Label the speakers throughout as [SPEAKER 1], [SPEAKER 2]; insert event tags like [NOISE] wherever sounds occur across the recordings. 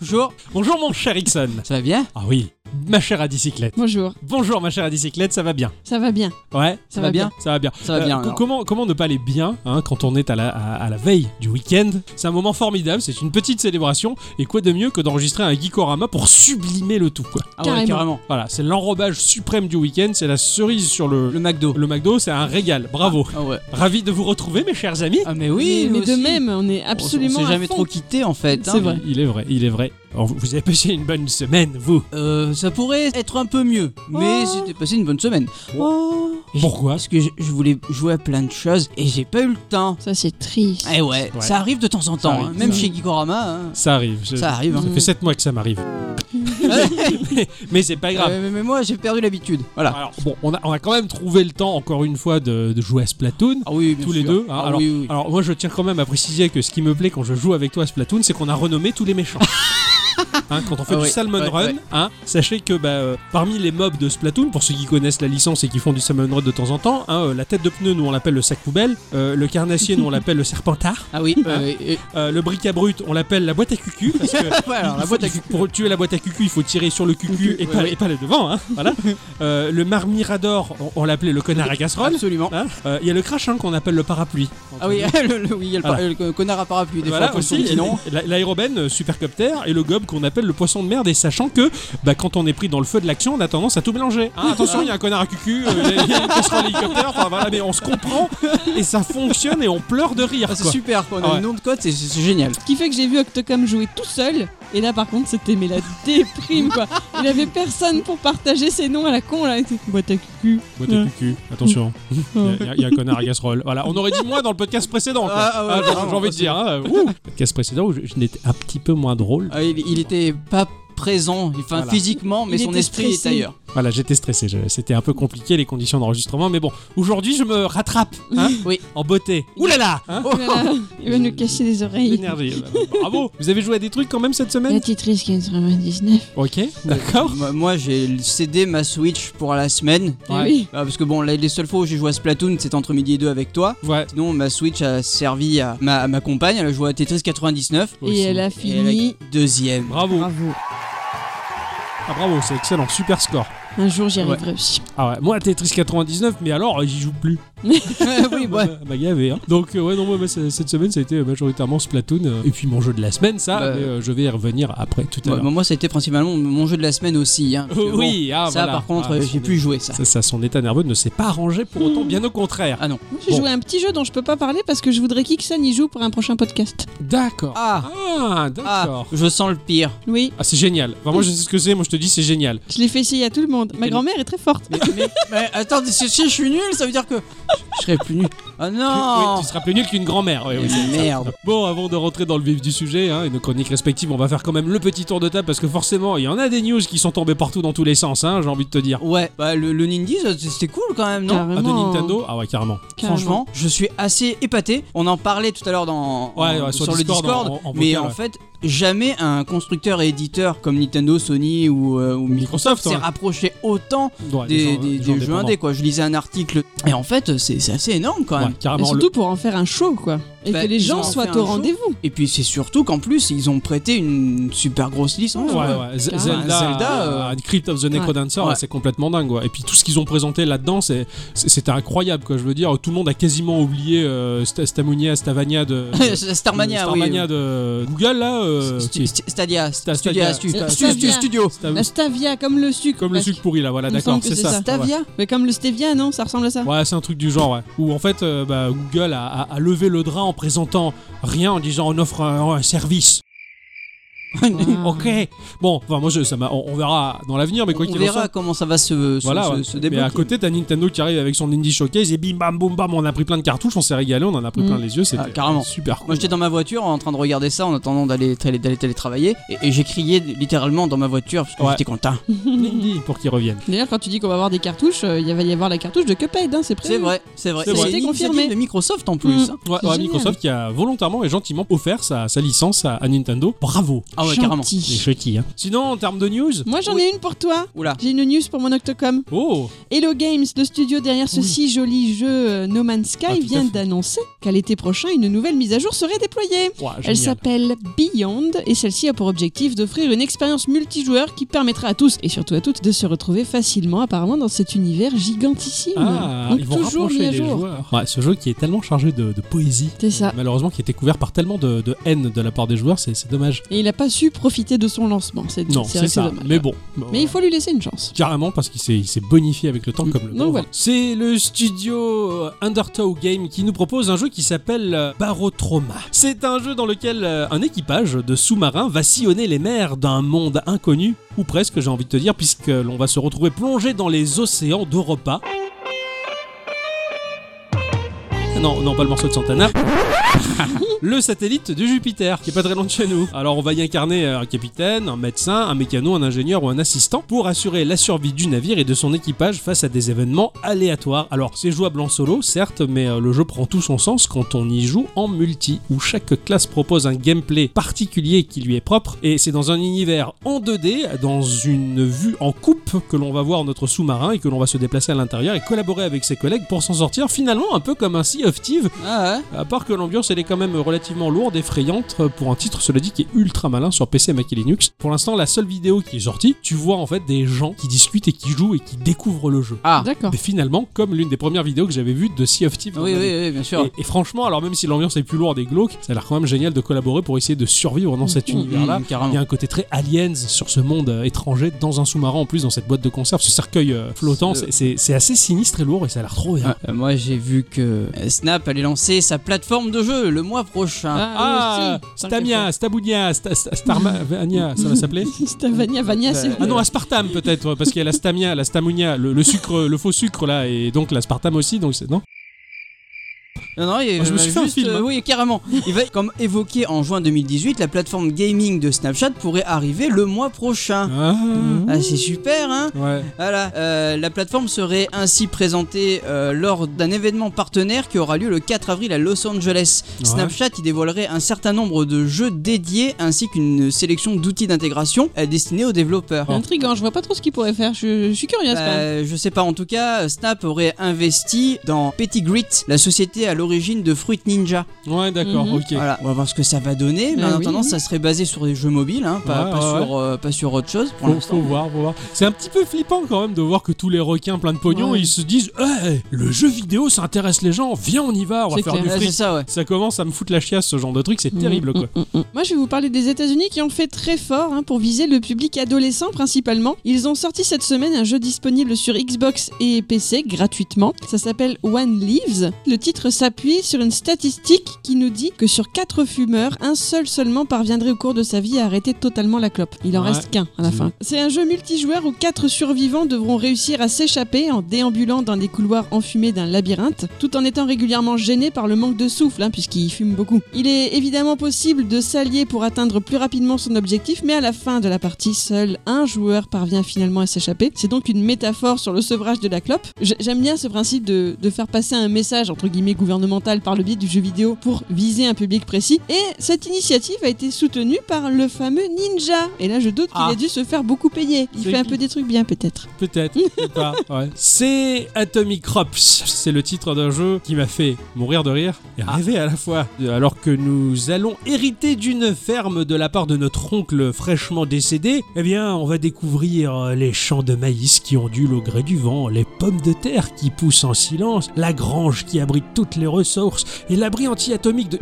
[SPEAKER 1] Bonjour.
[SPEAKER 2] Bonjour mon cher Ixon.
[SPEAKER 1] Ça va bien
[SPEAKER 2] Ah oui, ma chère à bicyclette.
[SPEAKER 3] Bonjour,
[SPEAKER 2] Bonjour ma chère à bicyclette, ça va bien.
[SPEAKER 3] ça va bien.
[SPEAKER 2] Ouais,
[SPEAKER 1] Ça va bien
[SPEAKER 2] ça va bien. Euh,
[SPEAKER 1] Ça va bien,
[SPEAKER 2] co-
[SPEAKER 1] alors.
[SPEAKER 2] comment, comment ne pas aller bien hein, quand on est à la, à, à la veille du week-end C'est un moment formidable, c'est une petite célébration. Et quoi de mieux que d'enregistrer un Geekorama pour sublimer le tout quoi.
[SPEAKER 1] Ah ouais,
[SPEAKER 3] Carrément.
[SPEAKER 1] carrément.
[SPEAKER 2] Voilà, c'est l'enrobage suprême du week-end, c'est la cerise sur le,
[SPEAKER 1] Le McDo.
[SPEAKER 2] le McDo, c'est un régal. Bravo.
[SPEAKER 1] Ah ouais.
[SPEAKER 2] Ravi de vous retrouver mes chers amis.
[SPEAKER 1] Ah mais oui,
[SPEAKER 3] mais, mais
[SPEAKER 1] nous aussi.
[SPEAKER 3] de même, on est
[SPEAKER 1] On- On
[SPEAKER 3] absolument.
[SPEAKER 1] s'est
[SPEAKER 3] à
[SPEAKER 1] jamais
[SPEAKER 3] fond.
[SPEAKER 1] trop quitté en fait. hein.
[SPEAKER 3] C'est vrai.
[SPEAKER 2] Il est vrai, il est vrai. Alors, vous vous avez passé une bonne semaine, vous.
[SPEAKER 1] Euh, ça pourrait être un peu mieux, mais
[SPEAKER 3] Oh.
[SPEAKER 1] c'était passé une bonne semaine. Oh.
[SPEAKER 2] Pourquoi
[SPEAKER 1] Parce que je, je voulais jouer à plein de choses et j'ai pas eu le temps.
[SPEAKER 3] Ça c'est triste.
[SPEAKER 1] Eh ouais,
[SPEAKER 2] Ouais.
[SPEAKER 1] ça arrive de temps en temps,
[SPEAKER 2] arrive,
[SPEAKER 1] hein.
[SPEAKER 2] ça
[SPEAKER 1] même
[SPEAKER 2] arrive.
[SPEAKER 1] chez Gikorama, hein,
[SPEAKER 2] Ça arrive. je-
[SPEAKER 1] ça arrive. hein.
[SPEAKER 2] Ça fait 7 mois que
[SPEAKER 1] [LAUGHS]
[SPEAKER 2] ça m'arrive. mais mais c'est pas grave.
[SPEAKER 1] Euh, mais- mais moi j'ai perdu l'habitude. Voilà.
[SPEAKER 2] Alors bon, on a, on a quand même trouvé le temps encore une fois de, de jouer à Splatoon.
[SPEAKER 1] Ah oui, bien
[SPEAKER 2] Tous les
[SPEAKER 1] sûr.
[SPEAKER 2] deux, hein,
[SPEAKER 1] Ah oui, oui, oui.
[SPEAKER 2] Alors moi je tiens quand même à préciser que ce qui me plaît quand je joue avec toi à Splatoon, c'est qu'on a renommé tous
[SPEAKER 1] [LAUGHS]
[SPEAKER 2] les méchants. Hein, quand on fait
[SPEAKER 1] Ah
[SPEAKER 2] du
[SPEAKER 1] ouais,
[SPEAKER 2] Salmon
[SPEAKER 1] ouais,
[SPEAKER 2] Run,
[SPEAKER 1] ouais.
[SPEAKER 2] hein, sachez que bah, euh, parmi les mobs de Splatoon, pour ceux qui connaissent la licence et qui font du Salmon Run de temps en temps, hein, euh, la tête de pneu nous on l'appelle le sac poubelle, euh, le carnassier nous on l'appelle le serpentard,
[SPEAKER 1] Ah oui, euh, et-
[SPEAKER 2] euh, le bric-à-brut on l'appelle la boîte à cucu parce que
[SPEAKER 1] Ouais, alors, la
[SPEAKER 2] Il
[SPEAKER 1] boîte à
[SPEAKER 2] faut-
[SPEAKER 1] cucu.
[SPEAKER 2] Pour tuer la boîte à cucu, il faut tirer sur le cucu et,
[SPEAKER 1] Ouais,
[SPEAKER 2] pas,
[SPEAKER 1] ouais.
[SPEAKER 2] et pas le devant. hein,
[SPEAKER 1] [LAUGHS]
[SPEAKER 2] voilà. Euh, le marmirador, on, on l'appelait le connard à casserole.
[SPEAKER 1] Absolument.
[SPEAKER 2] hein. Euh, Il y a le crachin qu'on appelle le parapluie.
[SPEAKER 1] Ah [LAUGHS] oui, le, le- oui, il y a le, par- le connard à parapluie, des
[SPEAKER 2] Voilà
[SPEAKER 1] fois,
[SPEAKER 2] aussi
[SPEAKER 1] petit nom.
[SPEAKER 2] l'a- l'aérobène euh, supercopter et le gob qu'on appelle le poisson de merde et sachant que bah, quand on est pris dans le feu de l'action on a tendance à tout mélanger. Ah, attention il y a un connard à cucu, euh, il y a- il y a une casserole hélicoptère, enfin voilà mais on se comprend et ça fonctionne et on pleure de rire.
[SPEAKER 1] Ah, c'est
[SPEAKER 2] quoi.
[SPEAKER 1] super, quoi. on a
[SPEAKER 2] Ah ouais.
[SPEAKER 1] le nom de code, c'est c'est génial.
[SPEAKER 3] Ce qui fait que j'ai vu Octocom jouer tout seul. Et là par contre c'était
[SPEAKER 1] [LAUGHS]
[SPEAKER 3] mais la déprime quoi. Il avait personne pour partager ses noms à la con là. "Bah, Boîte à
[SPEAKER 1] [LAUGHS]
[SPEAKER 3] cucu.
[SPEAKER 2] Boîte à cucu, attention. Il y, a- il y a un connard à casserole. Voilà, on aurait dit moins dans le podcast précédent. quoi.
[SPEAKER 1] Ah, ah ouais,
[SPEAKER 2] j'ai-
[SPEAKER 1] vraiment,
[SPEAKER 2] J'ai envie de
[SPEAKER 1] c'est
[SPEAKER 2] dire. hein, ouh. podcast précédent où je, je n'étais un petit peu moins drôle.
[SPEAKER 1] Ah, il, il était pas présent, enfin
[SPEAKER 2] Voilà.
[SPEAKER 1] physiquement, mais
[SPEAKER 3] Il
[SPEAKER 1] son
[SPEAKER 3] était
[SPEAKER 1] esprit
[SPEAKER 3] stressé.
[SPEAKER 1] est ailleurs.
[SPEAKER 2] Voilà, j'étais stressé. je- C'était un peu compliqué les conditions d'enregistrement, mais bon, aujourd'hui je me rattrape. hein,
[SPEAKER 1] Oui.
[SPEAKER 2] En beauté. Ouh là là.
[SPEAKER 1] Oh.
[SPEAKER 2] hein,
[SPEAKER 3] Voilà. Il va nous cacher les oreilles.
[SPEAKER 2] L'énergie. Bravo. Vous avez joué à des trucs quand même cette
[SPEAKER 3] La
[SPEAKER 2] semaine
[SPEAKER 3] titrice qui est 99.
[SPEAKER 2] Ok, d'accord.
[SPEAKER 1] Moi, moi, j'ai cédé ma Switch pour la semaine.
[SPEAKER 3] Eh
[SPEAKER 2] Ouais.
[SPEAKER 3] oui.
[SPEAKER 1] Ah, parce que bon, les, les seules fois où j'ai joué à Splatoon, c'est entre midi et deux avec toi.
[SPEAKER 2] Ouais.
[SPEAKER 1] Sinon, ma Switch a servi à ma, à ma compagne, elle a joué à Tetris 99.
[SPEAKER 2] Aussi.
[SPEAKER 3] Et elle a
[SPEAKER 1] Et elle
[SPEAKER 3] fini.
[SPEAKER 1] a deuxième.
[SPEAKER 2] Bravo.
[SPEAKER 3] Bravo.
[SPEAKER 2] Ah, bravo, c'est excellent. Super score.
[SPEAKER 3] Un jour j'y
[SPEAKER 1] Ouais.
[SPEAKER 3] arriverai aussi.
[SPEAKER 2] Ah ouais, moi à Tetris 99, mais alors euh, j'y joue plus.
[SPEAKER 1] [LAUGHS] oui,
[SPEAKER 2] Bah,
[SPEAKER 1] ouais.
[SPEAKER 2] bah, bah, gavé, hein. Donc euh, ouais non moi, moi, c'est- cette semaine ça a été euh, majoritairement Splatoon euh, et puis mon jeu de la semaine ça
[SPEAKER 1] Bah,
[SPEAKER 2] mais, euh, je vais y revenir après tout à
[SPEAKER 1] Moi,
[SPEAKER 2] l'heure.
[SPEAKER 1] moi, ça a été principalement mon jeu de la semaine aussi. hein, parce que,
[SPEAKER 2] Euh,
[SPEAKER 1] bon,
[SPEAKER 2] [LAUGHS] oui ah,
[SPEAKER 1] ça,
[SPEAKER 2] voilà.
[SPEAKER 1] par contre,
[SPEAKER 2] Ah,
[SPEAKER 1] euh,
[SPEAKER 2] son
[SPEAKER 1] j'ai
[SPEAKER 2] é-
[SPEAKER 1] pu y jouer ça.
[SPEAKER 2] ça, ça, son état nerveux ne s'est pas arrangé pour autant bien au contraire.
[SPEAKER 1] Ah non.
[SPEAKER 3] Moi, J'ai
[SPEAKER 2] Bon.
[SPEAKER 3] joué à un petit jeu dont je peux pas parler parce que je voudrais qu'Ixon y joue pour un prochain podcast.
[SPEAKER 2] D'accord.
[SPEAKER 1] Ah,
[SPEAKER 2] Ah
[SPEAKER 1] ah,
[SPEAKER 2] d'accord. Ah,
[SPEAKER 1] je sens le pire.
[SPEAKER 3] Oui,
[SPEAKER 2] c'est génial. Enfin, moi je sais ce que c'est moi je te dis c'est génial.
[SPEAKER 3] je l'ai fait essayer à tout le monde. Ma
[SPEAKER 1] Quel-
[SPEAKER 3] grand-mère est très forte.
[SPEAKER 1] Mais, mais- mais attends, si, si je suis nul, ça veut dire que je serais plus nul. Ah
[SPEAKER 2] Oui,
[SPEAKER 1] non Ah,
[SPEAKER 2] tu seras plus nul qu'une grand-mère. Oui, oui, c'est-
[SPEAKER 1] Merde.
[SPEAKER 2] Bon, avant de rentrer dans le vif du sujet hein, et nos chroniques respectives, on va faire quand même le petit tour de table parce que forcément, il y en a des news qui sont tombées partout dans tous les sens, hein, j'ai envie de te dire.
[SPEAKER 1] Ouais, bah le, le Nindy, ça, c'était cool quand même, non
[SPEAKER 2] Ah, de Nintendo Ah ouais, carrément.
[SPEAKER 3] carrément.
[SPEAKER 1] Franchement, je suis assez épaté. On en parlait tout à l'heure dans
[SPEAKER 2] Ouais,
[SPEAKER 1] en-
[SPEAKER 2] ouais, sur
[SPEAKER 1] sur, le
[SPEAKER 2] Discord,
[SPEAKER 1] Discord,
[SPEAKER 2] en- en- en
[SPEAKER 1] mais
[SPEAKER 2] vocal,
[SPEAKER 1] en
[SPEAKER 2] ouais.
[SPEAKER 1] fait, jamais un constructeur et éditeur comme Nintendo, Sony ou, euh, ou Microsoft
[SPEAKER 2] Microsoft, hein.
[SPEAKER 1] s'est
[SPEAKER 2] ouais.
[SPEAKER 1] rapproché autant
[SPEAKER 2] Ouais,
[SPEAKER 1] des,
[SPEAKER 2] gens-
[SPEAKER 1] des-
[SPEAKER 2] gens
[SPEAKER 1] des jeux
[SPEAKER 2] dépendants.
[SPEAKER 1] indés. Quoi, je lisais un article et en fait, c'est c'est assez énorme quand même.
[SPEAKER 2] Ouais,
[SPEAKER 3] Et
[SPEAKER 2] carrément. Ah le-
[SPEAKER 3] surtout pour en faire un show, quoi. Et
[SPEAKER 1] Bah,
[SPEAKER 3] que les
[SPEAKER 1] ils
[SPEAKER 3] gens
[SPEAKER 1] ont en fait
[SPEAKER 3] soient
[SPEAKER 1] un
[SPEAKER 3] au
[SPEAKER 1] show.
[SPEAKER 3] rendez-vous.
[SPEAKER 1] Et puis c'est surtout qu'en plus, ils ont prêté une super grosse licence.
[SPEAKER 2] Ouais,
[SPEAKER 1] quoi.
[SPEAKER 2] ouais, Z-
[SPEAKER 3] Carrément.
[SPEAKER 2] Zelda,
[SPEAKER 1] Zelda,
[SPEAKER 2] euh,
[SPEAKER 1] euh,
[SPEAKER 2] Crypt of the Necrodancer,
[SPEAKER 1] Ouais.
[SPEAKER 2] là, c'est complètement dingue. quoi. Et puis tout ce qu'ils ont présenté là-dedans, c'est- c'est- c'était incroyable. Quoi. Je veux dire, tout le monde a quasiment oublié euh, Sta- Stamunia,
[SPEAKER 1] [LAUGHS]
[SPEAKER 2] Stavania de.
[SPEAKER 1] Starmania,
[SPEAKER 2] de-
[SPEAKER 1] oui.
[SPEAKER 2] Starmania de Google, là. euh,
[SPEAKER 1] Stu-
[SPEAKER 2] qui-
[SPEAKER 1] Stu- Stadia,
[SPEAKER 2] Sta-
[SPEAKER 1] Sta- Studia,
[SPEAKER 2] Stadia.
[SPEAKER 1] Stu-
[SPEAKER 3] Sta-
[SPEAKER 1] Stu- Stu-
[SPEAKER 3] Stadia.
[SPEAKER 1] Studio.
[SPEAKER 2] Sta-
[SPEAKER 3] La Stavia, comme le sucre.
[SPEAKER 2] comme le
[SPEAKER 3] presque.
[SPEAKER 2] sucre pourri, là, voilà,
[SPEAKER 3] Il me
[SPEAKER 2] d'accord,
[SPEAKER 3] semble que
[SPEAKER 2] c'est
[SPEAKER 3] c'est
[SPEAKER 2] ça.
[SPEAKER 3] ça.
[SPEAKER 1] Stavia
[SPEAKER 3] Mais comme le stevia, non Ça ressemble à ça.
[SPEAKER 2] Ouais, c'est un truc du genre, ouais. Où en fait, euh, bah, Google a, a- a levé le drap en présentant rien, en disant on offre un, un service.
[SPEAKER 3] Ah.
[SPEAKER 2] Ok. Bon, enfin, moi, je, ça m'a- on, on verra dans l'avenir, mais quoi
[SPEAKER 1] on
[SPEAKER 2] qu'il en
[SPEAKER 1] verra
[SPEAKER 2] soit.
[SPEAKER 1] comment ça va se, se,
[SPEAKER 2] Voilà,
[SPEAKER 1] se-
[SPEAKER 2] ouais.
[SPEAKER 1] se
[SPEAKER 2] mais
[SPEAKER 1] débloquer.
[SPEAKER 2] à côté, t'as Nintendo qui arrive avec son Indie Showcase et bim bam boum bam, on a pris plein de cartouches, on s'est régalé, on en a pris
[SPEAKER 3] Mm.
[SPEAKER 2] plein les yeux, c'était
[SPEAKER 1] Ah, carrément.
[SPEAKER 2] super cool.
[SPEAKER 1] Moi j'étais dans ma voiture en train de regarder ça en attendant d'aller tra- d'aller télétravailler et, et j'ai crié littéralement dans ma voiture parce que
[SPEAKER 2] Ouais.
[SPEAKER 1] j'étais content.
[SPEAKER 2] Indie pour qu'ils reviennent.
[SPEAKER 3] D'ailleurs, quand tu dis qu'on va avoir des cartouches, euh, il va y avoir la cartouche de Cuphead, hein, c'est prévu.
[SPEAKER 1] C'est vrai, c'est vrai.
[SPEAKER 2] C'est
[SPEAKER 1] Et
[SPEAKER 2] vrai.
[SPEAKER 1] une
[SPEAKER 3] C'était confirmé.
[SPEAKER 1] initiative de Microsoft en plus.
[SPEAKER 3] Mm.
[SPEAKER 1] hein.
[SPEAKER 2] Ouais,
[SPEAKER 3] C'est
[SPEAKER 2] ouais,
[SPEAKER 3] génial.
[SPEAKER 2] Microsoft qui a volontairement et gentiment offert sa, sa licence à, à Nintendo. Bravo.
[SPEAKER 1] Ah Ah ouais, carrément.
[SPEAKER 2] Les
[SPEAKER 3] Gentil.
[SPEAKER 2] chetis, hein. Sinon, en termes de news.
[SPEAKER 3] Moi j'en
[SPEAKER 1] Oui.
[SPEAKER 3] ai une pour toi.
[SPEAKER 1] Oula.
[SPEAKER 3] J'ai une news pour mon Octocom.
[SPEAKER 2] Oh
[SPEAKER 3] Hello Games, le studio derrière ce
[SPEAKER 2] Oui.
[SPEAKER 3] si joli jeu euh, No Man's Sky,
[SPEAKER 2] Ah, tout à
[SPEAKER 3] vient
[SPEAKER 2] fait.
[SPEAKER 3] d'annoncer qu'à l'été prochain, une nouvelle mise à jour serait déployée.
[SPEAKER 2] Ouah,
[SPEAKER 3] Elle
[SPEAKER 2] génial.
[SPEAKER 3] s'appelle Beyond et celle-ci a pour objectif d'offrir une expérience multijoueur qui permettra à tous et surtout à toutes de se retrouver facilement apparemment dans cet univers gigantissime.
[SPEAKER 2] Ah,
[SPEAKER 3] Donc
[SPEAKER 2] ils vont
[SPEAKER 3] toujours mis
[SPEAKER 2] rapprocher
[SPEAKER 3] à
[SPEAKER 2] les
[SPEAKER 3] jour.
[SPEAKER 2] joueurs. Ouais, ce jeu qui est tellement chargé de, de poésie.
[SPEAKER 3] C'est ça.
[SPEAKER 2] Malheureusement, qui était couvert par tellement de, de haine de la part des joueurs, c'est c'est dommage.
[SPEAKER 3] Et il n'a pas su profiter de son lancement. C'est
[SPEAKER 2] Non,
[SPEAKER 3] vrai
[SPEAKER 2] c'est
[SPEAKER 3] que
[SPEAKER 2] ça.
[SPEAKER 3] dommage.
[SPEAKER 2] Mais bon. euh,
[SPEAKER 3] Mais il faut lui laisser une chance.
[SPEAKER 2] Carrément parce qu'il s'est, il s'est bonifié avec le temps
[SPEAKER 1] Mm.
[SPEAKER 2] comme le
[SPEAKER 3] Donc
[SPEAKER 2] pauvre.
[SPEAKER 3] voilà.
[SPEAKER 2] C'est le studio euh, Undertow Game qui nous propose un jeu qui s'appelle euh, Barotrauma. C'est un jeu dans lequel euh, un équipage de sous-marins va sillonner les mers d'un monde inconnu, ou presque j'ai envie de te dire, puisque l'on va se retrouver plongé dans les océans d'Europa. Non, non, pas le morceau de Santana. le satellite de Jupiter, qui est pas très loin de chez nous. Alors on va y incarner euh, un capitaine, un médecin, un mécano, un ingénieur ou un assistant pour assurer la survie du navire et de son équipage face à des événements aléatoires. Alors c'est jouable en solo, certes, mais euh, le jeu prend tout son sens quand on y joue en multi, où chaque classe propose un gameplay particulier qui lui est propre, et c'est dans un univers en 2D, dans une vue en coupe, que l'on va voir notre sous-marin et que l'on va se déplacer à l'intérieur et collaborer avec ses collègues pour s'en sortir, finalement un peu comme un Sea of Thieves,
[SPEAKER 1] Ah ouais.
[SPEAKER 2] à part que l'ambiance elle est quand même relativement lourde, effrayante euh, pour un titre, cela dit, qui est ultra malin sur PC, Mac et Linux. Pour l'instant, la seule vidéo qui est sortie, tu vois en fait des gens qui discutent et qui jouent et qui découvrent le jeu.
[SPEAKER 1] Ah.
[SPEAKER 3] D'accord.
[SPEAKER 2] Mais finalement, comme l'une des premières vidéos que j'avais vues de Sea of Thieves.
[SPEAKER 1] Oui, oui, oui, bien sûr.
[SPEAKER 2] Et, et franchement, alors même si l'ambiance est plus lourde et glauque, ça a l'air quand même génial de collaborer pour essayer de survivre
[SPEAKER 1] [LAUGHS]
[SPEAKER 2] dans cet
[SPEAKER 3] Mhm.
[SPEAKER 2] univers-là.
[SPEAKER 1] Mmh,
[SPEAKER 2] Il y a
[SPEAKER 1] carrément.
[SPEAKER 2] un côté très aliens sur ce monde euh, étranger, dans un sous-marin en plus, dans cette boîte de conserve, ce cercueil euh, flottant.
[SPEAKER 1] C'est-
[SPEAKER 2] C'est- C'est c'est assez sinistre et lourd et ça a l'air trop bien.
[SPEAKER 1] Ah, euh, moi j'ai vu que euh, Snap allait lancer sa plateforme de jeu le mois prochain.
[SPEAKER 2] Ah, Stamia, Stabounia, Sta- Sta- Starmania, ça va s'appeler
[SPEAKER 3] [LAUGHS] Stavania, Vania, c'est.
[SPEAKER 2] Ah non, Aspartame peut-être, parce qu'il y a la Stamia, la Stamounia, le, le sucre, le faux sucre là, et donc l'aspartame aussi, donc c'est non
[SPEAKER 1] Non, non, il,
[SPEAKER 2] Ah, je
[SPEAKER 1] euh,
[SPEAKER 2] me suis fait un
[SPEAKER 1] juste,
[SPEAKER 2] film,
[SPEAKER 1] euh,
[SPEAKER 2] hein.
[SPEAKER 1] oui,
[SPEAKER 2] [LAUGHS]
[SPEAKER 1] carrément. Il va, comme évoqué en juin 2018, la plateforme gaming de Snapchat pourrait arriver le mois prochain.
[SPEAKER 2] Ah,
[SPEAKER 1] Ah, c'est super, hein
[SPEAKER 2] Ouais.
[SPEAKER 1] Voilà, euh, la plateforme serait ainsi présentée euh, lors d'un événement partenaire qui aura lieu le 4 avril à Los Angeles.
[SPEAKER 2] Ouais.
[SPEAKER 1] Snapchat y dévoilerait un certain nombre de jeux dédiés ainsi qu'une sélection d'outils d'intégration euh, destinés aux développeurs.
[SPEAKER 3] Intriguant, je vois pas trop ce qu'il pourrait faire. Je, je suis curieuse quand même.
[SPEAKER 1] Euh, je sais pas, en tout cas, euh, Snap aurait investi dans Petit Grit, la société à l'origine de Fruit Ninja.
[SPEAKER 2] Ouais, d'accord,
[SPEAKER 3] Mhm.
[SPEAKER 2] ok. Eh
[SPEAKER 1] Voilà, on va voir ce que ça va donner, mais en
[SPEAKER 3] Ah oui,
[SPEAKER 1] attendant,
[SPEAKER 3] oui.
[SPEAKER 1] ça serait basé sur des jeux mobiles, hein, pas,
[SPEAKER 2] Ouais,
[SPEAKER 1] pas
[SPEAKER 2] ouais,
[SPEAKER 1] Sur, euh, pas sur autre chose pour
[SPEAKER 2] Faut, faut
[SPEAKER 1] l'instant.
[SPEAKER 2] voir, faut voir. C'est un petit peu flippant quand même de voir que tous les requins pleins de pognon,
[SPEAKER 3] Ouais.
[SPEAKER 2] ils se disent Eh, le jeu vidéo, ça intéresse les gens, viens, on y va, on va
[SPEAKER 3] C'est
[SPEAKER 2] faire
[SPEAKER 3] clair.
[SPEAKER 2] du
[SPEAKER 1] Ouais, c'est
[SPEAKER 2] fric.
[SPEAKER 1] ça, ouais.
[SPEAKER 2] Ça commence à me foutre la chiasse, ce genre de truc, c'est terrible quoi.
[SPEAKER 3] Mm, mm, mm. Moi, je vais vous parler des États-Unis qui ont fait très fort hein, pour viser le public adolescent principalement. Ils ont sorti cette semaine un jeu disponible sur Xbox et PC gratuitement. Ça s'appelle One Leaves. Le titre s'appuie sur une statistique qui nous dit que sur quatre fumeurs, un seul seulement parviendrait au cours de sa vie à arrêter totalement la clope. Il en
[SPEAKER 2] Ouais.
[SPEAKER 3] reste qu'un à la
[SPEAKER 2] Mm.
[SPEAKER 3] fin. C'est un jeu multijoueur où quatre survivants devront réussir à s'échapper en déambulant dans des couloirs enfumés d'un labyrinthe, tout en étant régulièrement gênés par le manque de souffle, hein, puisqu'ils fument beaucoup. Il est évidemment possible de s'allier pour atteindre plus rapidement son objectif, mais à la fin de la partie, seul un joueur parvient finalement à s'échapper. C'est donc une métaphore sur le sevrage de la clope. J- J'aime bien ce principe de, de faire passer un message, entre guillemets, gouvernemental par le biais du jeu vidéo pour viser un public précis. Et cette initiative a été soutenue par le fameux Ninja. Et là, je doute qu'il
[SPEAKER 2] Ah.
[SPEAKER 3] ait dû se faire beaucoup payer. Il
[SPEAKER 2] C'est
[SPEAKER 3] fait un
[SPEAKER 2] qui
[SPEAKER 3] peu des trucs bien, peut-être.
[SPEAKER 2] Peut-être, ou pas, ouais. C'est Atomic Crops. C'est le titre d'un jeu qui m'a fait mourir de rire et rêver à la fois. Alors que nous allons hériter d'une ferme de la part de notre oncle fraîchement décédé, eh bien, on va découvrir euh, les champs de maïs qui ondulent au gré du vent, les pommes de terre qui poussent en silence, la grange qui abrite toutes les ressources et l'abri anti-atomique de.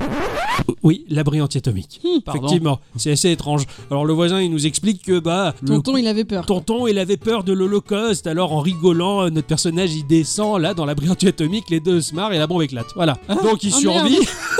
[SPEAKER 2] Oui, l'abri anti-atomique.
[SPEAKER 1] Pardon.
[SPEAKER 2] Effectivement, c'est assez étrange. Alors, le voisin, il nous explique que, bah, le
[SPEAKER 3] Tonton, il avait peur.
[SPEAKER 2] Tonton, il avait peur de l'Holocauste, alors en rigolant, euh, notre personnage il descend là dans la brillante atomique, les deux se marrent et la bombe éclate. Voilà. Donc il
[SPEAKER 3] oh
[SPEAKER 2] survit.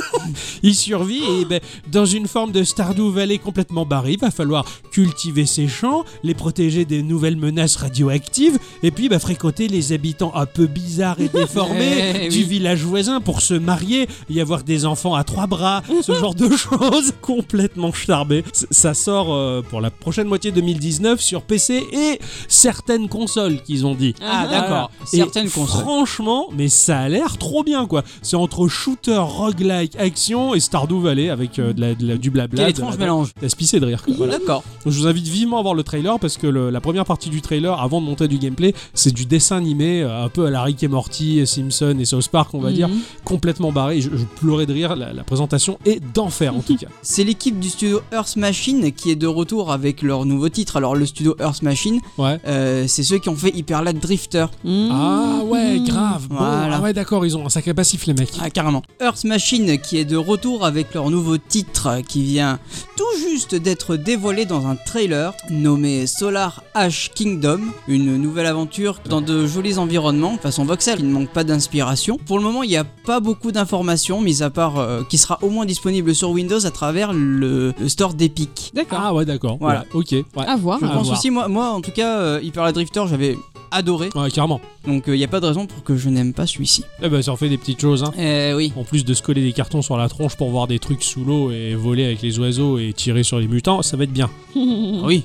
[SPEAKER 2] [LAUGHS] il survit et ben, dans une forme de Stardew Valley complètement barré, il va falloir cultiver ses champs, les protéger des nouvelles menaces radioactives et puis bah, fréquenter les habitants un peu bizarres
[SPEAKER 1] [LAUGHS]
[SPEAKER 2] et déformés
[SPEAKER 1] Eh
[SPEAKER 2] du
[SPEAKER 1] oui.
[SPEAKER 2] village voisin pour se marier, y avoir des enfants à trois bras, ce
[SPEAKER 1] [LAUGHS]
[SPEAKER 2] genre de choses complètement charbé. C- Ça sort euh, pour la prochaine moitié 2019 sur PC et certaines consoles qu'ils ont dit.
[SPEAKER 1] Ah, d'accord.
[SPEAKER 2] Et
[SPEAKER 1] Certaines consoles.
[SPEAKER 2] Franchement, mais ça a l'air trop bien quoi. C'est entre shooter, roguelike, Résurrection et Stardew Valley avec euh, de la- de la- du blabla.
[SPEAKER 1] Quel
[SPEAKER 2] de
[SPEAKER 1] étrange
[SPEAKER 2] la-
[SPEAKER 1] mélange.
[SPEAKER 2] T'as spicé de rire. quoi. Voilà.
[SPEAKER 1] D'accord.
[SPEAKER 2] Donc, je vous invite vivement à voir le trailer parce que le- la première partie du trailer, avant de monter du gameplay, c'est du dessin animé euh, un peu à la Rick et Morty, Simpson et South Park, on
[SPEAKER 1] Mm.
[SPEAKER 2] va dire,
[SPEAKER 3] Mhm.
[SPEAKER 2] complètement barré. Je, je pleurais de rire. La, la présentation est d'enfer en
[SPEAKER 1] [LAUGHS]
[SPEAKER 2] tout cas.
[SPEAKER 1] C'est l'équipe du studio Earth Machine qui est de retour avec leur nouveau titre. Alors le studio Earth Machine,
[SPEAKER 2] Ouais.
[SPEAKER 1] euh, c'est ceux qui ont fait Hyperlad Drifter.
[SPEAKER 3] Mmh.
[SPEAKER 2] Ah ouais,
[SPEAKER 3] Mmh.
[SPEAKER 2] grave. Bon,
[SPEAKER 1] Voilà.
[SPEAKER 2] ah ouais, d'accord, ils ont un sacré passif les mecs.
[SPEAKER 1] Ah carrément. Earth Machine qui est de retour avec leur nouveau titre qui vient tout juste d'être dévoilé dans un trailer nommé Solar Ash Kingdom, une nouvelle aventure dans de jolis environnements façon voxel qui ne manque pas d'inspiration. Pour le moment il n'y a pas beaucoup d'informations mis à part euh, qui sera au moins disponible sur Windows à travers le, le store d'Epic.
[SPEAKER 3] D'accord.
[SPEAKER 2] Ah ouais, d'accord.
[SPEAKER 1] Voilà.
[SPEAKER 2] Ouais, ok. Ouais.
[SPEAKER 3] À voir.
[SPEAKER 1] Je
[SPEAKER 2] Ah,
[SPEAKER 1] pense
[SPEAKER 2] voir.
[SPEAKER 1] aussi moi, moi en tout cas euh, Hyper Light Drifter j'avais adoré
[SPEAKER 2] Ouais, carrément.
[SPEAKER 1] donc euh, il n'y a pas de raison pour que je n'aime pas celui-ci.
[SPEAKER 2] Eh ben, ça en fait des petites choses. Hein.
[SPEAKER 1] Euh oui.
[SPEAKER 2] En plus de se coller des cartons sur la tronche pour voir des trucs sous l'eau et voler avec les oiseaux et tirer sur les mutants, ça va être bien.
[SPEAKER 1] Oui.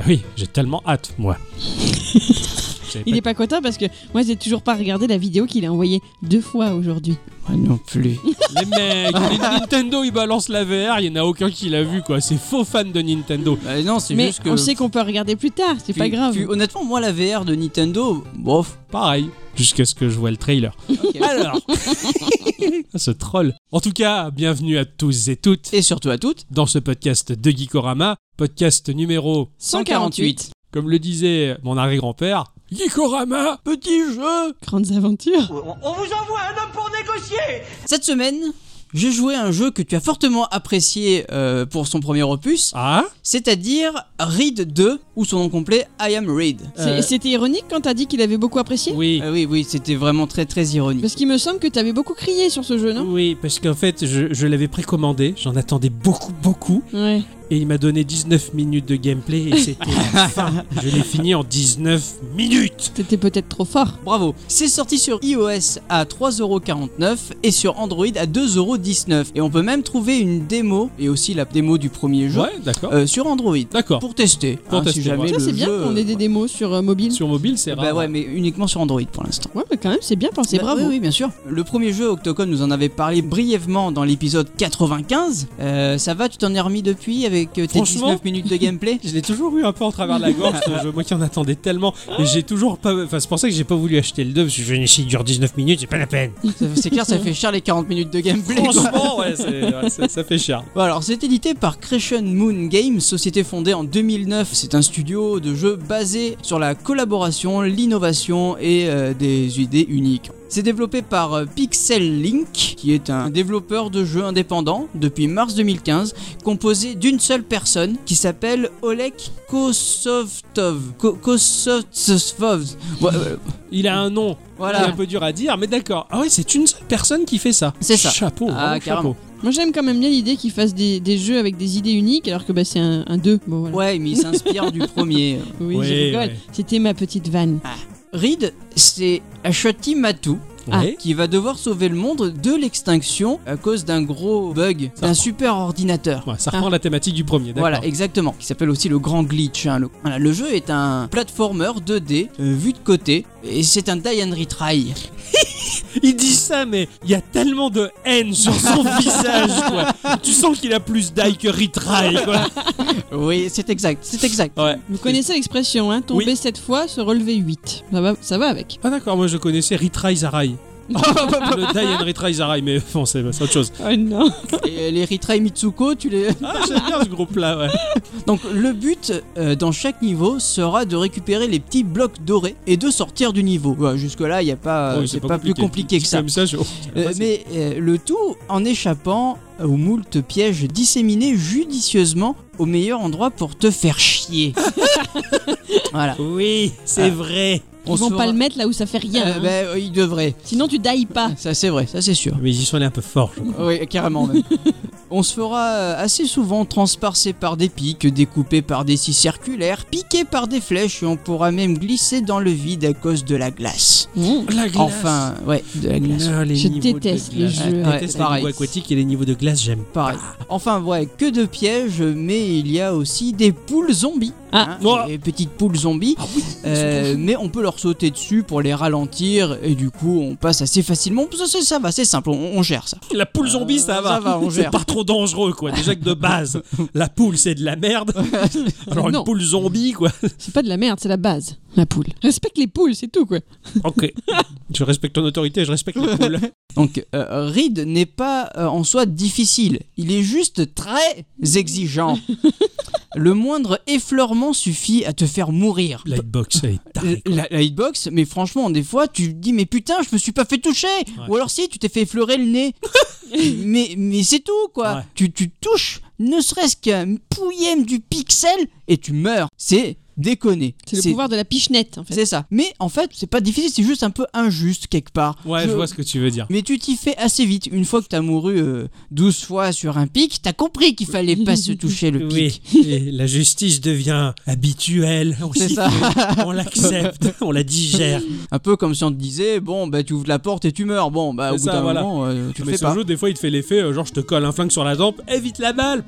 [SPEAKER 2] Ah Oui, j'ai tellement hâte, moi.
[SPEAKER 1] [LAUGHS]
[SPEAKER 2] Vous savez
[SPEAKER 3] [LAUGHS] Il
[SPEAKER 2] pas-
[SPEAKER 3] est pas content parce que moi j'ai toujours pas regardé la vidéo qu'il a envoyée deux fois aujourd'hui.
[SPEAKER 1] Moi non plus.
[SPEAKER 2] Les mecs, les Nintendo, ils balancent la VR, il y en a aucun qui l'a vu, quoi. C'est faux fan de Nintendo.
[SPEAKER 1] Bah, non c'est
[SPEAKER 3] Mais
[SPEAKER 1] juste que
[SPEAKER 3] on sait qu'on peut regarder plus tard, c'est
[SPEAKER 1] Puis-
[SPEAKER 3] pas grave.
[SPEAKER 1] puis honnêtement, moi, la VR de Nintendo,
[SPEAKER 3] [LAUGHS]
[SPEAKER 1] bof.
[SPEAKER 2] Pareil, jusqu'à ce que je vois le trailer. Alors, [LAUGHS] ce troll. En tout cas, bienvenue à tous et toutes
[SPEAKER 1] Et surtout à toutes,
[SPEAKER 2] dans ce podcast de Geekorama, podcast numéro
[SPEAKER 1] 148.
[SPEAKER 2] Comme le disait mon arrière-grand-père, Gikorama, petit jeu
[SPEAKER 3] Grandes aventures.
[SPEAKER 4] On vous envoie un homme pour négocier
[SPEAKER 1] Cette semaine, j'ai joué à un jeu que tu as fortement apprécié euh, pour son premier opus,
[SPEAKER 2] Ah
[SPEAKER 1] c'est-à-dire Reed 2, ou son nom complet, I Am Reed.
[SPEAKER 3] C'est-
[SPEAKER 1] Euh,
[SPEAKER 3] C'était ironique quand t'as dit qu'il avait beaucoup apprécié
[SPEAKER 2] Oui.
[SPEAKER 1] euh, oui, oui, c'était vraiment très très ironique.
[SPEAKER 3] Parce qu'il me semble que t'avais beaucoup crié sur ce jeu, non
[SPEAKER 2] Oui, parce qu'en fait, je, je l'avais précommandé, j'en attendais beaucoup, beaucoup,
[SPEAKER 3] Ouais.
[SPEAKER 2] et il m'a donné 19 minutes de gameplay, et c'était
[SPEAKER 1] [LAUGHS]
[SPEAKER 2] la fin. Je l'ai fini en 19 minutes
[SPEAKER 3] T'étais peut-être trop fort.
[SPEAKER 1] Bravo. C'est sorti sur iOS à 3,49€ et sur Android à 2,19€. Et on peut même trouver une démo, et aussi la démo du premier jeu,
[SPEAKER 2] Ouais, d'accord.
[SPEAKER 1] euh, sur Android.
[SPEAKER 2] D'accord.
[SPEAKER 1] Pour tester. hein,
[SPEAKER 2] Pour tester,
[SPEAKER 1] si jamais
[SPEAKER 2] ouais.
[SPEAKER 3] Ça
[SPEAKER 1] le
[SPEAKER 3] c'est bien
[SPEAKER 1] jeu,
[SPEAKER 3] qu'on ait des démos sur euh, mobile.
[SPEAKER 2] Sur mobile, c'est
[SPEAKER 1] Bah
[SPEAKER 2] rare.
[SPEAKER 1] ouais, mais uniquement sur Android pour l'instant.
[SPEAKER 3] Ouais, mais quand même c'est bien pensé,
[SPEAKER 1] Bah
[SPEAKER 3] bravo.
[SPEAKER 1] Oui, oui, bien sûr. Le premier jeu, Octocom, nous en avait parlé brièvement dans l'épisode 95. Euh, ça va, tu t'en es remis depuis avec euh, tes
[SPEAKER 2] Franchement
[SPEAKER 1] 19 minutes de
[SPEAKER 2] [LAUGHS]
[SPEAKER 1] gameplay
[SPEAKER 2] Je l'ai toujours eu un peu en travers de la gorge, ce jeu. Moi qui en attendais tellement. Et j'ai toujours pas. Enfin, c'est pour ça que j'ai pas voulu acheter le 2, parce que je me suis dit, il dure 19 minutes, c'est pas
[SPEAKER 1] [LAUGHS]
[SPEAKER 2] la peine.
[SPEAKER 3] [LAUGHS]
[SPEAKER 1] Ça- C'est clair, ça fait cher les 40 minutes de gameplay. quoi.
[SPEAKER 2] Franchement, ouais, c'est- ouais, ça, ça fait cher.
[SPEAKER 1] Bon, alors, c'est édité par Crescent Moon Games, société fondée en 2009. C'est un studio de jeux basé sur la collaboration, l'innovation et euh, des idées uniques. C'est développé par euh, Pixel Link, qui est un développeur de jeux indépendant depuis mars 2015, composé d'une seule personne qui s'appelle Oleg Kosovtov. Ko- Kosovtsov. Ouais, ouais,
[SPEAKER 2] Il a un nom qui est [LAUGHS]
[SPEAKER 1] voilà.
[SPEAKER 2] un peu dur à dire, mais d'accord. Ah ouais, c'est une seule personne qui fait ça.
[SPEAKER 1] C'est ça.
[SPEAKER 2] Chapeau.
[SPEAKER 1] Ah,
[SPEAKER 2] vraiment
[SPEAKER 1] carrément.
[SPEAKER 2] chapeau.
[SPEAKER 3] Moi j'aime quand même bien l'idée qu'ils fassent des, des jeux avec des idées uniques alors que bah, c'est un 2. Bon, voilà.
[SPEAKER 1] Ouais, mais il s'inspire du premier.
[SPEAKER 3] Oui, je
[SPEAKER 2] Ouais,
[SPEAKER 3] rigole.
[SPEAKER 2] ouais. Ah,
[SPEAKER 3] C'était ma petite vanne.
[SPEAKER 1] Reed, c'est Ashoti Matu.
[SPEAKER 2] Ouais.
[SPEAKER 1] qui va devoir sauver le monde de l'extinction à cause d'un gros bug d'un super ordinateur.
[SPEAKER 2] Ouais, ça reprend la thématique du premier, d'accord.
[SPEAKER 1] Ah. Voilà, exactement, qui s'appelle aussi le grand glitch. hein, le... Voilà, le jeu est un platformer 2D euh, vu de côté, et c'est un die and retry.
[SPEAKER 2] Il dit ça, mais il y a tellement de haine sur son visage, quoi. Tu sens qu'il a plus d'ail que retry, quoi.
[SPEAKER 1] [LAUGHS] Oui, c'est exact, c'est exact. [LAUGHS]
[SPEAKER 2] Ouais.
[SPEAKER 3] Vous connaissez l'expression, hein Tomber
[SPEAKER 2] Oui.
[SPEAKER 3] 7 fois, se relever 8. Ça va, ça va avec.
[SPEAKER 2] Ah d'accord, moi je connaissais retry
[SPEAKER 1] [LAUGHS]
[SPEAKER 2] Zarai.
[SPEAKER 1] Ah, bah,
[SPEAKER 2] le die and retry Zarai, mais bon, c'est c'est autre chose.
[SPEAKER 3] Oh non.
[SPEAKER 1] Et euh, les retry Mitsuko, tu les... [LAUGHS]
[SPEAKER 2] Ah, j'aime bien ce groupe-là, ouais.
[SPEAKER 1] Donc le but euh, dans chaque niveau sera de récupérer les petits blocs dorés et de sortir du niveau. Ouais, Jusque-là, il n'y a pas,
[SPEAKER 2] Ouais,
[SPEAKER 1] Euh, c'est pas, plus compliqué que
[SPEAKER 2] Dit
[SPEAKER 1] ça.
[SPEAKER 2] Comme ça, Ah, je-
[SPEAKER 1] Euh, mais euh, le tout en échappant aux moult pièges disséminés judicieusement au meilleur endroit pour te faire
[SPEAKER 3] [LAUGHS]
[SPEAKER 1] chier. voilà.
[SPEAKER 2] Oui, c'est
[SPEAKER 1] Ah.
[SPEAKER 2] vrai.
[SPEAKER 1] On
[SPEAKER 3] Ils vont
[SPEAKER 1] se
[SPEAKER 3] pas
[SPEAKER 1] fera-
[SPEAKER 3] le mettre là où ça fait rien.
[SPEAKER 2] Eh
[SPEAKER 1] Euh,
[SPEAKER 3] hein. Ah.
[SPEAKER 1] ben, euh, il devrait.
[SPEAKER 3] Sinon tu dailles pas.
[SPEAKER 2] [LAUGHS]
[SPEAKER 1] Ça c'est vrai, ça c'est sûr.
[SPEAKER 2] Mais ils y sont allés un peu fort, je crois.
[SPEAKER 3] [LAUGHS]
[SPEAKER 1] Oui, carrément même. On se fera euh, assez souvent transpercer par des pics, découpés par des scies circulaires, piqués par des flèches et on pourra même glisser dans le vide à cause de la glace.
[SPEAKER 2] La glace.
[SPEAKER 1] Enfin, ouais, de la glace.
[SPEAKER 2] Ah, les
[SPEAKER 3] Je
[SPEAKER 2] niveaux de
[SPEAKER 3] déteste les
[SPEAKER 2] glace.
[SPEAKER 3] jeux.
[SPEAKER 2] Je
[SPEAKER 3] Ouais,
[SPEAKER 2] déteste les
[SPEAKER 1] pareil.
[SPEAKER 2] niveaux aquatiques et les niveaux de glace, j'aime pas.
[SPEAKER 1] Pareil. Enfin, ouais, que de pièges, mais il y a aussi des poules zombies. Hein,
[SPEAKER 3] Ah.
[SPEAKER 2] Oh. Ah,
[SPEAKER 1] des petites poules zombies. Euh, mais on peut leur sauter dessus pour les ralentir, et du coup, on passe assez facilement. Ça, ça, ça va, c'est simple, on, on gère ça.
[SPEAKER 2] La poule zombie, ça
[SPEAKER 1] Euh,
[SPEAKER 2] va.
[SPEAKER 1] ça va, on
[SPEAKER 2] c'est
[SPEAKER 1] gère.
[SPEAKER 2] pas trop dangereux, quoi. Déjà que de [LAUGHS] base, la poule, c'est de la [LAUGHS] merde. Alors
[SPEAKER 3] Non.
[SPEAKER 2] une poule zombie, quoi.
[SPEAKER 3] C'est pas de la merde, c'est la base, la poule. Respecte les poules, c'est tout quoi.
[SPEAKER 2] Ok. Je respecte ton autorité, je respecte la poule.
[SPEAKER 1] Donc, euh, Reed n'est pas euh, en soi difficile, il est juste très exigeant. Le moindre effleurement suffit à te faire mourir.
[SPEAKER 2] [LAUGHS] Lightbox, elle est tarée.
[SPEAKER 1] la, la hitbox, mais franchement, des fois, tu te dis, mais putain, je me suis pas fait toucher Ou alors si, tu t'es fait effleurer le
[SPEAKER 2] [LAUGHS]
[SPEAKER 1] nez. mais mais c'est tout, quoi.
[SPEAKER 2] Ouais.
[SPEAKER 1] Tu, tu touches ne serait-ce qu'un pouillème du pixel et tu meurs. C'est déconné.
[SPEAKER 3] C'est le pouvoir de la pichenette en fait.
[SPEAKER 1] C'est ça. Mais en fait, c'est pas difficile, c'est juste un peu injuste quelque part.
[SPEAKER 2] Ouais, je vois ce que tu veux dire.
[SPEAKER 1] Mais tu t'y fais assez vite. Une fois que t'as mouru euh, 12 fois sur un pic, t'as compris qu'il fallait pas se toucher le pic.
[SPEAKER 2] Oui, et la justice devient habituelle. On
[SPEAKER 1] C'est
[SPEAKER 2] s'y [LAUGHS]
[SPEAKER 1] ça.
[SPEAKER 2] fait, on l'accepte, [LAUGHS] on la digère.
[SPEAKER 1] Un peu comme si on te disait, bon, bah tu ouvres la porte et tu meurs. Bon, bah au
[SPEAKER 2] C'est
[SPEAKER 1] bout
[SPEAKER 2] ça,
[SPEAKER 1] d'un
[SPEAKER 2] voilà.
[SPEAKER 1] moment, euh, tu le
[SPEAKER 2] Mais
[SPEAKER 1] fais
[SPEAKER 2] ce
[SPEAKER 1] pas.
[SPEAKER 2] jeu, des fois, il te fait l'effet, euh, genre je te colle un flingue sur la tempe, évite la balle.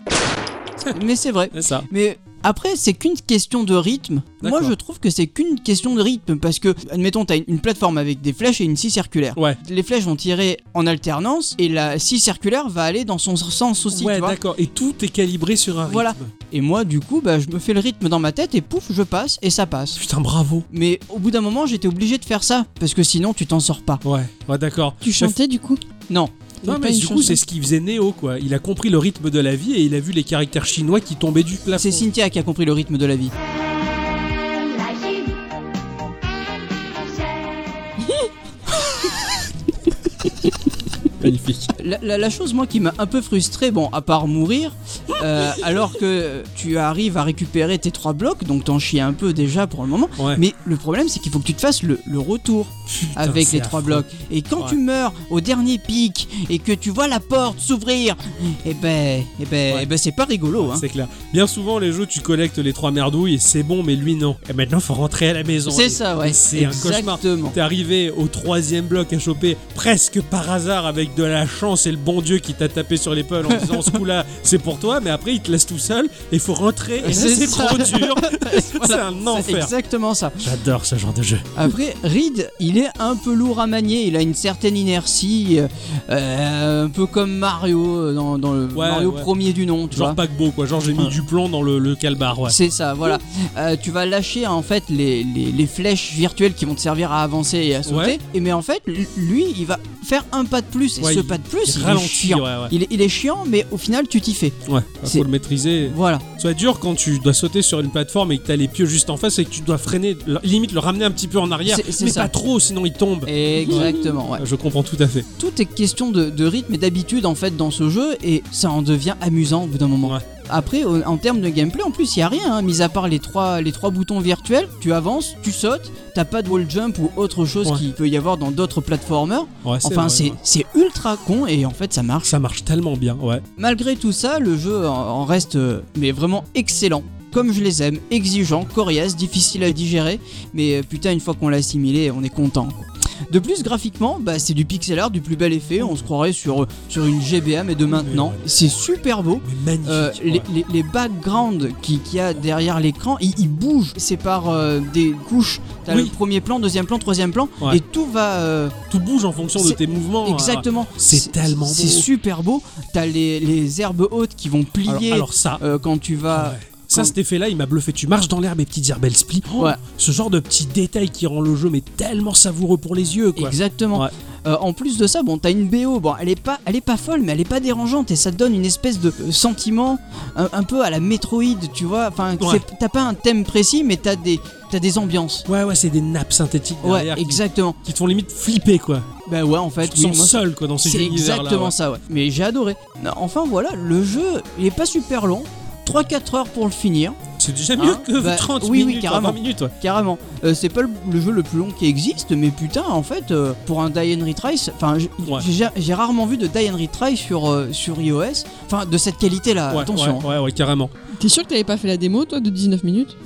[SPEAKER 1] Mais c'est vrai.
[SPEAKER 2] C'est ça.
[SPEAKER 1] Mais après, c'est qu'une question de rythme. Moi,
[SPEAKER 2] D'accord.
[SPEAKER 1] je trouve que c'est qu'une question de rythme parce que, admettons, t'as une- une plateforme avec des flèches et une scie circulaire.
[SPEAKER 2] Ouais.
[SPEAKER 1] Les flèches vont tirer en alternance et la scie circulaire va aller dans son sens aussi,
[SPEAKER 2] ouais,
[SPEAKER 1] tu vois.
[SPEAKER 2] d'accord. Et tout est calibré sur un rythme.
[SPEAKER 1] Voilà. Et moi, du coup, bah, je me fais le rythme dans ma tête et pouf, je passe et ça passe.
[SPEAKER 2] Putain, bravo.
[SPEAKER 1] Mais au bout d'un moment, j'étais obligé de faire ça parce que sinon, tu t'en sors pas.
[SPEAKER 2] Ouais, ouais d'accord.
[SPEAKER 3] Tu chantais du coup
[SPEAKER 1] Non.
[SPEAKER 2] Non, mais du coup, c'est ce qui faisait Neo, quoi. Il a compris le rythme de la vie et il a vu les caractères chinois qui tombaient du plafond.
[SPEAKER 1] C'est Cynthia qui a compris le rythme de la vie.
[SPEAKER 5] La vie.
[SPEAKER 2] magnifique.
[SPEAKER 1] La, la- la chose, moi, qui m'a un peu frustré, bon, à part mourir, euh, alors que tu arrives à récupérer tes trois blocs, donc t'en chies un peu déjà pour le moment.
[SPEAKER 2] Ouais.
[SPEAKER 1] Mais le problème, c'est qu'il faut que tu te fasses le, le retour
[SPEAKER 2] Putain,
[SPEAKER 1] avec
[SPEAKER 2] c'est
[SPEAKER 1] les trois
[SPEAKER 2] affreux.
[SPEAKER 1] blocs. Et quand
[SPEAKER 2] Ouais.
[SPEAKER 1] tu meurs au dernier pic et que tu vois la porte s'ouvrir, eh ben, eh ben,
[SPEAKER 2] Ouais.
[SPEAKER 1] eh ben, c'est pas rigolo. Hein.
[SPEAKER 2] C'est clair. Bien souvent, les jeux, tu collectes les trois merdouilles et c'est bon, mais lui, non. Et maintenant, faut rentrer à la maison.
[SPEAKER 1] C'est
[SPEAKER 2] Et-
[SPEAKER 1] ça,
[SPEAKER 2] et
[SPEAKER 1] ouais.
[SPEAKER 2] C'est un cauchemar.
[SPEAKER 1] Exactement.
[SPEAKER 2] T'es arrivé au troisième bloc à choper presque par hasard avec de la chance et le bon Dieu qui t'a tapé sur l'épaule en disant ce coup-là c'est pour toi, mais après il te laisse tout seul et faut rentrer et là
[SPEAKER 1] C'est
[SPEAKER 2] c'est
[SPEAKER 1] ça.
[SPEAKER 2] trop dur.
[SPEAKER 1] [LAUGHS]
[SPEAKER 2] c'est
[SPEAKER 1] Voilà,
[SPEAKER 2] un
[SPEAKER 1] C'est
[SPEAKER 2] enfer.
[SPEAKER 1] exactement ça.
[SPEAKER 2] J'adore ce genre de jeu.
[SPEAKER 1] Après, Reed, il est un peu lourd à manier, il a une certaine inertie, euh, euh, un peu comme Mario euh, dans, dans le
[SPEAKER 2] Ouais,
[SPEAKER 1] Mario
[SPEAKER 2] ouais.
[SPEAKER 1] premier du nom, tu
[SPEAKER 2] Genre
[SPEAKER 1] vois.
[SPEAKER 2] paquebot quoi, genre j'ai mis
[SPEAKER 1] Ouais.
[SPEAKER 2] du plomb dans le, le calbar, ouais.
[SPEAKER 1] C'est ça, voilà. Euh, tu vas lâcher en fait les, les- les flèches virtuelles qui vont te servir à avancer et à sauter.
[SPEAKER 2] Ouais.
[SPEAKER 1] Et mais en fait, lui, il va faire un pas de plus. Et
[SPEAKER 2] Ouais,
[SPEAKER 1] ce
[SPEAKER 2] il-
[SPEAKER 1] pas de plus, il, est
[SPEAKER 2] Ralenti,
[SPEAKER 1] chiant.
[SPEAKER 2] ouais, ouais.
[SPEAKER 1] Il, est, il est chiant, mais au final, tu t'y fais.
[SPEAKER 2] Ouais,
[SPEAKER 1] C'est-
[SPEAKER 2] faut le maîtriser.
[SPEAKER 1] Voilà.
[SPEAKER 2] Ça va être dur quand tu dois sauter sur une plateforme et que t'as les pieux juste en face et que tu dois freiner, le- limite le ramener un petit peu en arrière,
[SPEAKER 1] C'est- c'est
[SPEAKER 2] mais
[SPEAKER 1] ça.
[SPEAKER 2] pas trop sinon il tombe.
[SPEAKER 1] Exactement, ouais.
[SPEAKER 2] Je comprends tout à fait.
[SPEAKER 1] Tout est question de, de rythme et d'habitude en fait dans ce jeu et ça en devient amusant au bout d'un moment.
[SPEAKER 2] Ouais.
[SPEAKER 1] Après, au- en termes de gameplay, en plus, il n'y a rien, hein, mis à part les trois, les trois boutons virtuels. Tu avances, tu sautes, t'as pas de wall jump ou autre chose
[SPEAKER 2] Ouais.
[SPEAKER 1] qui peut y avoir dans d'autres platformers.
[SPEAKER 2] Ouais,
[SPEAKER 1] Enfin,
[SPEAKER 2] vrai,
[SPEAKER 1] c'est
[SPEAKER 2] ouais.
[SPEAKER 1] c'est ultra con et en fait, ça marche.
[SPEAKER 2] Ça marche tellement bien, ouais.
[SPEAKER 1] Malgré tout ça, le jeu en, en reste euh, mais vraiment excellent. Comme je les aime, exigeant, coriace, difficile à digérer, mais euh, putain, une fois qu'on l'a assimilé, on est content. quoi. De plus, graphiquement, bah, c'est du pixel art, du plus bel effet, on se croirait sur, euh, sur une GBA, mais de maintenant. C'est super beau.
[SPEAKER 2] Mais magnifique.
[SPEAKER 1] Euh,
[SPEAKER 2] ouais.
[SPEAKER 1] les, les- les backgrounds qui- qu'il y a derrière l'écran, ils, ils bougent. C'est par euh, des couches. T'as
[SPEAKER 2] Oui.
[SPEAKER 1] le premier plan, deuxième plan, troisième plan,
[SPEAKER 2] Ouais.
[SPEAKER 1] et tout va. euh,
[SPEAKER 2] tout bouge en fonction de
[SPEAKER 1] C'est-
[SPEAKER 2] tes mouvements. hein.
[SPEAKER 1] Exactement.
[SPEAKER 2] C'est tellement beau.
[SPEAKER 1] C'est super beau. T'as les, les herbes hautes qui vont
[SPEAKER 2] Alors,
[SPEAKER 1] plier
[SPEAKER 2] alors ça,
[SPEAKER 1] euh, quand tu vas.
[SPEAKER 2] ouais. ça cet effet-là, il m'a bluffé. Tu marches dans l'herbe, mes petites herbes, elles se plient. Oh,
[SPEAKER 1] Ouais.
[SPEAKER 2] Ce genre de petit détail qui rend le jeu mais tellement savoureux pour les yeux, quoi.
[SPEAKER 1] Exactement.
[SPEAKER 2] Ouais.
[SPEAKER 1] Euh, en plus de ça, bon, t'as une BO. Bon, elle est pas, elle est pas folle, mais elle est pas dérangeante et ça te donne une espèce de euh, sentiment un, un peu à la Metroid, tu vois. Enfin,
[SPEAKER 2] Ouais.
[SPEAKER 1] c'est- t'as pas un thème précis, mais t'as des, t'as des ambiances.
[SPEAKER 2] Ouais, ouais, c'est des nappes synthétiques
[SPEAKER 1] Ouais,
[SPEAKER 2] derrière qui-
[SPEAKER 1] exactement.
[SPEAKER 2] Qui, te font limite flipper, quoi.
[SPEAKER 1] Bah ouais, en fait,
[SPEAKER 2] tu te
[SPEAKER 1] oui,
[SPEAKER 2] sens
[SPEAKER 1] moi,
[SPEAKER 2] seul, quoi, dans ces
[SPEAKER 1] C'est
[SPEAKER 2] univers-là.
[SPEAKER 1] exactement
[SPEAKER 2] ouais.
[SPEAKER 1] ça, ouais. Mais j'ai adoré. Enfin voilà, le jeu, il est pas super long. 3-4 heures pour le finir.
[SPEAKER 2] C'est c'est déjà mieux
[SPEAKER 1] Hein
[SPEAKER 2] que
[SPEAKER 1] Bah,
[SPEAKER 2] 30
[SPEAKER 1] oui, oui,
[SPEAKER 2] minutes, voire 20
[SPEAKER 1] carrément.
[SPEAKER 2] minutes. ouais.
[SPEAKER 1] Carrément. Euh, c'est pas le, le jeu le plus long qui existe, mais putain, en fait, euh, pour un Die and Retrace, enfin, j-
[SPEAKER 2] Ouais.
[SPEAKER 1] j'ai j'ai rarement vu de Die and Retrace sur, euh, sur iOS, enfin, de cette qualité-là,
[SPEAKER 2] Ouais,
[SPEAKER 1] Bah, attention.
[SPEAKER 2] ouais, ouais, ouais, carrément.
[SPEAKER 3] T'es sûr que t'avais pas fait la démo, toi, de 19 minutes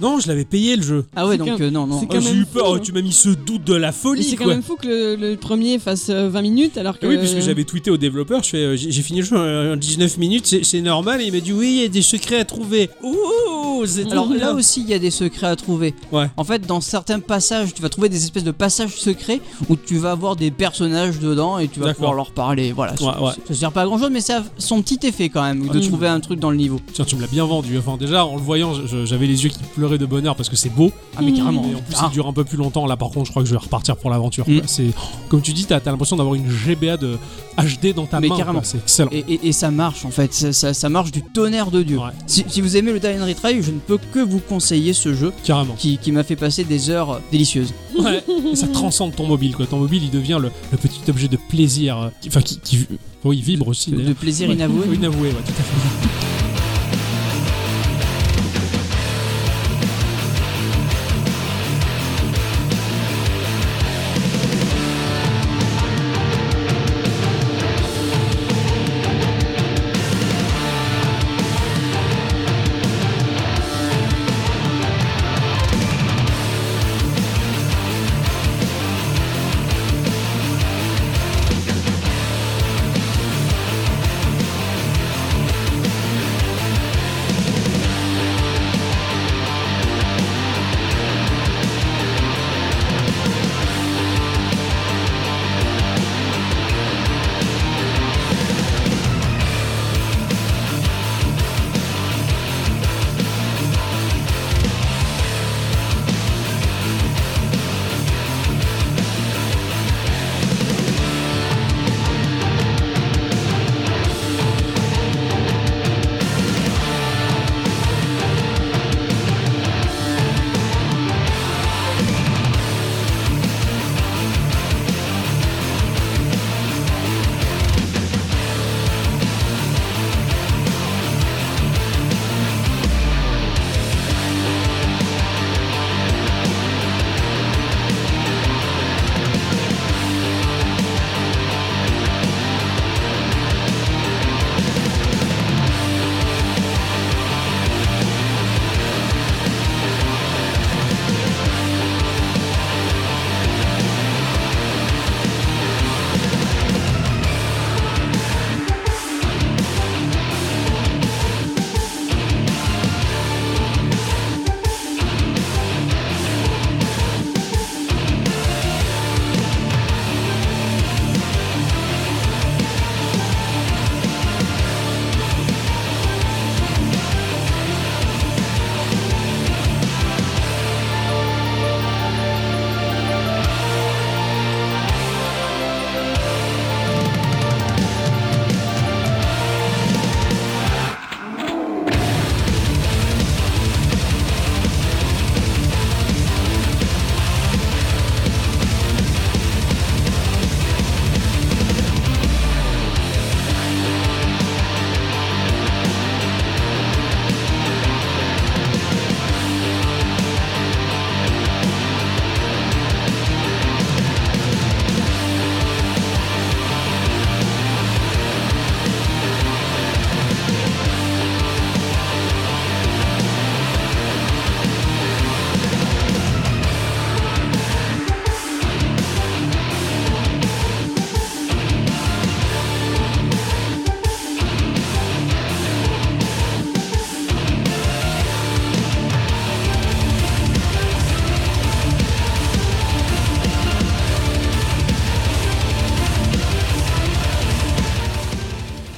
[SPEAKER 2] Non, je l'avais payé le jeu.
[SPEAKER 1] Ah ouais,
[SPEAKER 3] C'est
[SPEAKER 1] donc
[SPEAKER 3] quand-
[SPEAKER 1] euh, non, non.
[SPEAKER 3] c'est quand
[SPEAKER 2] Oh,
[SPEAKER 3] même
[SPEAKER 2] J'ai eu peur,
[SPEAKER 3] fou, hein.
[SPEAKER 2] tu m'as mis ce doute de la
[SPEAKER 3] Et
[SPEAKER 2] folie
[SPEAKER 3] C'est quand
[SPEAKER 2] quoi.
[SPEAKER 3] même fou que le, le premier fasse euh, 20 minutes alors que.
[SPEAKER 2] Et Oui, puisque j'avais tweeté au développeur, je fais, euh, j'ai j'ai fini le jeu en en 19 minutes, c'est- c'est normal. Et il m'a dit, oui, il y a des secrets à trouver. Ouh, c'est
[SPEAKER 1] Alors
[SPEAKER 2] bien.
[SPEAKER 1] là aussi, il y a des secrets à trouver.
[SPEAKER 2] Ouais.
[SPEAKER 1] En fait, dans certains passages, tu vas trouver des espèces de passages secrets où tu vas avoir des personnages dedans et tu vas
[SPEAKER 2] D'accord.
[SPEAKER 1] pouvoir leur parler. Voilà. ça-
[SPEAKER 2] Ouais, Mm. ouais.
[SPEAKER 1] Ça, sert pas à grand chose, mais ça a son petit effet quand même de
[SPEAKER 2] Ouais.
[SPEAKER 1] trouver un truc dans le niveau.
[SPEAKER 2] Tiens, tu me l'as bien vendu. Enfin, déjà, en le voyant, je- je- j'avais les yeux qui pleuraient de bonheur parce que c'est beau.
[SPEAKER 1] Ah mais carrément.
[SPEAKER 2] Et en plus,
[SPEAKER 1] Ah.
[SPEAKER 2] il dure un peu plus longtemps. Là, par contre, je crois que je vais repartir pour l'aventure. quoi.
[SPEAKER 1] Mm.
[SPEAKER 2] C'est comme tu dis, t'as as, l'impression d'avoir une GBA de HD dans ta
[SPEAKER 1] Mais
[SPEAKER 2] main.
[SPEAKER 1] carrément.
[SPEAKER 2] quoi. C'est excellent.
[SPEAKER 1] Et, et- et ça marche en fait, ça, ça- ça marche du tonnerre de Dieu.
[SPEAKER 2] Ouais.
[SPEAKER 1] Si, si vous aimez le Die and Retry, je ne peux que vous conseiller ce jeu
[SPEAKER 2] Carrément.
[SPEAKER 1] qui, qui m'a fait passer des heures euh, délicieuses.
[SPEAKER 2] Ouais. Et ça transcende ton mobile. Quoi. Ton mobile, il devient le, le petit objet de plaisir. euh, qui- Enfin, qui, qui, bon, il vibre aussi.
[SPEAKER 1] De, de
[SPEAKER 2] d'ailleurs.
[SPEAKER 1] plaisir
[SPEAKER 2] Ouais.
[SPEAKER 1] inavoué.
[SPEAKER 2] Inavoué, ouais, tout à fait.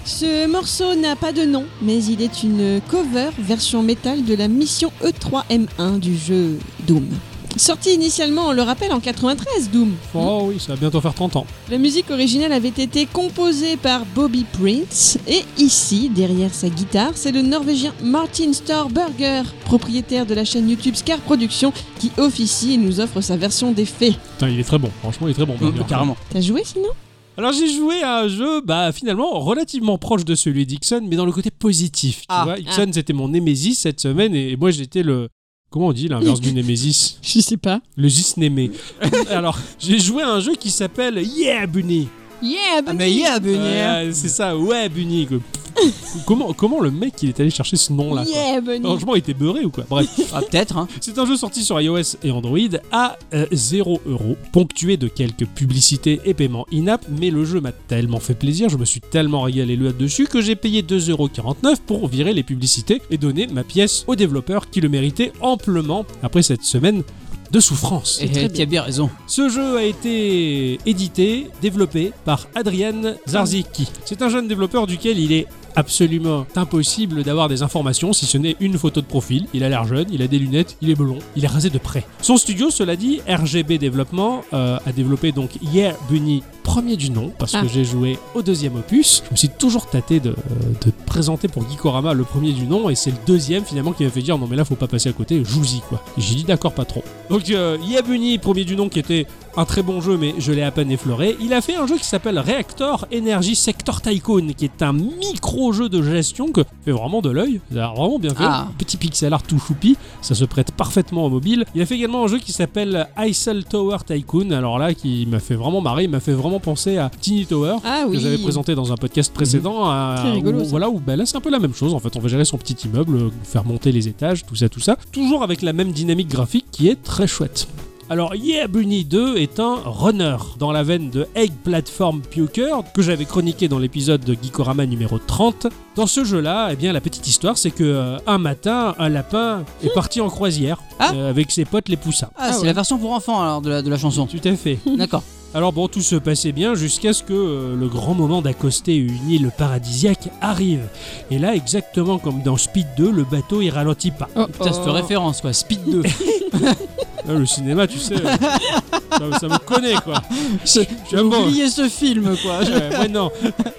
[SPEAKER 3] Ce morceau n'a pas de nom, mais il est une cover version métal de la mission E E3M1 du jeu Doom. Sorti initialement, on le rappelle, en 93, Doom.
[SPEAKER 2] Oh oui, ça va bientôt faire 30 ans.
[SPEAKER 3] La musique originale avait été composée par Bobby Prince et ici, derrière sa guitare, c'est le Norvégien Martin Storberger, propriétaire de la chaîne YouTube Scar Productions, qui officie et nous offre sa version des faits.
[SPEAKER 2] Putain, il est très bon. hein. Franchement, il est très bon.
[SPEAKER 1] Mm,
[SPEAKER 2] Burger.
[SPEAKER 1] carrément.
[SPEAKER 3] T'as joué sinon
[SPEAKER 2] Alors j'ai joué à un jeu bah, finalement relativement proche de celui d'Ixon, mais dans le côté positif. Tu
[SPEAKER 1] Ah.
[SPEAKER 2] vois, Ixon c'était mon Némésis cette semaine et, et moi j'étais le... Comment on dit l'inverse
[SPEAKER 1] [LAUGHS]
[SPEAKER 2] du Némésis
[SPEAKER 3] Je sais pas.
[SPEAKER 2] Le Zisnémé. E [LAUGHS] Alors j'ai joué à un jeu qui s'appelle Yeah Bunny.
[SPEAKER 3] Yeah,
[SPEAKER 1] Ah, mais yeah, Bunny hein.
[SPEAKER 2] Ouais, c'est ça, ouais
[SPEAKER 1] [LAUGHS]
[SPEAKER 2] Bunny. quoi. comment, comment le mec il est allé chercher ce nom là quoi
[SPEAKER 3] Yeah, Bunny.
[SPEAKER 1] Oh,
[SPEAKER 2] Franchement il était beurré ou quoi Bref.
[SPEAKER 1] Ah, Peut-être, hein.
[SPEAKER 2] C'est un jeu sorti sur iOS et Android à euh, 0 euros, ponctué de quelques publicités et paiements in-app, mais le jeu m'a tellement fait plaisir, je me suis tellement régalé le dessus que j'ai payé 2,49€ pour virer les publicités et donner ma pièce au développeur qui le méritait amplement après cette semaine de souffrance.
[SPEAKER 1] Eh,
[SPEAKER 3] très
[SPEAKER 1] eh,
[SPEAKER 3] bien.
[SPEAKER 1] Tu as bien raison.
[SPEAKER 2] Ce jeu a été édité, développé par Adrian Zarzicki. C'est un jeune développeur duquel il est absolument impossible d'avoir des informations si ce n'est une photo de profil. Il a l'air jeune, il a des lunettes, il est blond, il est rasé de près. Son studio, cela dit, RGB Développement, euh, a développé donc Hier Bunny, premier du nom, parce
[SPEAKER 3] Ah.
[SPEAKER 2] que j'ai joué au deuxième opus. Je me suis toujours tâté de, euh, de présenter pour Geekorama le premier du nom, et c'est le deuxième finalement qui m'a fait dire non mais là faut pas passer à côté, joue-y quoi. Et J'ai dit d'accord pas trop. Donc euh, Hier Bunny, premier du nom qui était un très bon jeu, mais je l'ai à peine effleuré. Il a fait un jeu qui s'appelle Reactor Energy Sector Tycoon, qui est un micro-jeu de gestion que fait vraiment de l'œil. Il a vraiment bien fait.
[SPEAKER 1] Ah.
[SPEAKER 2] Petit pixel art tout choupi, ça se prête parfaitement au mobile. Il a fait également un jeu qui s'appelle Isle Tower Tycoon, alors là, qui m'a fait vraiment marrer, il m'a fait vraiment penser à Tiny Tower.
[SPEAKER 3] Ah
[SPEAKER 2] Que
[SPEAKER 3] oui.
[SPEAKER 2] j'avais présenté dans un podcast précédent. à-
[SPEAKER 3] Très rigolo,
[SPEAKER 2] où-
[SPEAKER 3] ça.
[SPEAKER 2] voilà, où ben là c'est un peu la même chose en fait. On va gérer son petit immeuble, euh, faire monter les étages, tout ça, tout ça. Toujours avec la même dynamique graphique qui est très chouette. Alors, Yeah Bunny 2 est un runner dans la veine de Egg Platform Puker que j'avais chroniqué dans l'épisode de Geekorama numéro 30. Dans ce jeu-là, eh bien, la petite histoire, c'est que euh, un matin, un lapin est parti en croisière
[SPEAKER 1] Ah.
[SPEAKER 2] euh, avec ses potes les poussins.
[SPEAKER 1] Ah, c'est
[SPEAKER 3] ouais.
[SPEAKER 1] la version pour enfants alors de la, de la
[SPEAKER 2] [LAUGHS]
[SPEAKER 1] chanson.
[SPEAKER 2] Tout à fait.
[SPEAKER 1] D'accord.
[SPEAKER 2] Alors bon, tout se passait bien jusqu'à ce que euh, le grand moment d'accoster une île paradisiaque arrive. Et là, exactement comme dans Speed 2, le bateau il ralentit pas.
[SPEAKER 3] Oh,
[SPEAKER 1] Putain, cette
[SPEAKER 3] oh.
[SPEAKER 1] référence quoi, Speed 2.
[SPEAKER 2] Ah, le cinéma, tu sais, euh, ça, ça me connaît
[SPEAKER 1] [LAUGHS]
[SPEAKER 2] quoi.
[SPEAKER 1] J'ai
[SPEAKER 2] Tu vois, bon,
[SPEAKER 1] oublié ce film quoi. Je-
[SPEAKER 2] Ouais, ouais, non.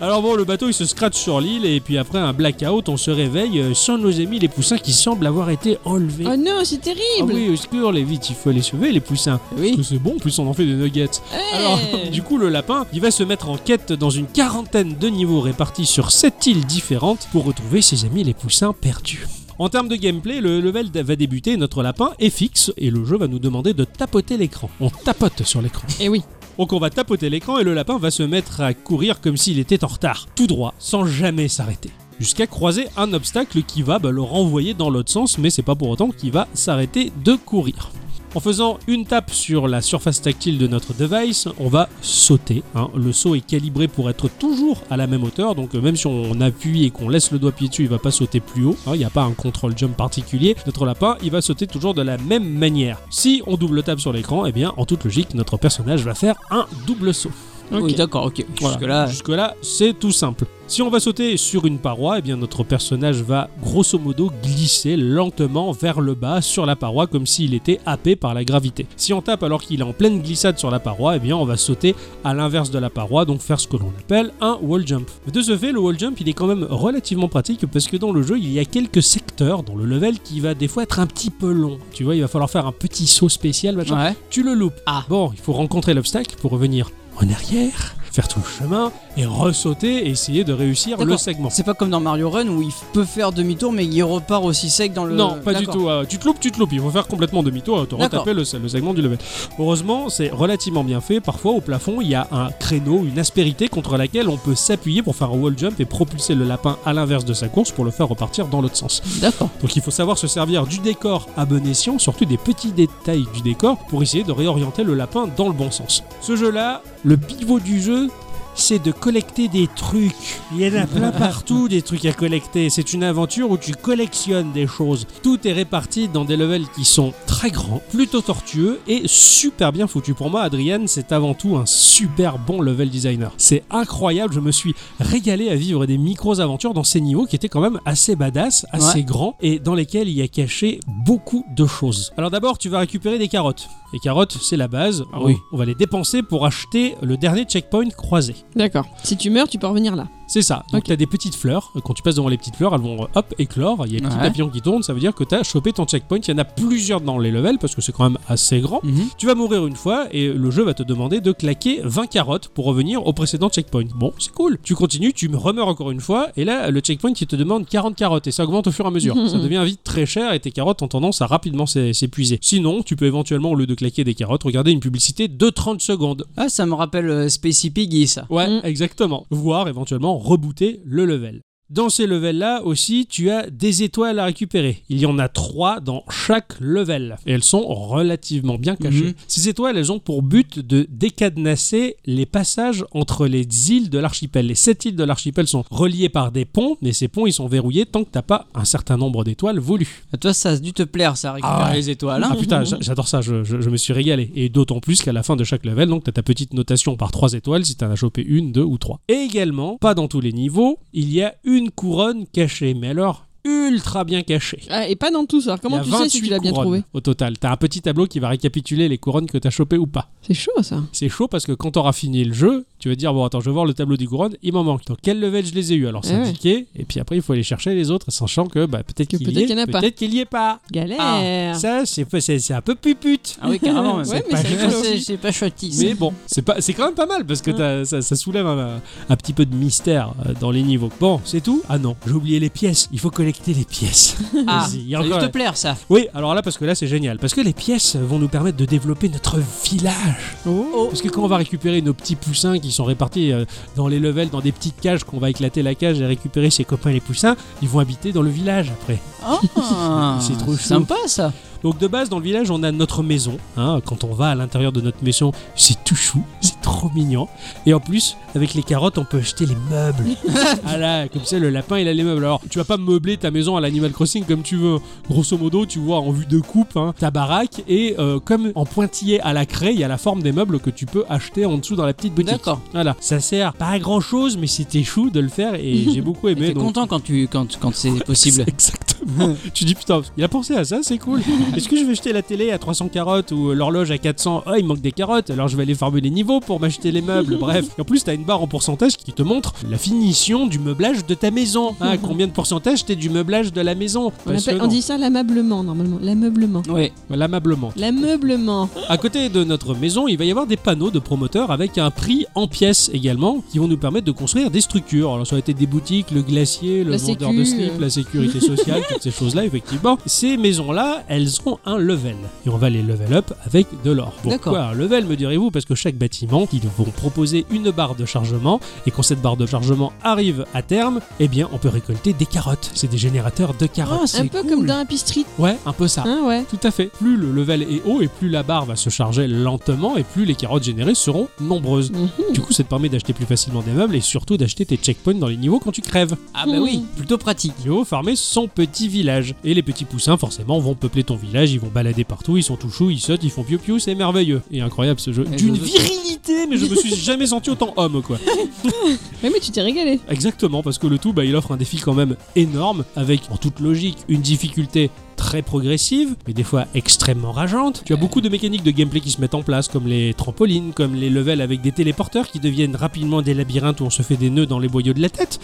[SPEAKER 2] Alors bon, le bateau il se scratche sur l'île et puis après un blackout, on se réveille euh, sans nos amis les poussins qui semblent avoir été enlevés.
[SPEAKER 3] Oh non, c'est
[SPEAKER 2] Ah
[SPEAKER 3] terrible.
[SPEAKER 2] oui, au secours, les vite, il faut les sauver les poussins.
[SPEAKER 1] [LAUGHS]
[SPEAKER 2] Parce
[SPEAKER 1] Oui.
[SPEAKER 2] que c'est bon, en plus on en fait des nuggets.
[SPEAKER 3] Hey.
[SPEAKER 2] Ah Alors, [LAUGHS] du coup, le lapin, il va se mettre en quête dans une quarantaine de niveaux répartis sur sept îles différentes pour retrouver ses amis les poussins perdus. En termes de gameplay, le level va débuter, notre lapin est fixe et le jeu va nous demander de tapoter l'écran. On tapote sur l'écran.
[SPEAKER 3] Eh oui.
[SPEAKER 2] Donc on va tapoter l'écran et le lapin va se mettre à courir comme s'il était en retard, tout droit, sans jamais s'arrêter. Jusqu'à croiser un obstacle qui va bah, le renvoyer dans l'autre sens, mais c'est pas pour autant qu'il va s'arrêter de courir. En faisant une tape sur la surface tactile de notre device, on va sauter. hein. Le saut est calibré pour être toujours à la même hauteur, donc euh, même si on appuie et qu'on laisse le doigt pied dessus, il va pas sauter plus haut. hein. Il n'y a pas un control jump particulier. Notre lapin, il va sauter toujours de la même manière. Si on double tape sur l'écran, eh bien, en toute logique, notre personnage va faire un double saut.
[SPEAKER 3] Ok.
[SPEAKER 1] Oui, d'accord, ok.
[SPEAKER 2] Voilà.
[SPEAKER 1] Jusque-là.
[SPEAKER 2] Jusque-là, c'est tout simple. Si on va sauter sur une paroi, eh bien notre personnage va grosso modo glisser lentement vers le bas sur la paroi comme s'il était happé par la gravité. Si on tape alors qu'il est en pleine glissade sur la paroi, eh bien on va sauter à l'inverse de la paroi, donc faire ce que l'on appelle un wall jump. De ce fait, le wall jump il est quand même relativement pratique parce que dans le jeu il y a quelques secteurs dans le level qui va des fois être un petit peu long. Tu vois, il va falloir faire un petit saut spécial, machin
[SPEAKER 1] Ouais.
[SPEAKER 2] tu le loupes.
[SPEAKER 1] Ah.
[SPEAKER 2] Bon, il faut rencontrer l'obstacle pour revenir en arrière, faire tout le chemin et ressauter et essayer de réussir le
[SPEAKER 1] D'accord.
[SPEAKER 2] segment.
[SPEAKER 1] C'est pas comme dans Mario Run où il peut faire demi-tour mais il repart aussi sec dans le.
[SPEAKER 2] Non, pas du
[SPEAKER 1] D'accord.
[SPEAKER 2] tout. euh, tu te loupes, tu te loupes. Il faut faire complètement demi-tour et te
[SPEAKER 1] D'accord.
[SPEAKER 2] retaper le, le segment du level. Heureusement, c'est relativement bien fait. Parfois, au plafond, il y a un créneau, une aspérité contre laquelle on peut s'appuyer pour faire un wall jump et propulser le lapin à l'inverse de sa course pour le faire repartir dans l'autre sens.
[SPEAKER 1] D'accord.
[SPEAKER 2] Donc il faut savoir se servir du décor à bon escient, surtout des petits détails du décor, pour essayer de réorienter le lapin dans le bon sens. Ce jeu-là, le pivot du jeu, c'est de collecter des trucs. Il y en a plein partout des trucs à collecter. C'est une aventure où tu collectionnes des choses. Tout est réparti dans des levels qui sont très grands, plutôt tortueux et super bien foutus. Pour moi, Adrienne, c'est avant tout un super bon level designer. C'est incroyable, je me suis régalé à vivre des micro-aventures dans ces niveaux qui étaient quand même assez badass, assez
[SPEAKER 1] Ouais.
[SPEAKER 2] grands et dans lesquels il y a caché beaucoup de choses. Alors d'abord, tu vas récupérer des carottes. Les carottes, c'est la base.
[SPEAKER 1] Ah oui.
[SPEAKER 2] On va les dépenser pour acheter le dernier checkpoint croisé.
[SPEAKER 3] D'accord. Si tu meurs, tu peux revenir là.
[SPEAKER 2] C'est ça. Donc
[SPEAKER 3] Ok.
[SPEAKER 2] t'as des petites fleurs. Quand tu passes devant les petites fleurs, elles vont euh, hop éclore. Il y a des petits
[SPEAKER 1] Ouais.
[SPEAKER 2] papillons qui tournent. Ça veut dire que t'as chopé ton checkpoint. Il y en a plusieurs dans les levels parce que c'est quand même assez grand.
[SPEAKER 1] Mhm.
[SPEAKER 2] Tu vas mourir une fois et le jeu va te demander de claquer 20 carottes pour revenir au précédent checkpoint. Bon, c'est cool. Tu continues, tu me remeurs encore une fois et là, le checkpoint, il te demande 40 carottes et ça augmente au fur et à mesure. ça devient vite très cher et tes carottes ont tendance à rapidement s'é- s'épuiser. Sinon, tu peux éventuellement, au lieu de claquer des carottes, regarder une publicité de 30 secondes.
[SPEAKER 1] Ah, ça me rappelle euh, Spacey Piggy, ça.
[SPEAKER 2] Ouais,
[SPEAKER 3] Mm.
[SPEAKER 2] exactement. Voire éventuellement rebooter le level. Dans ces levels-là aussi, tu as des étoiles à récupérer. Il y en a trois dans chaque level. Et elles sont relativement bien cachées.
[SPEAKER 1] Mhm.
[SPEAKER 2] Ces étoiles, elles ont pour but de décadenasser les passages entre les îles de l'archipel. Les sept îles de l'archipel sont reliées par des ponts, mais ces ponts, ils sont verrouillés tant que t'as pas un certain nombre d'étoiles voulues.
[SPEAKER 1] À toi, ça a dû te plaire, ça, récupérer
[SPEAKER 2] Ah ouais.
[SPEAKER 1] les étoiles. hein.
[SPEAKER 2] Ah putain, j'a- j'adore ça, je, je- je me suis régalé. Et d'autant plus qu'à la fin de chaque level, donc t'as ta petite notation par 3 étoiles si t'en as chopé une, deux ou trois. Et également, pas dans tous les niveaux, il y a une couronne cachée, mais alors ultra bien cachée.
[SPEAKER 3] Ah, et pas dans tout ça. Alors,
[SPEAKER 2] Il
[SPEAKER 3] Comment
[SPEAKER 2] y a
[SPEAKER 3] tu sais si
[SPEAKER 2] 28
[SPEAKER 3] tu l'as bien
[SPEAKER 2] couronnes
[SPEAKER 3] trouvé
[SPEAKER 2] Au total, t'as un petit tableau qui va récapituler les couronnes que t'as chopées ou pas.
[SPEAKER 3] C'est chaud ça.
[SPEAKER 2] C'est chaud parce que quand t'auras fini le jeu, tu vas dire bon attends je vais voir le tableau du couronne, il m'en manque. Dans quel level je les ai eu Alors
[SPEAKER 3] Ah
[SPEAKER 2] c'est
[SPEAKER 3] ouais.
[SPEAKER 2] indiqué et puis après il faut aller chercher les autres, sachant que bah, peut-être
[SPEAKER 3] Que
[SPEAKER 2] qu'il
[SPEAKER 3] peut-être
[SPEAKER 2] y, est,
[SPEAKER 3] qu'il y en a pas.
[SPEAKER 2] peut-être qu'il y est pas.
[SPEAKER 3] Galère.
[SPEAKER 1] Ah,
[SPEAKER 2] Ça c'est c'est- c'est un peu pupute.
[SPEAKER 1] Ah oui, carrément. même.
[SPEAKER 3] Ouais, mais
[SPEAKER 2] pas
[SPEAKER 3] ça
[SPEAKER 2] génial
[SPEAKER 3] existe.
[SPEAKER 1] C'est- C'est pas chouette.
[SPEAKER 2] Mais bon, c'est pas, c'est quand même pas mal parce que t'as- ça, ça soulève un, un petit peu de mystère euh, dans les niveaux. Bon, c'est tout. Ah non, j'ai oublié les pièces. Il faut collecter les pièces. [LAUGHS]
[SPEAKER 1] Ah,
[SPEAKER 2] Vas-y, il y
[SPEAKER 1] ça
[SPEAKER 2] a
[SPEAKER 1] a dû
[SPEAKER 2] encore-
[SPEAKER 1] te plaire, ça.
[SPEAKER 2] Oui, alors là parce que là c'est génial parce que les pièces vont nous permettre de développer notre village.
[SPEAKER 3] Oh.
[SPEAKER 1] Oh.
[SPEAKER 2] Parce que quand on va récupérer nos petits poussins qui sont répartis euh, dans les levels, dans des petites cages, qu'on va éclater la cage et récupérer ses copains les poussins, ils vont habiter dans le village après.
[SPEAKER 1] Ah,
[SPEAKER 2] C'est trop chou.
[SPEAKER 1] sympa, ça.
[SPEAKER 2] Donc de base, dans le village, on a notre maison. hein. quand on va à l'intérieur de notre maison, c'est tout chou, [LAUGHS] c'est trop mignon. Et en plus, avec les carottes, on peut acheter les meubles. ah là, comme ça, le lapin, il a les meubles. Alors, tu vas pas meubler ta maison à l'Animal Crossing comme tu veux. Grosso modo, tu vois en vue de coupe hein, ta baraque et euh, comme en pointillé à la craie, il y a la forme des meubles que tu peux acheter en dessous dans la petite boutique.
[SPEAKER 1] D'accord.
[SPEAKER 2] Voilà, ça sert pas à grand chose, mais c'était chou de le faire et j'ai beaucoup
[SPEAKER 1] Et T'es
[SPEAKER 2] aimé. donc-
[SPEAKER 1] content quand tu quand quand
[SPEAKER 2] [LAUGHS]
[SPEAKER 1] c'est possible.
[SPEAKER 2] Exactement. tu dis putain, il a pensé à ça, c'est
[SPEAKER 3] [LAUGHS]
[SPEAKER 2] cool. Est-ce que je vais jeter la télé à 300 carottes ou euh, l'horloge à 400 Oh, il manque des carottes, alors je vais aller farmer les niveaux pour m'acheter les
[SPEAKER 3] [LAUGHS]
[SPEAKER 2] meubles. Bref. Et en plus, t'as une barre en pourcentage qui te montre la finition du meublage de ta maison.
[SPEAKER 3] [LAUGHS]
[SPEAKER 2] Ah, combien de pourcentage t'es du meublage de la maison
[SPEAKER 3] On, appelle- on dit ça l'ameublement normalement. L'ameublement.
[SPEAKER 1] Ouais.
[SPEAKER 2] L'ameublement.
[SPEAKER 3] L'ameublement.
[SPEAKER 2] À côté de notre maison, il va y avoir des panneaux de promoteurs avec un prix en pièces également qui vont nous permettre de construire des structures. Alors ça va être des boutiques, le glacier, le
[SPEAKER 3] La
[SPEAKER 2] vendeur
[SPEAKER 3] sécu,
[SPEAKER 2] de slip,
[SPEAKER 3] euh.
[SPEAKER 2] la sécurité sociale, toutes ces
[SPEAKER 3] [LAUGHS]
[SPEAKER 2] choses-là effectivement. Ces maisons-là, elles ont un level et on va les level up avec de l'or.
[SPEAKER 1] D'accord.
[SPEAKER 2] Pourquoi un level me direz-vous Parce que chaque bâtiment, ils vont proposer une barre de chargement et quand cette barre de chargement arrive à terme, eh bien on peut récolter des carottes. C'est des générateurs de carottes.
[SPEAKER 1] Ah, c'est
[SPEAKER 3] Un peu
[SPEAKER 1] cool.
[SPEAKER 3] comme dans la pisterie.
[SPEAKER 2] Ouais, un peu ça.
[SPEAKER 3] Hein, ouais.
[SPEAKER 2] Tout à fait. Plus le level est haut et plus la barre va se charger lentement et plus les carottes générées seront nombreuses.
[SPEAKER 3] Mhm.
[SPEAKER 2] Du coup, ça te permet d'acheter plus facilement des meubles et surtout d'acheter tes checkpoints dans les niveaux quand tu crèves.
[SPEAKER 1] Ah bah
[SPEAKER 3] [LAUGHS]
[SPEAKER 1] oui, plutôt pratique.
[SPEAKER 2] Il faut farmer son petit village. Et les petits poussins, forcément, vont peupler ton village, ils vont balader partout, ils sont tout choux, ils sautent, ils font piou piou, c'est merveilleux. Et incroyable ce jeu.
[SPEAKER 1] Et
[SPEAKER 2] D'une
[SPEAKER 1] Eh, je-
[SPEAKER 2] virilité, mais je me suis jamais senti autant homme, quoi.
[SPEAKER 3] Ouais, mais tu t'es régalé.
[SPEAKER 2] Exactement, parce que le tout, bah, il offre un défi quand même énorme, avec en toute logique une difficulté très progressive, mais des fois extrêmement rageante. Tu as beaucoup de mécaniques de gameplay qui se mettent en place, comme les trampolines, comme les levels avec des téléporteurs qui deviennent rapidement des labyrinthes où on se fait des nœuds dans les boyaux de
[SPEAKER 1] [LAUGHS]
[SPEAKER 2] la tête.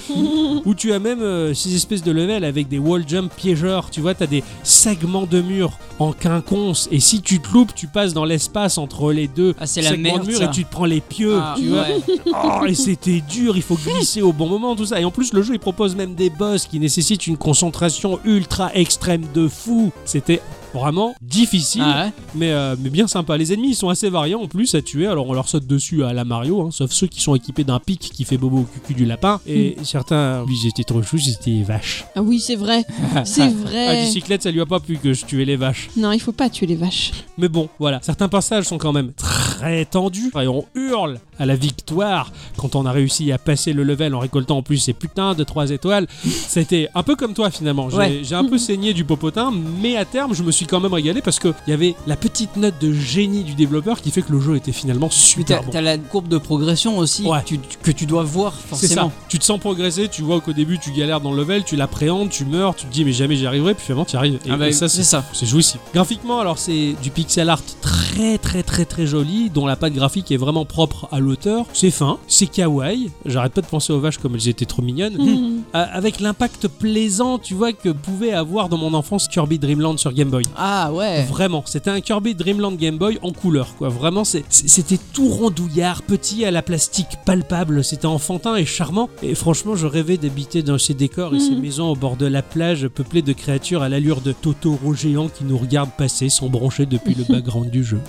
[SPEAKER 2] Ou tu as même euh, ces espèces de levels avec des wall jump piégeurs. Tu vois, tu as des segments de mur en quinconce, et si tu te loupes, tu passes dans l'espace entre les deux
[SPEAKER 1] Ah, c'est la
[SPEAKER 2] segments
[SPEAKER 1] merde,
[SPEAKER 2] de mur
[SPEAKER 1] ça.
[SPEAKER 2] et tu te prends les pieux.
[SPEAKER 1] Ah,
[SPEAKER 2] tu vois,
[SPEAKER 1] ouais.
[SPEAKER 2] Oh, et c'était dur, il faut glisser au bon moment, tout ça. Et en plus, le jeu, il propose même des boss qui nécessitent une concentration ultra extrême de fou. C'était vraiment difficile,
[SPEAKER 1] Ah ouais.
[SPEAKER 2] mais, euh, mais bien sympa. Les ennemis, ils sont assez variants en plus à tuer, alors on leur saute dessus à la Mario, hein, sauf ceux qui sont équipés d'un pic qui fait bobo au cucu du lapin. Et
[SPEAKER 1] Hmm.
[SPEAKER 2] certains, oui, ils étaient trop chou, ils étaient vaches.
[SPEAKER 3] Ah oui,
[SPEAKER 2] [LAUGHS]
[SPEAKER 3] c'est vrai. C'est
[SPEAKER 2] À
[SPEAKER 3] vrai.
[SPEAKER 2] bicyclette, ça lui a pas plu Ah, que je tuais les vaches.
[SPEAKER 3] Non, il faut pas tuer
[SPEAKER 2] [LAUGHS]
[SPEAKER 3] les vaches.
[SPEAKER 2] Mais bon, voilà, certains passages sont quand même très tendus et on hurle à la victoire quand on a réussi à passer le level en récoltant en plus ces putains de 3 étoiles. C'était un peu comme toi finalement, j'ai
[SPEAKER 1] Ouais.
[SPEAKER 2] j'ai un peu saigné du popotin, mais à terme je me suis quand même régalé parce qu'il y avait la petite note de génie du développeur qui fait que le jeu était finalement
[SPEAKER 1] Puis t'as
[SPEAKER 2] super bon.
[SPEAKER 1] t'as la courbe de progression aussi
[SPEAKER 2] Ouais.
[SPEAKER 1] que, tu, que tu dois voir
[SPEAKER 2] C'est ça,
[SPEAKER 1] forcément.
[SPEAKER 2] tu te sens progresser, tu vois qu'au début tu galères dans le level, tu l'appréhendes, tu meurs, tu te dis mais jamais j'y arriverai, puis finalement tu y arrives. Et,
[SPEAKER 1] Ah bah,
[SPEAKER 2] et ça c'est
[SPEAKER 1] c'est ça.
[SPEAKER 2] c'est jouissif. Graphiquement, alors c'est du pixel art très très très très joli, réussi, dont la patte graphique est vraiment propre à l'auteur. C'est fin, c'est kawaii. J'arrête pas de penser aux vaches comme elles étaient trop mignonnes.
[SPEAKER 3] Mhm.
[SPEAKER 2] Euh, avec l'impact plaisant, tu vois, que pouvait avoir dans mon enfance Kirby Dreamland sur Game Boy.
[SPEAKER 1] Ah ouais.
[SPEAKER 2] Vraiment, c'était un Kirby Dreamland Game Boy en couleur, quoi. Vraiment, c'est- c'est- c'était tout rondouillard, petit à la plastique, palpable. C'était enfantin et charmant. Et franchement, je rêvais d'habiter dans ces décors et ces
[SPEAKER 3] Mhm.
[SPEAKER 2] maisons au bord de la plage, peuplées de créatures à l'allure de Totoro géants qui nous regardent passer, sans broncher depuis le background du jeu.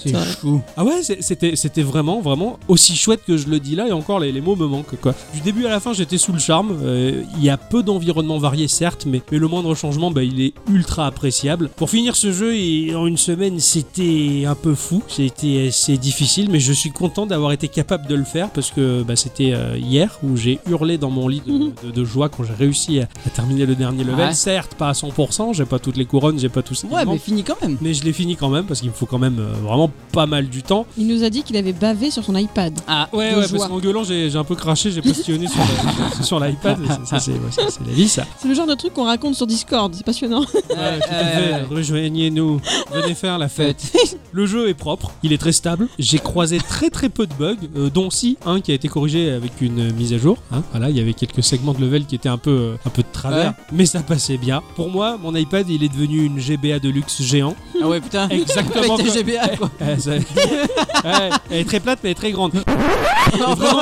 [SPEAKER 2] C'est
[SPEAKER 3] Ça-
[SPEAKER 1] Fou.
[SPEAKER 2] ah ouais, c'est- c'était c'était vraiment vraiment aussi chouette que je le dis là et encore les, les mots me manquent quoi. Du début à la fin, j'étais sous le charme. Euh, Il y a peu d'environnements variés certes, mais, mais le moindre changement, bah, il est ultra appréciable. Pour finir ce jeu et en une semaine, c'était un peu fou, c'était assez difficile, mais je suis content d'avoir été capable de le faire parce que bah, c'était euh, hier où j'ai hurlé dans mon lit de,
[SPEAKER 3] Mhm.
[SPEAKER 2] de- de joie quand j'ai réussi à, à terminer le dernier level.
[SPEAKER 1] Ouais.
[SPEAKER 2] Certes, pas à 100%, j'ai pas toutes les couronnes, j'ai pas tout ce qui
[SPEAKER 1] Ouais,
[SPEAKER 2] me
[SPEAKER 1] mais
[SPEAKER 2] manque,
[SPEAKER 1] fini quand même.
[SPEAKER 2] mais je l'ai fini quand même parce qu'il me faut quand même euh, vraiment pas mal du temps.
[SPEAKER 3] Il nous a dit qu'il avait bavé sur son iPad.
[SPEAKER 1] Ah
[SPEAKER 2] Ouais,
[SPEAKER 3] de
[SPEAKER 2] ouais, parce
[SPEAKER 3] joie.
[SPEAKER 2] qu'en gueulant, j'ai j'ai un peu craché, j'ai postillonné sur [LAUGHS] la- sur l'iPad. et c'est- ça, c'est ouais, ça, c'est la vie, ça.
[SPEAKER 3] C'est le genre de truc qu'on raconte sur Discord, c'est passionnant.
[SPEAKER 2] Ouais, tout à fait.
[SPEAKER 1] Euh,
[SPEAKER 2] Rejoignez-nous. Venez faire la fête. [LAUGHS] Le jeu est propre, il est très stable. J'ai croisé très très peu de bugs, euh, dont si un qui a été corrigé avec une euh, mise à jour. hein. Voilà, il y avait quelques segments de level qui étaient un peu, euh, un peu de travers,
[SPEAKER 1] Ouais.
[SPEAKER 2] mais ça passait bien. Pour moi, mon iPad, il est devenu une GBA de luxe [LAUGHS] géant.
[SPEAKER 1] Ah ouais, putain.
[SPEAKER 2] Exactement.
[SPEAKER 1] Avec
[SPEAKER 2] comme-
[SPEAKER 1] ta GBA quoi.
[SPEAKER 2] Ouais, ça- Ouais, elle est très plate, mais elle est
[SPEAKER 1] [LAUGHS]
[SPEAKER 2] très grande. Mais vraiment,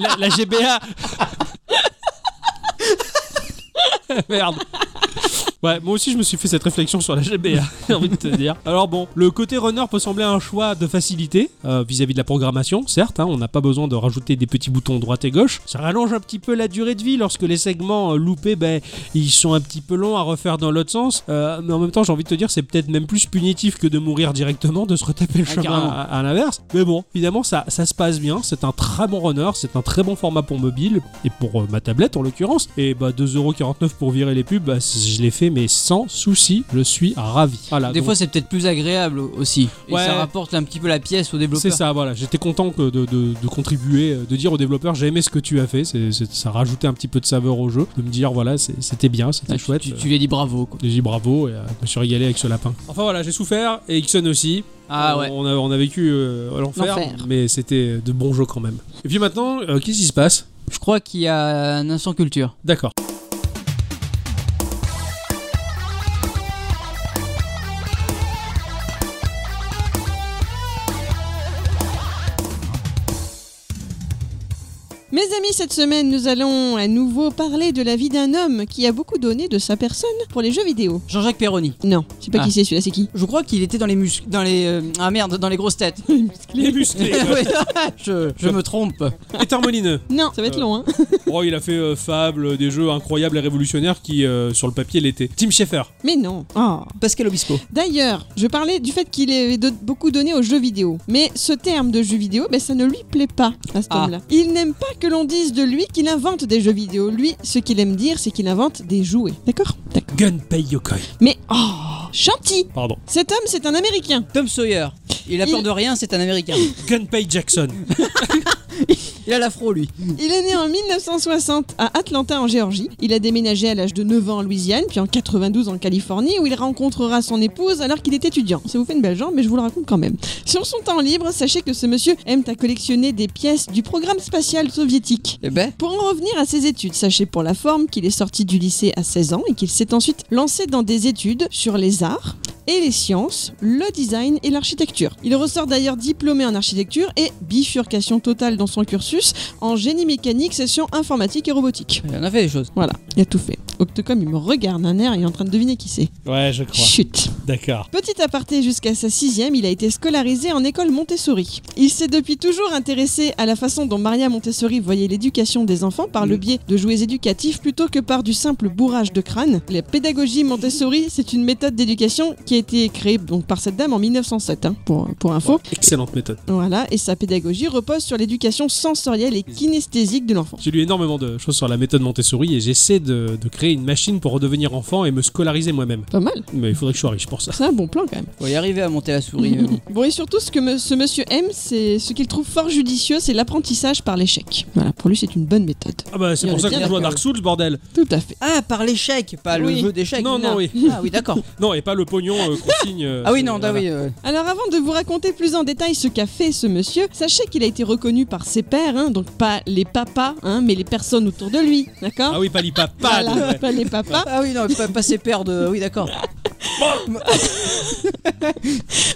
[SPEAKER 2] la, la GBA. [LAUGHS] Merde. Ouais, moi aussi je me suis fait cette réflexion sur la GBA, j'ai envie de te dire. Alors bon, le côté runner peut sembler un choix de facilité euh, vis-à-vis de la programmation, certes, hein, on n'a pas besoin de rajouter des petits boutons droite et gauche. Ça rallonge un petit peu la durée de vie lorsque les segments euh, loupés, ben, ils sont un petit peu longs à refaire dans l'autre sens. Euh, mais en même temps, j'ai envie de te dire, c'est peut-être même plus punitif que de mourir directement, de se retaper le
[SPEAKER 1] Ah,
[SPEAKER 2] chemin
[SPEAKER 1] carrément.
[SPEAKER 2] à, à l'inverse. Mais bon, finalement, ça, ça se passe bien. C'est un très bon runner, c'est un très bon format pour mobile et pour euh, ma tablette en l'occurrence. Et bah 2,49€ pour virer les pubs, bah, c- je l'ai fait, mais sans souci, je suis ravi.
[SPEAKER 1] Des
[SPEAKER 2] Voilà, Ah, donc,
[SPEAKER 1] fois, c'est peut-être plus agréable aussi. Et
[SPEAKER 2] Ouais.
[SPEAKER 1] ça rapporte un petit peu la pièce au développeur.
[SPEAKER 2] c'est ça, voilà. J'étais content que de, de- de contribuer, euh, de dire aux développeurs j'ai aimé ce que tu as fait. C'est- c'est- ça rajoutait un petit peu de saveur au jeu, de me dire voilà, c'est- c'était bien, c'était
[SPEAKER 1] Ah, tu-
[SPEAKER 2] chouette.
[SPEAKER 1] Tu,
[SPEAKER 2] Euh,
[SPEAKER 1] tu lui as dit bravo quoi.
[SPEAKER 2] J'ai dit bravo et euh, je me suis régalé avec ce lapin. Enfin voilà, j'ai souffert et Ixon aussi.
[SPEAKER 1] Ah
[SPEAKER 2] On-
[SPEAKER 1] ouais.
[SPEAKER 2] On a, on a vécu euh, l'enfer,
[SPEAKER 3] L'enfer.
[SPEAKER 2] mais c'était de bons jeux quand même. Et puis maintenant, euh, qu'est-ce qui se passe
[SPEAKER 1] Je crois qu'il y a un instant culture.
[SPEAKER 2] D'accord.
[SPEAKER 3] Mes amis, cette semaine, nous allons à nouveau parler de la vie d'un homme qui a beaucoup donné de sa personne pour les jeux vidéo.
[SPEAKER 1] Jean-Jacques Perroni.
[SPEAKER 3] Non, je sais pas
[SPEAKER 1] Ah.
[SPEAKER 3] qui c'est celui-là, c'est qui
[SPEAKER 1] Je crois qu'il était dans les mus... dans les euh, ah merde, dans les grosses
[SPEAKER 2] [LAUGHS]
[SPEAKER 1] têtes.
[SPEAKER 2] Les musclés
[SPEAKER 1] [LAUGHS] Ouais, je, je me trompe.
[SPEAKER 2] Peter Molineux.
[SPEAKER 3] Non, ça va être
[SPEAKER 2] Euh.
[SPEAKER 3] long, hein
[SPEAKER 2] Oh, il a fait euh, Fable, euh, des jeux incroyables et révolutionnaires qui, euh, sur le papier, l'étaient. Tim Schafer.
[SPEAKER 3] Mais non. Oh.
[SPEAKER 1] Pascal Obispo.
[SPEAKER 3] D'ailleurs, je parlais du fait qu'il avait do- beaucoup donné aux jeux vidéo. Mais ce terme de jeu vidéo, ben, ça ne lui plaît pas à cet
[SPEAKER 1] Ah.
[SPEAKER 3] homme-là. Il n'aime pas que l'on dise de lui qu'il invente des jeux vidéo. Lui, ce qu'il aime dire, c'est qu'il invente des jouets. D'accord D'accord.
[SPEAKER 2] Gunpei Yokoi.
[SPEAKER 3] Mais oh, gentil
[SPEAKER 2] Pardon.
[SPEAKER 3] Cet homme, c'est un Américain.
[SPEAKER 1] Tom Sawyer. Il a peur
[SPEAKER 3] Il-
[SPEAKER 1] de rien, c'est un américain.
[SPEAKER 2] Gunpei Jackson.
[SPEAKER 1] Il a l'afro lui.
[SPEAKER 3] Il est né en 1960 à Atlanta en Géorgie. Il a déménagé à l'âge de 9 ans en Louisiane, puis en 92 en Californie, où il rencontrera son épouse alors qu'il est étudiant. Ça vous fait une belle jambe, mais je vous le raconte quand même. Sur son temps libre, sachez que ce monsieur aime à collectionner des pièces du programme spatial soviétique.
[SPEAKER 1] Eh ben,
[SPEAKER 3] Pour en revenir à ses études, sachez pour la forme qu'il est sorti du lycée à 16 ans et qu'il s'est ensuite lancé dans des études sur les arts et les sciences, le design et l'architecture. Il ressort d'ailleurs diplômé en architecture et bifurcation totale dans son cursus en génie mécanique, session informatique et robotique.
[SPEAKER 1] il en a fait des choses.
[SPEAKER 3] Voilà, il a tout fait. Octocom, il me regarde un air, il est en train de deviner qui c'est.
[SPEAKER 2] Ouais, je crois.
[SPEAKER 3] Chut
[SPEAKER 2] D'accord.
[SPEAKER 3] Petit aparté jusqu'à sa sixième, il a été scolarisé en école Montessori. Il s'est depuis toujours intéressé à la façon dont Maria Montessori voyait l'éducation des enfants par le biais de jouets éducatifs plutôt que par du simple bourrage de crâne. La pédagogie Montessori, c'est une méthode d'éducation qui a été créée donc, par cette dame en 1907, hein, pour, pour info.
[SPEAKER 2] Oh, Excellente méthode.
[SPEAKER 3] Voilà, et sa pédagogie repose sur l'éducation sensorielle et kinesthésique de l'enfant.
[SPEAKER 2] J'ai lu énormément de choses sur la méthode Montessori et j'essaie de, de créer une machine pour redevenir enfant et me scolariser moi-même.
[SPEAKER 3] Pas mal,
[SPEAKER 2] Mais il faudrait que je sois riche pour ça.
[SPEAKER 3] c'est un bon plan quand même.
[SPEAKER 1] Faut y arriver à monter la souris. euh. mais bon.
[SPEAKER 3] [LAUGHS] Bon, et surtout, ce que me- ce monsieur aime, c'est ce qu'il trouve fort judicieux, c'est l'apprentissage par l'échec. Voilà, pour lui, c'est une bonne méthode.
[SPEAKER 2] Ah bah c'est
[SPEAKER 3] Il y
[SPEAKER 2] pour
[SPEAKER 3] en a
[SPEAKER 2] ça
[SPEAKER 3] bien
[SPEAKER 2] qu'on joue à
[SPEAKER 3] d'accord.
[SPEAKER 2] Dark Souls, bordel.
[SPEAKER 3] Tout à fait.
[SPEAKER 1] Ah, par l'échec, pas le
[SPEAKER 3] Oui.
[SPEAKER 1] jeu d'échecs.
[SPEAKER 2] Non, non, oui. [LAUGHS]
[SPEAKER 1] Ah oui, d'accord.
[SPEAKER 2] Non, et pas le pognon euh, consigne. euh,
[SPEAKER 1] Ah oui, non,
[SPEAKER 2] voilà.
[SPEAKER 1] ah oui. euh,
[SPEAKER 3] Alors avant de vous raconter plus en détail ce qu'a fait ce monsieur, sachez qu'il a été reconnu par ses pairs, hein, donc pas les papas, hein, mais les personnes autour de lui, d'accord
[SPEAKER 2] Ah oui, pas l'IPAPAD.
[SPEAKER 3] Voilà,
[SPEAKER 2] ouais.
[SPEAKER 3] pas les papas.
[SPEAKER 1] Ah oui, non, pas, pas ses pères de. Oui, d'accord.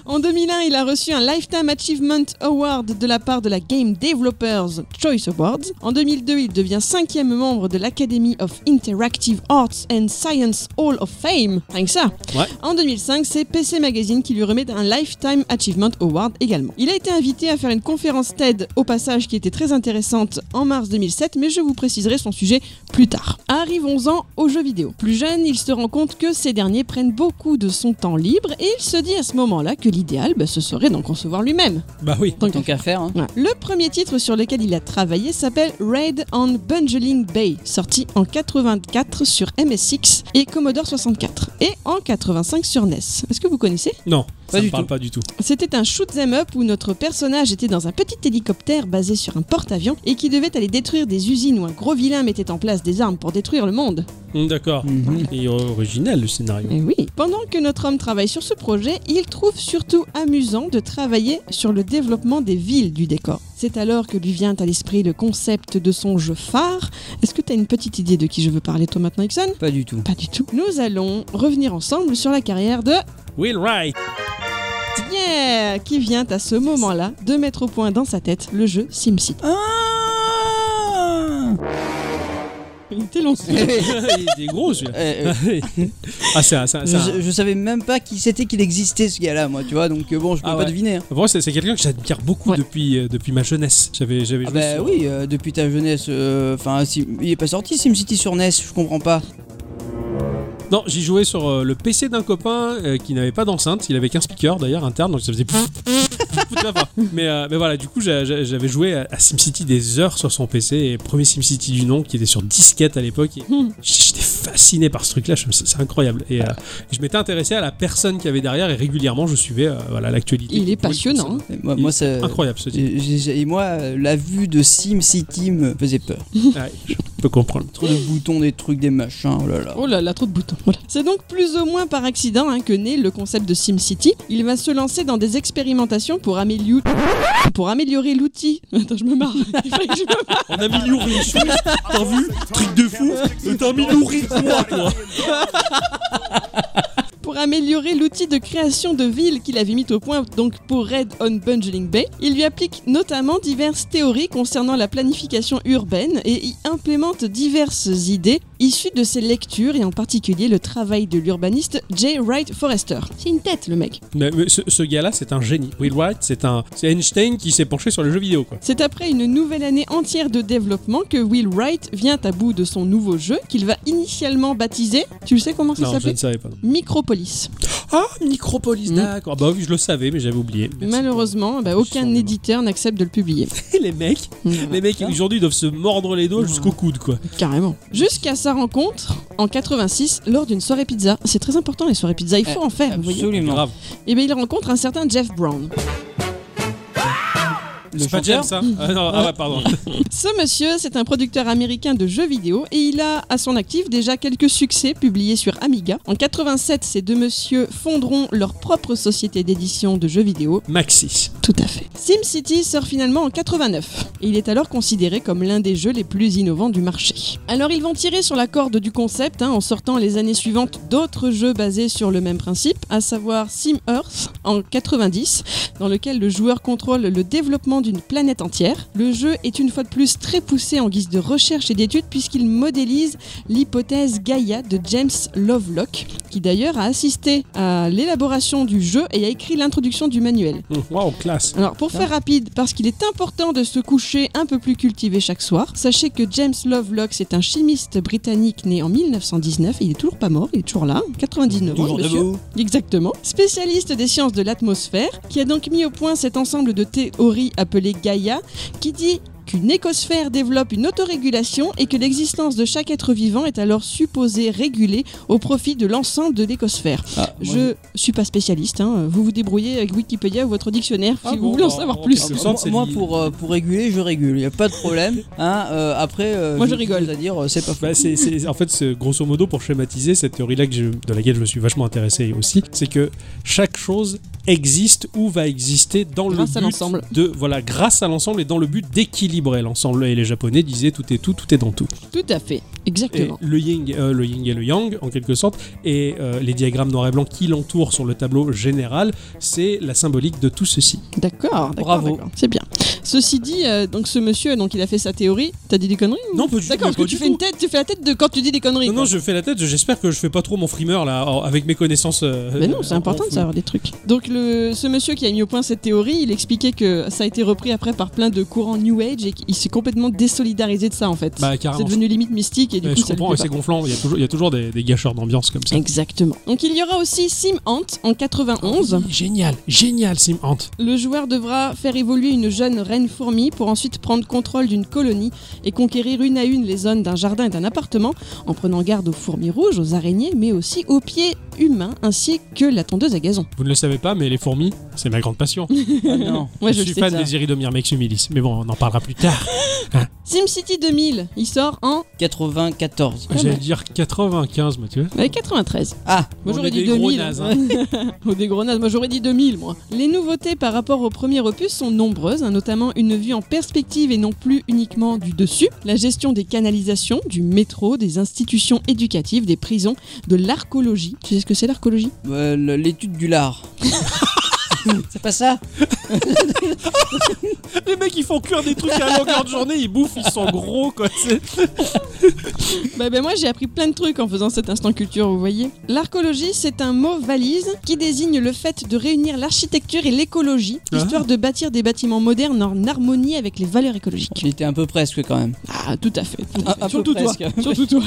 [SPEAKER 3] En 2001, il a reçu un Lifetime Achievement Award de la part de la Game Developers Choice Awards. En 2002, il devient cinquième membre de l'Academy of Interactive Arts and Science Hall of Fame. Rien que ça.
[SPEAKER 2] Ouais.
[SPEAKER 3] En 2005, c'est PC Magazine qui lui remet un Lifetime Achievement Award également. Il a été invité à faire une conférence TED au passage qui était très intéressante en mars 2007, mais je vous préciserai son sujet plus tard. Arrivons-en aux jeux vidéo. Plus jeune, il se rend compte que ces derniers prennent beaucoup de son temps libre et il se dit à ce moment-là que l'idéal, bah, ce serait d'en concevoir lui-même.
[SPEAKER 2] Bah oui.
[SPEAKER 3] Tant
[SPEAKER 1] Tant
[SPEAKER 3] qu'à
[SPEAKER 1] qu'à faire. hein.
[SPEAKER 3] Ouais. Le premier titre sur lequel il a travaillé s'appelle Raid on Bungling Bay, sorti en 84 sur MS6 et Commodore 64 et en 85 sur NES. Est-ce que vous connaissez
[SPEAKER 2] Non,
[SPEAKER 1] Pas
[SPEAKER 2] ça
[SPEAKER 1] du
[SPEAKER 2] me parle
[SPEAKER 1] tout.
[SPEAKER 2] pas du tout.
[SPEAKER 3] C'était un shoot 'em up où notre personnage était dans un petit hélicoptère basé sur un porte-avions et qui devait aller détruire des usines où un gros vilain mettait en place des armes pour détruire le monde.
[SPEAKER 2] Hum, D'accord.
[SPEAKER 1] Mhm.
[SPEAKER 2] Et original le scénario.
[SPEAKER 3] Eh oui. Pendant que notre homme travaille sur ce projet, il trouve surtout amusant de travailler sur le développement des villes du décor. C'est alors que lui vient à l'esprit le concept de son jeu phare. Est-ce que tu as une petite idée de qui je veux parler toi maintenant, Ixon
[SPEAKER 1] Pas du tout.
[SPEAKER 3] Pas du tout. Nous allons revenir ensemble sur la carrière de
[SPEAKER 2] Will Wright. [LAUGHS]
[SPEAKER 3] Yeah qui vient à ce moment-là de mettre au point dans sa tête le jeu SimCity.
[SPEAKER 2] Ah
[SPEAKER 3] Il était long.
[SPEAKER 1] [LAUGHS] Eh, eh,
[SPEAKER 2] Il était gros celui-là.
[SPEAKER 1] eh,
[SPEAKER 2] ah, c'est un- c'est un- c'est un-
[SPEAKER 1] je, je savais même pas qui c'était qu'il existait ce gars-là, moi, tu vois, donc euh, bon, je peux
[SPEAKER 2] Ah
[SPEAKER 1] pas
[SPEAKER 2] ouais.
[SPEAKER 1] deviner. hein.
[SPEAKER 2] Vraiment, c'est c'est quelqu'un que j'admire beaucoup
[SPEAKER 3] Ouais.
[SPEAKER 2] depuis, euh, depuis ma jeunesse. J'avais j'avais
[SPEAKER 1] Ah
[SPEAKER 2] joué
[SPEAKER 1] bah
[SPEAKER 2] sur-
[SPEAKER 1] oui, euh, depuis ta jeunesse, euh, enfin, si- il est pas sorti SimCity sur NES, je comprends pas.
[SPEAKER 2] Non, j'y jouais sur euh, le PC d'un copain euh, qui n'avait pas d'enceinte. Il avait qu'un speaker d'ailleurs interne, donc ça faisait. pouf, pouf, pouf, toute la fin. mais, euh, mais voilà, du coup, j'a- j'a- j'avais joué à, à SimCity des heures sur son PC. Et premier SimCity du nom qui était sur disquette à l'époque. et
[SPEAKER 3] Hmm.
[SPEAKER 2] J'étais fasciné par ce truc-là. je me- C'est c'est incroyable. Et euh, je m'étais intéressé à la personne qu'il y avait derrière et régulièrement je suivais euh, voilà l'actualité.
[SPEAKER 3] Il est
[SPEAKER 2] Oui,
[SPEAKER 3] passionnant. hein.
[SPEAKER 1] Et Moi,
[SPEAKER 2] Il
[SPEAKER 1] moi,
[SPEAKER 2] est
[SPEAKER 1] ça-
[SPEAKER 2] Incroyable ce titre.
[SPEAKER 1] j'ai- j'ai- Et moi, euh, la vue de SimCity me faisait peur.
[SPEAKER 2] Ouais, je peux comprendre.
[SPEAKER 1] Trop de boutons, des trucs, des machins, oh là là.
[SPEAKER 3] Oh là là, trop de boutons. Voilà. C'est donc plus ou moins par accident hein, que naît le concept de SimCity. Il va se lancer dans des expérimentations pour améliorer, pour améliorer l'outil. [LAUGHS] Attends, je me marre. Il fallait que je me-
[SPEAKER 2] On améliore les choses, t'as vu Truc de fou T'as amélioré quoi, toi
[SPEAKER 3] Pour améliorer l'outil de création de ville qu'il avait mis au point donc pour Red on Bungling Bay, il lui applique notamment diverses théories concernant la planification urbaine et y implémente diverses idées issues de ses lectures et en particulier le travail de l'urbaniste J. Wright Forrester. C'est une tête le mec.
[SPEAKER 2] [LAUGHS] Mais, mais ce, ce gars-là, c'est un génie. Will White, c'est un, c'est Einstein qui s'est penché sur le jeu vidéo, quoi.
[SPEAKER 3] C'est après une nouvelle année entière de développement que Will Wright vient à bout de son nouveau jeu qu'il va initialement baptiser, tu le sais comment ça
[SPEAKER 2] Non, je ne
[SPEAKER 3] s'appelait
[SPEAKER 2] savais pas. non.
[SPEAKER 3] Micropolis.
[SPEAKER 2] Ah, Micropolis,
[SPEAKER 3] Mm.
[SPEAKER 2] d'accord. Bah oui, je le savais, mais j'avais oublié. Merci.
[SPEAKER 3] Malheureusement, bah,
[SPEAKER 2] Ils
[SPEAKER 3] aucun
[SPEAKER 2] sont
[SPEAKER 3] éditeur n'accepte de
[SPEAKER 2] [LAUGHS]
[SPEAKER 3] le publier. Mm.
[SPEAKER 2] les mecs, les mecs
[SPEAKER 1] Hein
[SPEAKER 2] aujourd'hui doivent se mordre les doigts
[SPEAKER 3] Non.
[SPEAKER 2] jusqu'au coude, quoi.
[SPEAKER 3] Carrément. Jusqu'à sa rencontre en 86 lors d'une soirée pizza. C'est très important les soirées pizza, il faut
[SPEAKER 1] Eh,
[SPEAKER 3] en faire, vous voyez.
[SPEAKER 1] Absolument.
[SPEAKER 2] Grave.
[SPEAKER 3] Et bien il rencontre un certain Jeff Brown.
[SPEAKER 1] Le
[SPEAKER 2] C'est pas
[SPEAKER 1] chanteur
[SPEAKER 2] James, ça Ah non, ah ouais, pardon. [LAUGHS]
[SPEAKER 3] Ce monsieur, c'est un producteur américain de jeux vidéo et il a à son actif déjà quelques succès publiés sur Amiga. En 87, ces deux messieurs fonderont leur propre société d'édition de jeux vidéo.
[SPEAKER 2] Maxis.
[SPEAKER 3] Tout à fait. SimCity sort finalement en 89 et il est alors considéré comme l'un des jeux les plus innovants du marché. Alors ils vont tirer sur la corde du concept hein, en sortant les années suivantes d'autres jeux basés sur le même principe, à savoir Sim Earth en 90 dans lequel le joueur contrôle le développement d'une planète entière. Le jeu est une fois de plus très poussé en guise de recherche et d'étude puisqu'il modélise l'hypothèse Gaïa de James Lovelock, qui d'ailleurs a assisté à l'élaboration du jeu et a écrit l'introduction du manuel.
[SPEAKER 2] Mm, Waouh, classe.
[SPEAKER 3] Alors pour
[SPEAKER 1] Ah.
[SPEAKER 3] faire rapide, parce qu'il est important de se coucher un peu plus cultivé chaque soir, sachez que James Lovelock c'est un chimiste britannique né en 1919, il est toujours pas mort, il est toujours là, 99 ans
[SPEAKER 1] Toujours
[SPEAKER 3] monsieur.
[SPEAKER 1] debout.
[SPEAKER 3] Exactement. Spécialiste des sciences de l'atmosphère, qui a donc mis au point cet ensemble de théories appelées Gaïa, qui dit qu'une écosphère développe une autorégulation et que l'existence de chaque être vivant est alors supposée régulée au profit de l'ensemble de l'écosphère.
[SPEAKER 1] Ah, moi,
[SPEAKER 3] Je suis pas spécialiste, hein, vous vous débrouillez avec Wikipédia ou votre dictionnaire si vous voulez en savoir plus.
[SPEAKER 1] Ah, moi, moi, pour, euh, pour réguler, je régule, il n'y a pas de problème. Hein, euh, après, euh,
[SPEAKER 3] Moi, je
[SPEAKER 1] j'ai autre chose
[SPEAKER 3] rigole.
[SPEAKER 1] à dire, euh, c'est pas fou.
[SPEAKER 2] Bah, c'est- c'est- en fait, c'est- grosso modo, pour schématiser cette théorie-là que je- de laquelle je me suis vachement intéressé aussi, c'est que chaque chose existe ou va exister dans
[SPEAKER 3] Grâce à
[SPEAKER 2] le but
[SPEAKER 3] l'ensemble.
[SPEAKER 2] de voilà grâce à l'ensemble et dans le but d'équilibrer l'ensemble et les japonais disaient tout est tout tout est dans tout
[SPEAKER 3] Tout à fait,
[SPEAKER 2] et
[SPEAKER 3] exactement.
[SPEAKER 2] le yin euh, le yin et le yang en quelque sorte et euh, les diagrammes noir et blanc qui l'entourent sur le tableau général c'est la symbolique de tout ceci
[SPEAKER 3] D'accord, d'accord,
[SPEAKER 1] Bravo.
[SPEAKER 3] d'accord, c'est bien. Ceci dit, euh, donc ce monsieur, donc il a fait sa théorie. T'as dit des conneries ou-
[SPEAKER 2] non pas du tout,
[SPEAKER 3] D'accord, parce
[SPEAKER 2] pas
[SPEAKER 3] que tu
[SPEAKER 2] du
[SPEAKER 3] fais
[SPEAKER 2] tout.
[SPEAKER 3] une tête, tu fais la tête de quand tu dis des conneries.
[SPEAKER 2] non, non,
[SPEAKER 3] quoi.
[SPEAKER 2] je fais la tête, j'espère que je fais pas trop mon frimeur là, en- avec mes connaissances. euh,
[SPEAKER 3] Mais non, c'est
[SPEAKER 2] en-
[SPEAKER 3] important
[SPEAKER 2] en-
[SPEAKER 3] de savoir des trucs. Donc le, ce monsieur qui a mis au point cette théorie, il expliquait que ça a été repris après par plein de courants New Age et qu'il s'est complètement désolidarisé de ça en fait.
[SPEAKER 2] Bah,
[SPEAKER 3] c'est
[SPEAKER 2] carrément.
[SPEAKER 3] devenu limite mystique et du
[SPEAKER 2] Ouais,
[SPEAKER 3] coup
[SPEAKER 2] je
[SPEAKER 3] ça lui
[SPEAKER 2] comprends,
[SPEAKER 3] plaît
[SPEAKER 2] ouais, c'est gonflant. Il y a toujours, il y a toujours des, des gâcheurs d'ambiance comme
[SPEAKER 3] pas.
[SPEAKER 2] ça.
[SPEAKER 3] Exactement. Donc il y aura aussi Sim Hunt en 91.
[SPEAKER 2] Génial, génial, Sim Hunt.
[SPEAKER 3] Le joueur devra faire évoluer une jeune reine fourmi pour ensuite prendre contrôle d'une colonie et conquérir une à une les zones d'un jardin et d'un appartement en prenant garde aux fourmis rouges, aux araignées, mais aussi aux pieds humains ainsi que la tondeuse à gazon.
[SPEAKER 2] Vous ne le savez pas, mais les fourmis, c'est ma grande passion.
[SPEAKER 1] Ah, non.
[SPEAKER 3] Moi je,
[SPEAKER 2] suis
[SPEAKER 3] sais
[SPEAKER 2] fan
[SPEAKER 3] ça.
[SPEAKER 2] des iridomir Mexumilis, mais bon, on en parlera plus tard.
[SPEAKER 3] SimCity 2000, il sort en
[SPEAKER 1] 94.
[SPEAKER 2] J'allais dire 95, Mathieu.
[SPEAKER 3] euh, 93.
[SPEAKER 1] Ah,
[SPEAKER 3] Moi
[SPEAKER 2] On
[SPEAKER 3] j'aurais
[SPEAKER 2] est
[SPEAKER 3] dit
[SPEAKER 2] des gros
[SPEAKER 3] 2000.
[SPEAKER 2] nazes,
[SPEAKER 3] [LAUGHS]
[SPEAKER 2] hein.
[SPEAKER 3] Ou des gros nazes, moi j'aurais dit 2000 moi. Les nouveautés par rapport au premier opus sont nombreuses, hein, notamment une vue en perspective et non plus uniquement du dessus, la gestion des canalisations, du métro, des institutions éducatives, des prisons, de l'arcologie. Tu sais ce que c'est l'arcologie
[SPEAKER 1] euh, le- l'étude du [LAUGHS] lard. c'est pas ça
[SPEAKER 2] [LAUGHS] Les mecs, ils font cuire des trucs à longueur de journée, ils bouffent, ils sont gros, quoi. C'est-
[SPEAKER 3] [LAUGHS] Bah ben moi j'ai appris plein de trucs en faisant cet instant culture, vous voyez. L'arcologie c'est un mot valise qui désigne le fait de réunir l'architecture et l'écologie,
[SPEAKER 2] Ah.
[SPEAKER 3] histoire de bâtir des bâtiments modernes en harmonie avec les valeurs écologiques.
[SPEAKER 1] J'étais un peu presque quand même.
[SPEAKER 3] Ah, tout à fait. tout à
[SPEAKER 1] Un- un
[SPEAKER 3] fait.
[SPEAKER 1] peu
[SPEAKER 3] Surtout toi.
[SPEAKER 1] presque.
[SPEAKER 3] [LAUGHS] Surtout toi.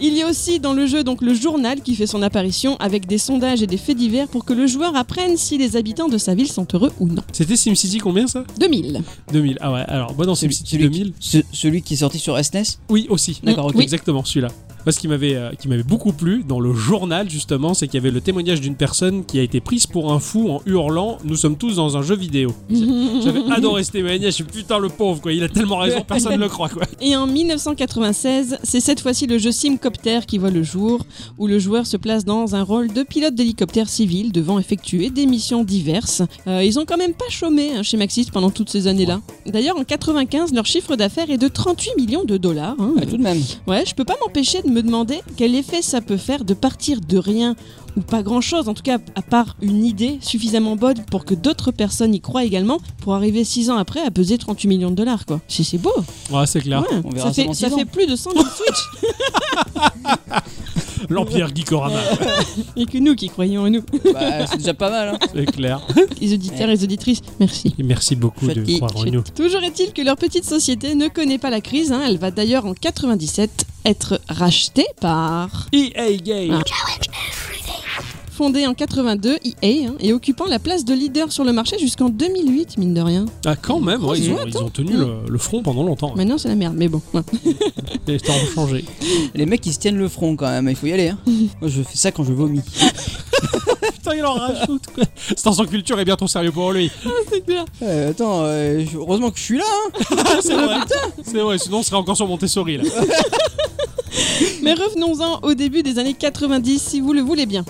[SPEAKER 3] Il y a aussi dans le jeu donc le journal qui fait son apparition avec des sondages et des faits divers pour que le joueur apprenne si les habitants de sa ville sont heureux ou non.
[SPEAKER 2] C'était SimCity combien ça
[SPEAKER 3] [LAUGHS] 2000.
[SPEAKER 2] 2000. Ah ouais, alors, moi dans SimCity
[SPEAKER 1] celui
[SPEAKER 2] 2000,
[SPEAKER 1] qui- ce- celui qui est sorti sur E SNES
[SPEAKER 2] oui, aussi.
[SPEAKER 1] D'accord, ok.
[SPEAKER 3] Oui.
[SPEAKER 2] Exactement, celui-là. Moi, ce qui m'avait euh, qui m'avait beaucoup plu dans le journal, justement, c'est qu'il y avait le témoignage d'une personne qui a été prise pour un fou en hurlant Nous sommes tous dans un jeu vidéo. [LAUGHS] J'avais adoré ce témoignage, je suis putain le pauvre, quoi. Il a tellement [LAUGHS] raison, personne ne le croit, quoi.
[SPEAKER 3] [LAUGHS] Et en 1996, c'est cette fois-ci le jeu Simcopter qui voit le jour, où le joueur se place dans un rôle de pilote d'hélicoptère civil devant effectuer des missions diverses. Euh, ils ont quand même pas chômé hein, chez Maxis pendant toutes ces années-là. D'ailleurs, en 95, leur chiffre d'affaires est de 38 millions de dollars. hein.
[SPEAKER 1] Ah, Tout de même.
[SPEAKER 3] Ouais, je peux pas m'empêcher de me demander quel effet ça peut faire de partir de rien ou pas grand chose, en tout cas à part une idée suffisamment bonne pour que d'autres personnes y croient également, pour arriver 6 ans après à peser 38 millions de dollars quoi. Si c'est beau,
[SPEAKER 2] Ouais, c'est clair.
[SPEAKER 3] ouais.
[SPEAKER 1] on verra ça
[SPEAKER 3] ça, fait,
[SPEAKER 1] dans
[SPEAKER 3] ça
[SPEAKER 1] six ans.
[SPEAKER 3] fait plus de
[SPEAKER 1] [LAUGHS]
[SPEAKER 3] 100 000 Switch
[SPEAKER 2] L'Empire Geekorama,
[SPEAKER 3] et que nous qui
[SPEAKER 1] [LAUGHS]
[SPEAKER 3] croyons en nous.
[SPEAKER 1] Bah, c'est déjà pas mal. Hein.
[SPEAKER 2] c'est clair.
[SPEAKER 3] Les auditeurs et les auditrices, merci.
[SPEAKER 2] Et merci beaucoup de
[SPEAKER 1] Fatigue.
[SPEAKER 2] croire en nous.
[SPEAKER 3] Toujours est-il que leur petite société ne connaît pas la crise, hein. elle va d'ailleurs en 97 être rachetée par
[SPEAKER 2] EA Game
[SPEAKER 3] Fondée en 82, EA, hein, et occupant la place de leader sur le marché jusqu'en 2008, mine de rien.
[SPEAKER 2] Ah, quand même, ouais, ils, ont, ils ont tenu le, le front pendant longtemps. hein.
[SPEAKER 3] Maintenant, c'est la merde, mais bon. ouais.
[SPEAKER 2] Les temps ont changé.
[SPEAKER 1] Les mecs, ils se tiennent le front quand même. Il faut y aller. Hein. Moi, je fais ça quand je vomis.
[SPEAKER 2] Putain, il en rajoute, quoi. Sans culture est bien trop sérieux pour lui.
[SPEAKER 1] Euh, attends, euh, je- heureusement que je suis là. hein.
[SPEAKER 2] c'est vrai. C'est vrai, sinon on serait encore sur Montessori, là.
[SPEAKER 3] Mais revenons-en au début des années 90, si vous le voulez bien.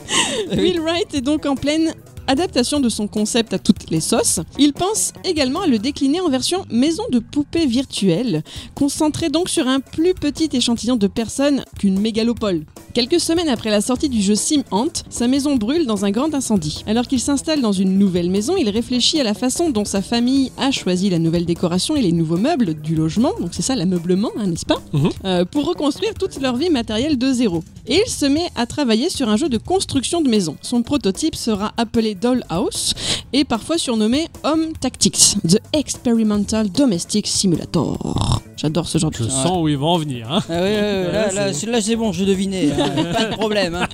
[SPEAKER 3] Will Wright est donc en pleine adaptation de son concept à toutes les sauces. Il pense également à le décliner en version maison de poupée virtuelle, concentrée donc sur un plus petit échantillon de personnes qu'une mégalopole. Quelques semaines après la sortie du jeu Sim Hunt, sa maison brûle dans un grand incendie. Alors qu'il s'installe dans une nouvelle maison, il réfléchit à la façon dont sa famille a choisi la nouvelle décoration et les nouveaux meubles du logement, donc c'est ça l'ameublement, hein, n'est-ce pas euh, pour reconstruire toute leur vie matérielle de zéro. et il se met à travailler sur un jeu de construction de maison. Son prototype sera appelé Dollhouse et parfois surnommé Home Tactics, The Experimental Domestic Simulator. J'adore ce genre de
[SPEAKER 2] Je sens où ils vont en venir. hein.
[SPEAKER 1] Ah ouais, ouais, ouais, là, là, c'est- là, c'est bon, je [LAUGHS] devinais. hein, pas de problème. [LAUGHS] hein.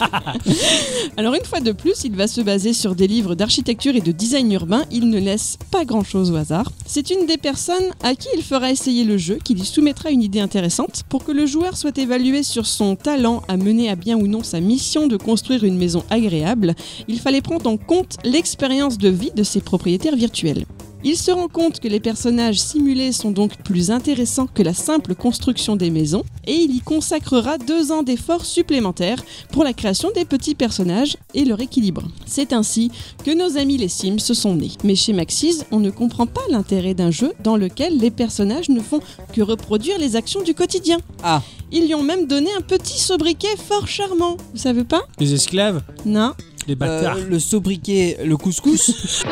[SPEAKER 3] Alors une fois de plus, il va se baser sur des livres d'architecture et de design urbain, il ne laisse pas grand-chose au hasard. C'est une des personnes à qui il fera essayer le jeu, qui lui soumettra une idée intéressante pour que le joueur soit évalué sur son talent à mener à bien ou non sa mission de construire une maison agréable. Il fallait prendre en compte l'expérience de vie de ses propriétaires virtuels. Il se rend compte que les personnages simulés sont donc plus intéressants que la simple construction des maisons, et il y consacrera deux ans d'efforts supplémentaires pour la création des petits personnages et leur équilibre. C'est ainsi que nos amis les Sims se sont nés. Mais chez Maxis, on ne comprend pas l'intérêt d'un jeu dans lequel les personnages ne font que reproduire les actions du quotidien.
[SPEAKER 1] Ah.
[SPEAKER 3] Ils lui ont même donné un petit sobriquet fort charmant. Vous savez pas
[SPEAKER 2] Les esclaves,
[SPEAKER 3] Non.
[SPEAKER 2] les bâtards.
[SPEAKER 1] Euh, le sobriquet, le couscous.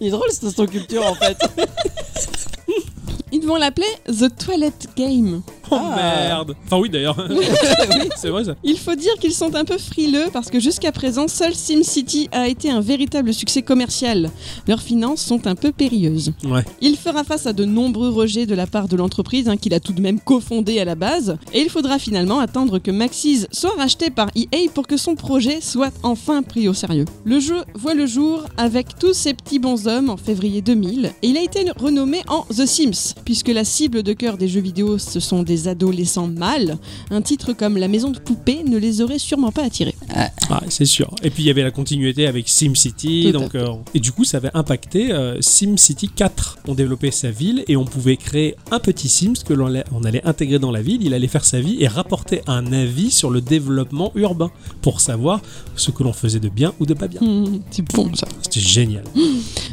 [SPEAKER 1] Il est drôle cette instant culture en fait.
[SPEAKER 3] Ils vont l'appeler The Toilet Game.
[SPEAKER 2] Oh
[SPEAKER 1] Ah.
[SPEAKER 2] merde Enfin oui d'ailleurs.
[SPEAKER 3] [LAUGHS]
[SPEAKER 2] c'est vrai ça.
[SPEAKER 3] Il faut dire qu'ils sont un peu frileux parce que jusqu'à présent, seul SimCity a été un véritable succès commercial. Leurs finances sont un peu périlleuses.
[SPEAKER 2] Ouais.
[SPEAKER 3] Il fera face à de nombreux rejets de la part de l'entreprise hein, qu'il a tout de même cofondée à la base, et il faudra finalement attendre que Maxis soit racheté par EA pour que son projet soit enfin pris au sérieux. Le jeu voit le jour avec tous ses petits bonshommes en février 2000, et il a été renommé en The Sims, puisque la cible de cœur des jeux vidéo ce sont des adolescents mâles, un titre comme La maison de poupée ne les aurait sûrement pas attirés.
[SPEAKER 2] Ouais, c'est sûr. Et puis il y avait la continuité avec SimCity.
[SPEAKER 3] Tout à
[SPEAKER 2] Donc, euh, et du coup, ça avait impacté euh, SimCity 4. On développait sa ville et on pouvait créer un petit Sims que l'on allait, on allait intégrer dans la ville. Il allait faire sa vie et rapporter un avis sur le développement urbain pour savoir ce que l'on faisait de bien ou de pas bien.
[SPEAKER 3] C'est bon ça.
[SPEAKER 2] C'était génial.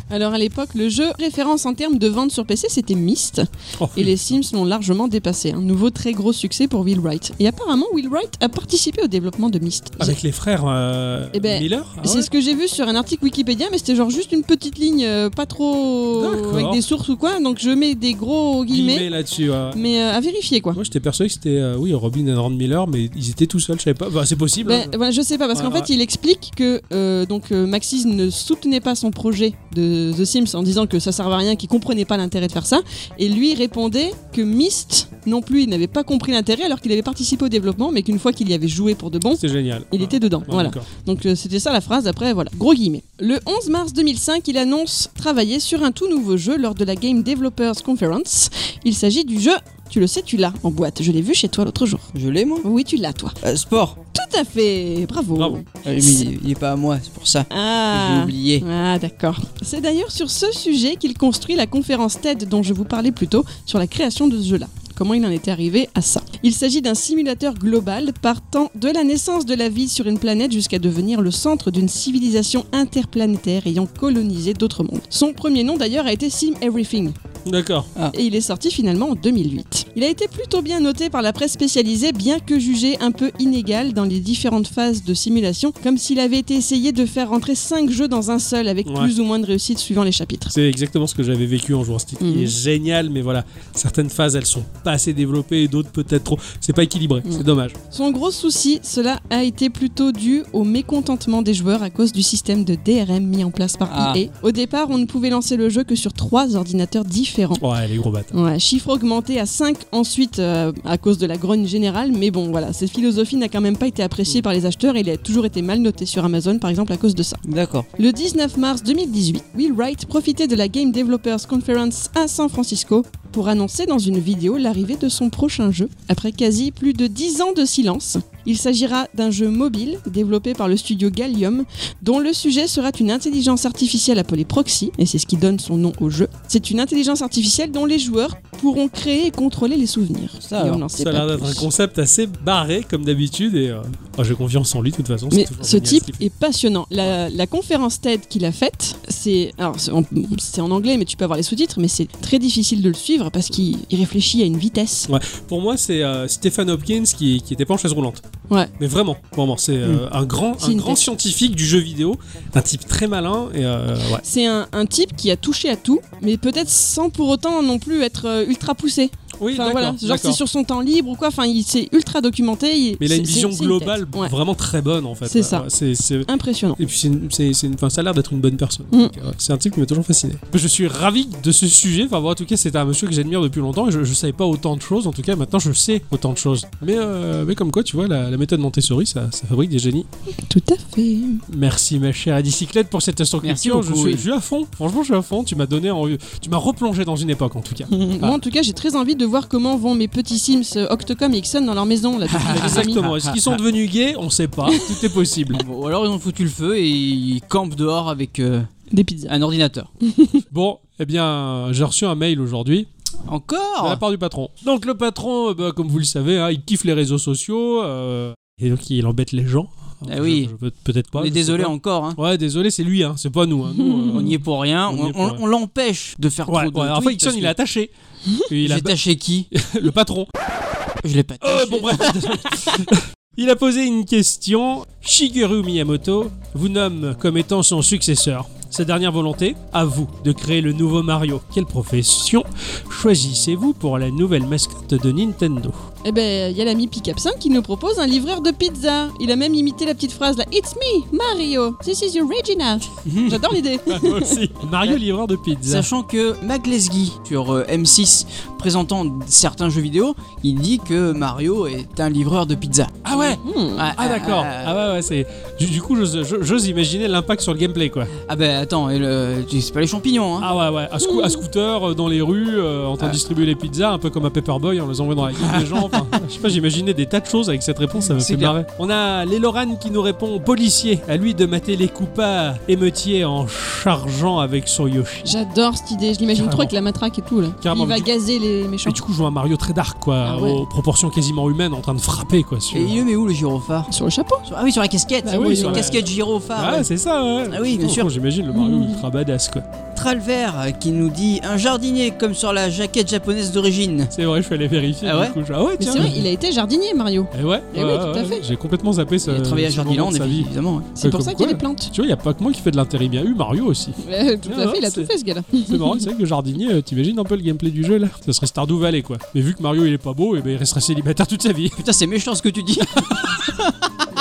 [SPEAKER 3] Alors à l'époque, le jeu référence en termes de vente sur PC, c'était Myst.
[SPEAKER 2] Oh,
[SPEAKER 3] et les Sims l'ont largement dépassé. Un nouveau très gros succès pour Will Wright. Et apparemment, Will Wright a participé au développement de Myst.
[SPEAKER 2] Avec les frères euh,
[SPEAKER 3] Eh ben,
[SPEAKER 2] Miller Ah
[SPEAKER 3] C'est
[SPEAKER 2] ouais.
[SPEAKER 3] ce que j'ai vu sur un article Wikipédia, mais c'était genre juste une petite ligne, euh, pas trop
[SPEAKER 2] D'accord.
[SPEAKER 3] avec des sources ou quoi. Donc je mets des gros guillemets,
[SPEAKER 2] Guillemets là-dessus. ouais.
[SPEAKER 3] mais euh, à vérifier quoi.
[SPEAKER 2] Moi, j'étais persuadé que c'était euh, oui Robin et Rand Miller, mais ils étaient tout seuls. Je savais pas. Bah, c'est possible.
[SPEAKER 3] Ben,
[SPEAKER 2] hein.
[SPEAKER 3] voilà, je sais pas parce
[SPEAKER 2] Ouais,
[SPEAKER 3] qu'en
[SPEAKER 2] ouais.
[SPEAKER 3] fait il explique que euh, donc euh, Maxis ne soutenait pas son projet de The Sims en disant que ça servait à rien, qu'il comprenait pas l'intérêt de faire ça, et lui répondait que Myst non plus il n'avait pas compris l'intérêt alors qu'il avait participé au développement, mais qu'une fois qu'il y avait joué pour de bon,
[SPEAKER 2] C'est génial.
[SPEAKER 3] il
[SPEAKER 2] Ouais.
[SPEAKER 3] était dedans.
[SPEAKER 2] Ouais,
[SPEAKER 3] Voilà.
[SPEAKER 2] d'accord.
[SPEAKER 3] Donc euh, c'était ça la phrase après, voilà, gros guillemets. Le 11 mars 2005, il annonce travailler sur un tout nouveau jeu lors de la Game Developers Conference. Il s'agit du jeu, tu le sais, tu l'as en boîte. Je l'ai vu chez toi l'autre jour.
[SPEAKER 1] Je l'ai moi.
[SPEAKER 3] Oui, tu l'as toi.
[SPEAKER 1] Euh, sport.
[SPEAKER 3] Tout à fait, bravo.
[SPEAKER 2] Bravo.
[SPEAKER 1] Ah, mais il, il est pas à moi, c'est pour ça. J'ai
[SPEAKER 3] Ah.
[SPEAKER 1] oublié.
[SPEAKER 3] Ah d'accord. C'est d'ailleurs sur ce sujet qu'il construit la conférence TED dont je vous parlais plus tôt sur la création de ce jeu-là. Comment il en était arrivé à ça Il s'agit d'un simulateur global partant de la naissance de la vie sur une planète jusqu'à devenir le centre d'une civilisation interplanétaire ayant colonisé d'autres mondes. Son premier nom d'ailleurs a été Sim Everything
[SPEAKER 2] D'accord.
[SPEAKER 3] et il est sorti finalement en 2008. Il a été plutôt bien noté par la presse spécialisée, bien que jugé un peu inégal dans les différentes phases de simulation, comme s'il avait été essayé de faire rentrer 5 jeux dans un seul avec
[SPEAKER 2] Ouais.
[SPEAKER 3] plus ou moins de réussite suivant les chapitres.
[SPEAKER 2] C'est exactement ce que j'avais vécu en jouant à ce titre. Il
[SPEAKER 3] Mhm.
[SPEAKER 2] est génial, mais voilà, certaines phases elles sont pas assez développées et d'autres peut-être trop. C'est pas équilibré,
[SPEAKER 3] Mhm.
[SPEAKER 2] c'est dommage.
[SPEAKER 3] Son gros souci, cela a été plutôt dû au mécontentement des joueurs à cause du système de DRM mis en place par
[SPEAKER 1] Ah.
[SPEAKER 3] EA. Au départ, on ne pouvait lancer le jeu que sur 3 ordinateurs différents.
[SPEAKER 2] Ouais, les gros bâtards.
[SPEAKER 3] Ouais, chiffre augmenté à 5 ensuite euh, à cause de la grogne générale, mais bon voilà, cette philosophie n'a quand même pas été appréciée par les acheteurs et il a toujours été mal noté sur Amazon par exemple à cause de ça.
[SPEAKER 1] D'accord.
[SPEAKER 3] Le 19 mars 2018, Will Wright profitait de la Game Developers Conference à San Francisco pour annoncer dans une vidéo l'arrivée de son prochain jeu, après quasi plus de 10 ans de silence. Il s'agira d'un jeu mobile développé par le studio Gallium, dont le sujet sera une intelligence artificielle appelée Proxy, et c'est ce qui donne son nom au jeu. C'est une intelligence artificielle dont les joueurs pourront créer et contrôler les souvenirs.
[SPEAKER 1] Ça
[SPEAKER 3] Et on
[SPEAKER 1] alors,
[SPEAKER 3] n'en sait
[SPEAKER 2] Ça a
[SPEAKER 3] pas
[SPEAKER 2] l'air d'être
[SPEAKER 3] plus.
[SPEAKER 2] un concept assez barré comme d'habitude et euh, oh, j'ai confiance en lui de toute façon. c'est
[SPEAKER 3] Mais
[SPEAKER 2] toujours
[SPEAKER 3] ce
[SPEAKER 2] génial,
[SPEAKER 3] type
[SPEAKER 2] qu'il fait.
[SPEAKER 3] est passionnant. La, la conférence TED qu'il a faite, c'est alors c'est en, c'est en anglais, mais tu peux avoir les sous-titres, mais c'est très difficile de le suivre parce qu'il il réfléchit à une vitesse.
[SPEAKER 2] Pour moi, c'est euh, Stephen Hopkins qui, qui était pas en chaise roulante.
[SPEAKER 3] Ouais. Mm.
[SPEAKER 2] Mais vraiment, vraiment, c'est euh, un grand,
[SPEAKER 3] C'est
[SPEAKER 2] un
[SPEAKER 3] une
[SPEAKER 2] grand
[SPEAKER 3] tête.
[SPEAKER 2] scientifique du jeu vidéo, un type très malin et euh, ouais.
[SPEAKER 3] C'est un, un type qui a touché à tout, mais peut-être sans pour autant non plus être euh, ultra poussé.
[SPEAKER 2] Oui,
[SPEAKER 3] Enfin,
[SPEAKER 2] d'accord.
[SPEAKER 3] voilà, genre c'est
[SPEAKER 2] d'accord.
[SPEAKER 3] sur son temps libre ou quoi. Enfin, il s'est ultra documenté. il-
[SPEAKER 2] Mais il a une
[SPEAKER 3] c'est-
[SPEAKER 2] vision
[SPEAKER 3] c'est- c'est une
[SPEAKER 2] globale
[SPEAKER 3] tête. Ouais.
[SPEAKER 2] vraiment très bonne en fait.
[SPEAKER 3] C'est
[SPEAKER 2] Ouais,
[SPEAKER 3] ça.
[SPEAKER 2] ouais, c'est- c'est-
[SPEAKER 3] Impressionnant.
[SPEAKER 2] Et puis c'est une- c'est- c'est une- enfin, ça a l'air d'être une bonne personne.
[SPEAKER 3] Mm.
[SPEAKER 2] Donc, euh, C'est un type qui m'a toujours fasciné. Je suis ravi de ce sujet. Enfin, bon, en tout cas, c'est un monsieur que j'admire depuis longtemps et je, je savais pas autant de choses. En tout cas, maintenant je sais autant de choses. Mais, euh, mais comme quoi, tu vois, la, la méthode Montessori, ça, ça fabrique des génies.
[SPEAKER 3] Tout à fait.
[SPEAKER 2] Merci ma chère bicyclette pour cette instant
[SPEAKER 1] Merci
[SPEAKER 2] culture. Je
[SPEAKER 1] beaucoup,
[SPEAKER 2] suis,
[SPEAKER 1] oui.
[SPEAKER 2] je suis à fond. Franchement, je suis à fond. Tu m'as donné envie. Tu m'as replongé dans une époque
[SPEAKER 1] [LAUGHS]
[SPEAKER 2] en tout cas.
[SPEAKER 3] [LAUGHS] Moi, en tout cas, j'ai très envie de voir comment vont mes petits Sims euh, Octocom et Ixon dans leur maison. Là,
[SPEAKER 2] [LAUGHS]
[SPEAKER 3] depuis qu'ils les ont mis.
[SPEAKER 2] Exactement. Est-ce qu'ils sont devenus gays On sait pas. Tout est possible.
[SPEAKER 1] [LAUGHS] Ou alors ils ont foutu le feu et ils campent dehors avec euh,
[SPEAKER 3] Des pizzas.
[SPEAKER 1] un ordinateur.
[SPEAKER 2] Bon, eh bien, j'ai reçu un mail aujourd'hui. De la
[SPEAKER 1] Encore
[SPEAKER 2] part du patron. Donc le patron, euh, bah, comme vous le savez, hein, il kiffe les réseaux sociaux. euh, et donc il embête les gens.
[SPEAKER 1] Ah
[SPEAKER 2] Je-
[SPEAKER 1] oui.
[SPEAKER 2] je peux- Peut-être pas.
[SPEAKER 1] On est
[SPEAKER 2] je sais
[SPEAKER 1] désolé
[SPEAKER 2] pas.
[SPEAKER 1] encore, hein.
[SPEAKER 2] Ouais, désolé, c'est lui, hein, c'est pas nous. hein, nous, euh,
[SPEAKER 1] [LAUGHS] on n'y est pour rien.
[SPEAKER 2] On y
[SPEAKER 1] On,
[SPEAKER 2] est pour
[SPEAKER 1] on-
[SPEAKER 2] rien.
[SPEAKER 1] on l'empêche de faire
[SPEAKER 2] Ouais,
[SPEAKER 1] trop de
[SPEAKER 2] ouais, alors,
[SPEAKER 1] tweets
[SPEAKER 2] Ixon,
[SPEAKER 1] parce
[SPEAKER 2] il
[SPEAKER 1] que- [LAUGHS]
[SPEAKER 2] est attaché. Et il
[SPEAKER 1] J'ai
[SPEAKER 2] a
[SPEAKER 1] attaché qui
[SPEAKER 2] le patron.
[SPEAKER 1] Je l'ai pas
[SPEAKER 2] Euh,
[SPEAKER 1] taché.
[SPEAKER 2] bon, bref. [LAUGHS] Il a posé une question. Shigeru Miyamoto vous nomme comme étant son successeur. Sa dernière volonté, à vous de créer le nouveau Mario. Quelle profession choisissez-vous pour la nouvelle mascotte de Nintendo
[SPEAKER 3] Eh ben, il y a l'ami Picapsin qui nous propose un livreur de pizza. Il a même imité la petite phrase là It's me, Mario. This is your Regina.
[SPEAKER 2] Mhm.
[SPEAKER 3] J'adore l'idée.
[SPEAKER 2] Ah, Moi aussi. Mario livreur de pizza.
[SPEAKER 1] Sachant que Mac Lesguy, sur euh, M6, présentant certains jeux vidéo, il dit que Mario est un livreur de pizza.
[SPEAKER 2] Ah ouais
[SPEAKER 3] Hmm.
[SPEAKER 1] Ah,
[SPEAKER 2] Ah d'accord.
[SPEAKER 1] ah,
[SPEAKER 2] Ah ouais ouais c'est. Du, du coup j'ose je- j'ose imaginer l'impact sur le gameplay quoi.
[SPEAKER 1] Ah bah attends, et le- tu- c'est pas les champignons, hein.
[SPEAKER 2] Ah ouais ouais. À, scoo- à scooter euh, dans les rues euh, en
[SPEAKER 1] Ah.
[SPEAKER 2] train de distribuer les pizzas un peu comme un Paperboy hein, en les envoyant dans la gueule des gens.
[SPEAKER 1] [LAUGHS]
[SPEAKER 2] Enfin, je sais pas j'imaginais des tas de choses avec cette réponse ça me
[SPEAKER 1] C'est
[SPEAKER 2] fait
[SPEAKER 1] clair.
[SPEAKER 2] marrer. On a Léloran qui nous répond policier à lui de mater les coupas émeutiers en chargeant avec son Yoshi.
[SPEAKER 3] J'adore cette idée. Je l'imagine
[SPEAKER 2] Carrément.
[SPEAKER 3] trop avec la matraque et tout là.
[SPEAKER 2] Carrément,
[SPEAKER 3] Il va
[SPEAKER 2] du-
[SPEAKER 3] gazer les méchants.
[SPEAKER 2] Et du coup je vois un Mario très dark quoi
[SPEAKER 3] Ah ouais.
[SPEAKER 2] aux proportions quasiment humaines en train de frapper quoi. Sur...
[SPEAKER 1] Et il le met où le gyrophare
[SPEAKER 3] Sur le chapeau.
[SPEAKER 1] Sur- Ah oui, sur la casquette.
[SPEAKER 2] Ah oui,
[SPEAKER 1] sur
[SPEAKER 2] sur
[SPEAKER 1] la
[SPEAKER 2] la-
[SPEAKER 1] casquette gyrophare.
[SPEAKER 2] Ah
[SPEAKER 1] ouais.
[SPEAKER 2] c'est ça ouais.
[SPEAKER 1] Ah oui, bien
[SPEAKER 2] Putain,
[SPEAKER 1] sûr. Mmh.
[SPEAKER 2] J'imagine le Mario
[SPEAKER 3] Mhm.
[SPEAKER 2] ultra badass quoi.
[SPEAKER 1] Tralvert euh, qui nous dit un jardinier comme sur la jaquette japonaise d'origine.
[SPEAKER 2] C'est vrai, je suis allé vérifier.
[SPEAKER 1] Ah
[SPEAKER 2] du
[SPEAKER 1] ouais
[SPEAKER 2] coup, je- Ah ouais,
[SPEAKER 3] Mais
[SPEAKER 2] tiens.
[SPEAKER 3] c'est vrai, il a été jardinier, Mario.
[SPEAKER 2] Eh ouais, ouais,
[SPEAKER 3] Eh oui, tout à
[SPEAKER 2] ouais,
[SPEAKER 3] fait.
[SPEAKER 2] J'ai complètement zappé ce.
[SPEAKER 1] Il a travaillé à
[SPEAKER 2] ce moment
[SPEAKER 1] Jardiland,
[SPEAKER 2] de sa vie.
[SPEAKER 1] évidemment. hein. ouais.
[SPEAKER 3] C'est pour
[SPEAKER 2] Euh, comme
[SPEAKER 3] ça qu'il y a
[SPEAKER 2] quoi.
[SPEAKER 3] les [LAUGHS] plantes.
[SPEAKER 2] Tu vois, il n'y a pas que moi qui fait de l'intérêt bien eu, Mario aussi.
[SPEAKER 3] Euh, tout
[SPEAKER 2] Ah,
[SPEAKER 3] à fait, il a
[SPEAKER 2] c'est-
[SPEAKER 3] tout fait ce gars-là.
[SPEAKER 2] C'est marrant, c'est vrai que le jardinier, euh, t'imagines un peu le gameplay du jeu là Ça serait Stardew Valley quoi. Mais vu que Mario il est pas beau, et ben, il restera célibataire toute sa vie. [LAUGHS]
[SPEAKER 1] Putain, c'est méchant ce que tu dis.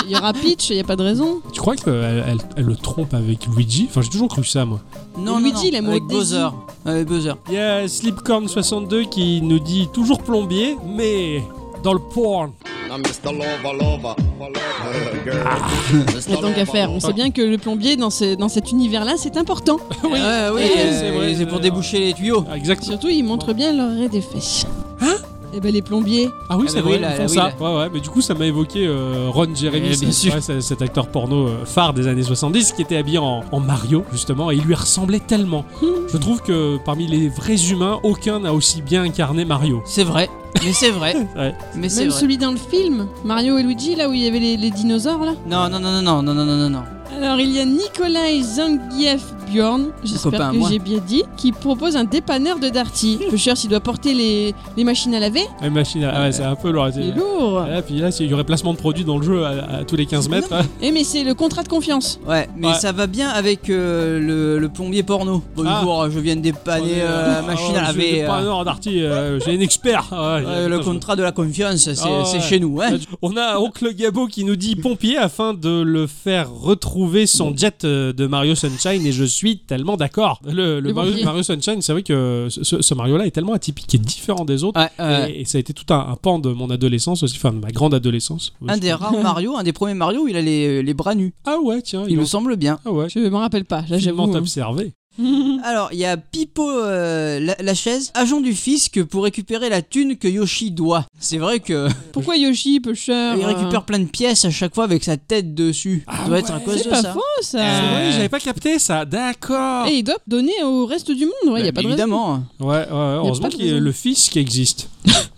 [SPEAKER 3] Il y aura Peach, il y a pas de raison.
[SPEAKER 2] Tu crois qu'elle elle, elle le trompe avec Luigi Enfin, j'ai toujours cru ça moi.
[SPEAKER 1] non,
[SPEAKER 3] Luigi,
[SPEAKER 1] non, non.
[SPEAKER 3] il aime
[SPEAKER 1] avec
[SPEAKER 3] Daisy.
[SPEAKER 1] Bowser. Avec Bowser.
[SPEAKER 2] Il y a Slipcorn62 qui nous dit toujours plombier, mais dans le porn. [LAUGHS]
[SPEAKER 6] I'm Mr. Lover, lover, lover, girl.
[SPEAKER 3] Il y a tant qu'à faire. On sait bien que le plombier dans, ce- dans cet univers-là, c'est important.
[SPEAKER 1] Oui, oui,
[SPEAKER 2] oui,
[SPEAKER 1] euh,
[SPEAKER 2] c'est vrai,
[SPEAKER 1] c'est
[SPEAKER 2] c'est
[SPEAKER 1] pour
[SPEAKER 2] vrai.
[SPEAKER 1] déboucher les tuyaux.
[SPEAKER 2] Ah, exactement.
[SPEAKER 3] Surtout, ils montrent bien leur raie des fesses. Hein Eh ben, les plombiers.
[SPEAKER 2] Ah oui,
[SPEAKER 1] Ah
[SPEAKER 2] c'est
[SPEAKER 1] bah
[SPEAKER 2] vrai,
[SPEAKER 1] oui,
[SPEAKER 2] ils
[SPEAKER 1] là,
[SPEAKER 2] font
[SPEAKER 1] là, oui,
[SPEAKER 2] ça. Ouais, ouais, mais du coup, ça m'a évoqué euh, Ron Jeremy,
[SPEAKER 1] Eh, bien
[SPEAKER 2] c'est-
[SPEAKER 1] sûr.
[SPEAKER 2] ouais, c'est- cet acteur porno euh, phare des années 70 qui était habillé en, en Mario, justement, et il lui ressemblait tellement. Je trouve que parmi les vrais humains, aucun n'a aussi bien incarné Mario.
[SPEAKER 1] C'est vrai, mais c'est
[SPEAKER 2] [LAUGHS]
[SPEAKER 1] vrai.
[SPEAKER 2] Ouais.
[SPEAKER 1] Mais c'est
[SPEAKER 3] Même
[SPEAKER 1] vrai.
[SPEAKER 3] celui dans le film, Mario et Luigi, là où il y avait les, les dinosaures, là.
[SPEAKER 1] Non, non, non, non, non, non, non, non, non.
[SPEAKER 3] Alors, il y a Nicolas Zangief Bjorn,
[SPEAKER 1] copain à
[SPEAKER 3] j'espère que
[SPEAKER 1] moi.
[SPEAKER 3] j'ai bien dit, qui propose un dépanneur de Darty. Je cherche s'il doit porter les, les machines à laver.
[SPEAKER 2] La machine, à- Ah, ouais, c'est un peu lourd.
[SPEAKER 3] C'est lourd.
[SPEAKER 2] Là, puis là, il y aurait placement de produits dans le jeu à, à tous les 15 mètres. hein.
[SPEAKER 3] Eh, mais c'est le contrat de confiance.
[SPEAKER 1] Ouais, mais
[SPEAKER 2] Ouais.
[SPEAKER 1] ça va bien avec euh, le, le plombier porno. Bonjour, je viens de dépanner euh, la machine
[SPEAKER 2] Ah. [LAUGHS] Oh,
[SPEAKER 1] à
[SPEAKER 2] je suis
[SPEAKER 1] laver.
[SPEAKER 2] pas
[SPEAKER 1] euh,
[SPEAKER 2] un or d'arty, euh, j'ai un expert. Ah, ouais,
[SPEAKER 1] euh, le
[SPEAKER 2] putain, je-
[SPEAKER 1] contrat de la confiance, c'est
[SPEAKER 2] Ah ouais.
[SPEAKER 1] c'est chez nous. Hein.
[SPEAKER 2] [LAUGHS] On a Oncle Gabo qui nous dit pompier afin de le faire retrouver son jet euh, de Mario Sunshine et je suis tellement d'accord. Le, le
[SPEAKER 3] Le
[SPEAKER 2] Mario,
[SPEAKER 3] pompier.
[SPEAKER 2] Mario Sunshine, c'est vrai que ce, ce Mario-là est tellement atypique et différent des autres.
[SPEAKER 1] Ouais, Ah, ouais.
[SPEAKER 2] Et, et ça a été tout un, un pan de mon adolescence aussi, enfin de ma grande adolescence.
[SPEAKER 1] un des rares Mario, un des premiers Mario où il a les, les bras nus.
[SPEAKER 2] Ah ouais, tiens,
[SPEAKER 1] Il
[SPEAKER 2] ils
[SPEAKER 1] me
[SPEAKER 2] ont-
[SPEAKER 1] semble bien.
[SPEAKER 2] Ah ouais,
[SPEAKER 3] Je me rappelle pas, là j'avoue.
[SPEAKER 2] finement
[SPEAKER 3] hein.
[SPEAKER 2] observé. Mm.
[SPEAKER 1] Alors, il y a Pipo euh, la, la chaise, agent du fisc pour récupérer la thune que Yoshi doit. C'est vrai que
[SPEAKER 3] Pourquoi Yoshi, Pusher
[SPEAKER 2] Ah
[SPEAKER 1] il
[SPEAKER 2] bah.
[SPEAKER 3] euh,
[SPEAKER 1] récupère plein de pièces à chaque fois avec sa tête dessus. ça doit être à cause
[SPEAKER 3] C'est
[SPEAKER 1] de
[SPEAKER 3] pas
[SPEAKER 1] ça.
[SPEAKER 3] faux ça
[SPEAKER 2] C'est vrai,
[SPEAKER 1] Euh,
[SPEAKER 2] j'avais pas capté ça, d'accord.
[SPEAKER 3] Et il doit donner au reste du monde, ouais,
[SPEAKER 1] Bah,
[SPEAKER 3] y a pas de raison.
[SPEAKER 1] évidemment.
[SPEAKER 2] Ouais, ouais, ouais, heureusement
[SPEAKER 3] pas de
[SPEAKER 2] qu'il y a
[SPEAKER 3] raison.
[SPEAKER 2] le fisc qui existe.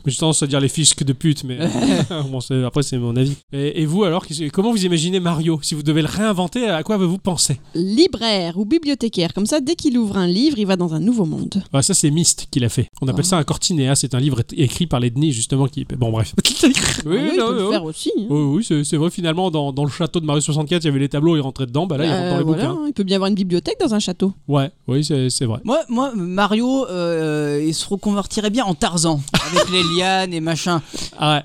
[SPEAKER 2] J'ai tendance à dire les fiscs de pute, mais [LAUGHS] bon, c'est- après c'est mon avis. Et, et vous alors, qu'est-ce- comment vous imaginez Mario Si vous devez le réinventer, à quoi avez-vous pensé
[SPEAKER 3] Libraire ou bibliothécaire, comme ça dès qu'il ouvre un livre, il va dans un nouveau monde.
[SPEAKER 2] Ah, Ça c'est Myst qui l'a fait. On appelle
[SPEAKER 3] Ah.
[SPEAKER 2] ça un cortinéa, c'est un livre é- écrit par les Denis justement Bah, qui... Bon bref. Oui,
[SPEAKER 3] Ah oui, ils
[SPEAKER 2] non,
[SPEAKER 3] peuvent
[SPEAKER 2] non.
[SPEAKER 3] le faire aussi. hein.
[SPEAKER 2] Oui, oui, c'est c'est vrai, finalement, dans, dans le château de Mario 64, il y avait les tableaux, il rentrait dedans, bah là, il rentre dans
[SPEAKER 3] Euh,
[SPEAKER 2] les
[SPEAKER 3] voilà,
[SPEAKER 2] bouquins.
[SPEAKER 3] Il peut bien y avoir une bibliothèque dans un château.
[SPEAKER 2] Ouais, oui, c'est c'est vrai.
[SPEAKER 1] Moi, moi Mario, euh, il se reconvertirait bien en Tarzan, avec les lianes et machin.
[SPEAKER 2] Ah ouais.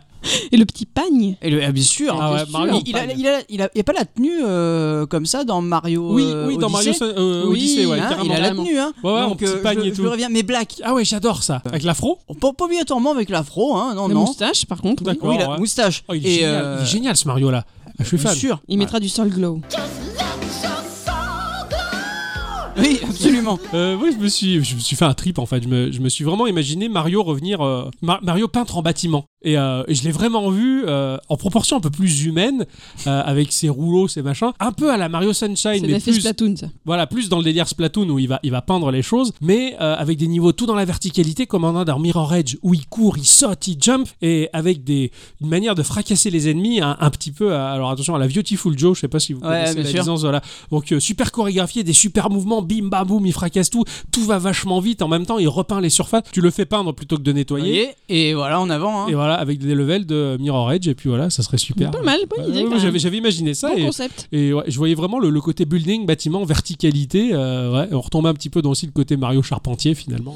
[SPEAKER 3] Et le petit pagne.
[SPEAKER 1] Et le- ah, bien sûr.
[SPEAKER 2] Ah ouais,
[SPEAKER 1] bien sûr.
[SPEAKER 2] Mario en
[SPEAKER 1] il, il a,
[SPEAKER 2] pagne.
[SPEAKER 1] il, a, il, a, il a pas la tenue euh, comme ça dans Mario.
[SPEAKER 2] Oui,
[SPEAKER 1] euh,
[SPEAKER 2] oui, dans Mario
[SPEAKER 1] Odyssey.
[SPEAKER 2] euh, Odyssey, ouais,
[SPEAKER 1] hein,
[SPEAKER 2] carrément.
[SPEAKER 1] il a la
[SPEAKER 3] carrément.
[SPEAKER 1] tenue, hein.
[SPEAKER 2] Ouais, ouais, en
[SPEAKER 1] Donc,
[SPEAKER 2] petit
[SPEAKER 1] euh,
[SPEAKER 2] pagne
[SPEAKER 1] je,
[SPEAKER 2] et tout.
[SPEAKER 1] Je reviens, mais Black.
[SPEAKER 2] Ah ouais, j'adore ça. Avec l'afro
[SPEAKER 1] Pas, pas obligatoirement avec l'afro, hein,
[SPEAKER 2] Oh,
[SPEAKER 1] non,
[SPEAKER 3] La
[SPEAKER 1] non.
[SPEAKER 3] moustache, par contre. oui.
[SPEAKER 2] D'accord.
[SPEAKER 1] Oui, la
[SPEAKER 2] ouais.
[SPEAKER 1] moustache.
[SPEAKER 2] Oh, il, est
[SPEAKER 1] et
[SPEAKER 2] génial.
[SPEAKER 1] euh,
[SPEAKER 2] il est génial, ce Mario-là. Ah, je suis
[SPEAKER 1] bien
[SPEAKER 2] fan.
[SPEAKER 1] sûr.
[SPEAKER 3] Il mettra du sol glow.
[SPEAKER 1] Oui, absolument.
[SPEAKER 2] Euh, oui, je me suis, je me suis fait un trip en fait. Je me, je me suis vraiment imaginé Mario revenir, euh, Mar- Mario peintre en bâtiment. Et, euh, et je l'ai vraiment vu euh, en proportion un peu plus humaine, euh, avec ses rouleaux, ses machins, un peu à la Mario
[SPEAKER 3] C'est
[SPEAKER 2] Sunshine, mais
[SPEAKER 3] l'effet
[SPEAKER 2] Ah, plus,
[SPEAKER 3] Splatoon, ça.
[SPEAKER 2] voilà, plus dans le délire Splatoon où il va, il va peindre les choses, mais euh, avec des niveaux tout dans la verticalité, comme en un dans Mirror Edge où il court, il saute, il jump, et avec des, une manière de fracasser les ennemis un, un petit peu. à- alors attention à la Beautiful Joe, je sais pas si vous
[SPEAKER 1] Ouais,
[SPEAKER 2] connaissez
[SPEAKER 1] bien
[SPEAKER 2] la
[SPEAKER 1] sûr.
[SPEAKER 2] licence, voilà. Donc euh, super chorégraphié, des super mouvements, bim bam boum, il fracasse tout, tout va vachement vite. En même temps, il repeint les surfaces. Tu le fais peindre plutôt que de nettoyer.
[SPEAKER 1] Voyez, et voilà, en avant. hein.
[SPEAKER 2] Et voilà, avec des levels de Mirror Edge, et puis voilà, ça serait super.
[SPEAKER 3] Pas mal, bonne
[SPEAKER 2] Ouais,
[SPEAKER 3] idée.
[SPEAKER 2] ouais,
[SPEAKER 3] quand
[SPEAKER 2] ouais,
[SPEAKER 3] même.
[SPEAKER 2] J'avais j'avais imaginé ça.
[SPEAKER 3] Bon
[SPEAKER 2] et,
[SPEAKER 3] concept. [LAUGHS]
[SPEAKER 2] et ouais, je voyais vraiment le, le côté building, bâtiment, verticalité. euh, ouais, on retombe un petit peu dans aussi le côté Mario Charpentier finalement.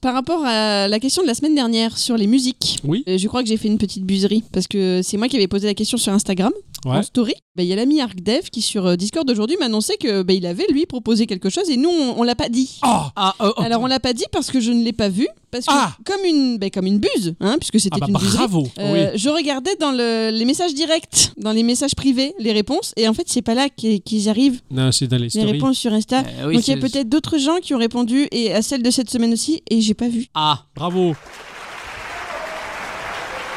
[SPEAKER 3] Par rapport à la question de la semaine dernière sur les musiques,
[SPEAKER 2] Oui.
[SPEAKER 3] euh, je crois que j'ai fait une petite buserie parce que c'est moi qui avais posé la question sur Instagram
[SPEAKER 2] Ouais.
[SPEAKER 3] en story. Bah, Il y a l'ami ArcDev qui sur euh, Discord aujourd'hui m'annonçait que bah, il avait lui proposé quelque chose et nous on, on l'a pas dit.
[SPEAKER 2] Ah
[SPEAKER 1] Ah, oh, oh.
[SPEAKER 3] Alors on l'a pas dit parce que je ne l'ai pas vu parce que
[SPEAKER 2] Ah
[SPEAKER 3] comme une bah, comme une buse hein, puisque c'était
[SPEAKER 2] Ah bah
[SPEAKER 3] une buserie.
[SPEAKER 2] bravo
[SPEAKER 3] Euh, Je regardais dans le- les messages directs, dans les messages privés, les réponses, et en fait, c'est pas là qu'est- qu'ils arrivent,
[SPEAKER 2] oui. Non, c'est dans les
[SPEAKER 3] les
[SPEAKER 2] stories.
[SPEAKER 3] réponses sur Insta.
[SPEAKER 1] Euh, oui,
[SPEAKER 3] Donc, il y
[SPEAKER 1] c'est-
[SPEAKER 3] a peut-être d'autres gens qui ont répondu, et à celle de cette semaine aussi, et j'ai pas vu.
[SPEAKER 1] Ah,
[SPEAKER 2] Bravo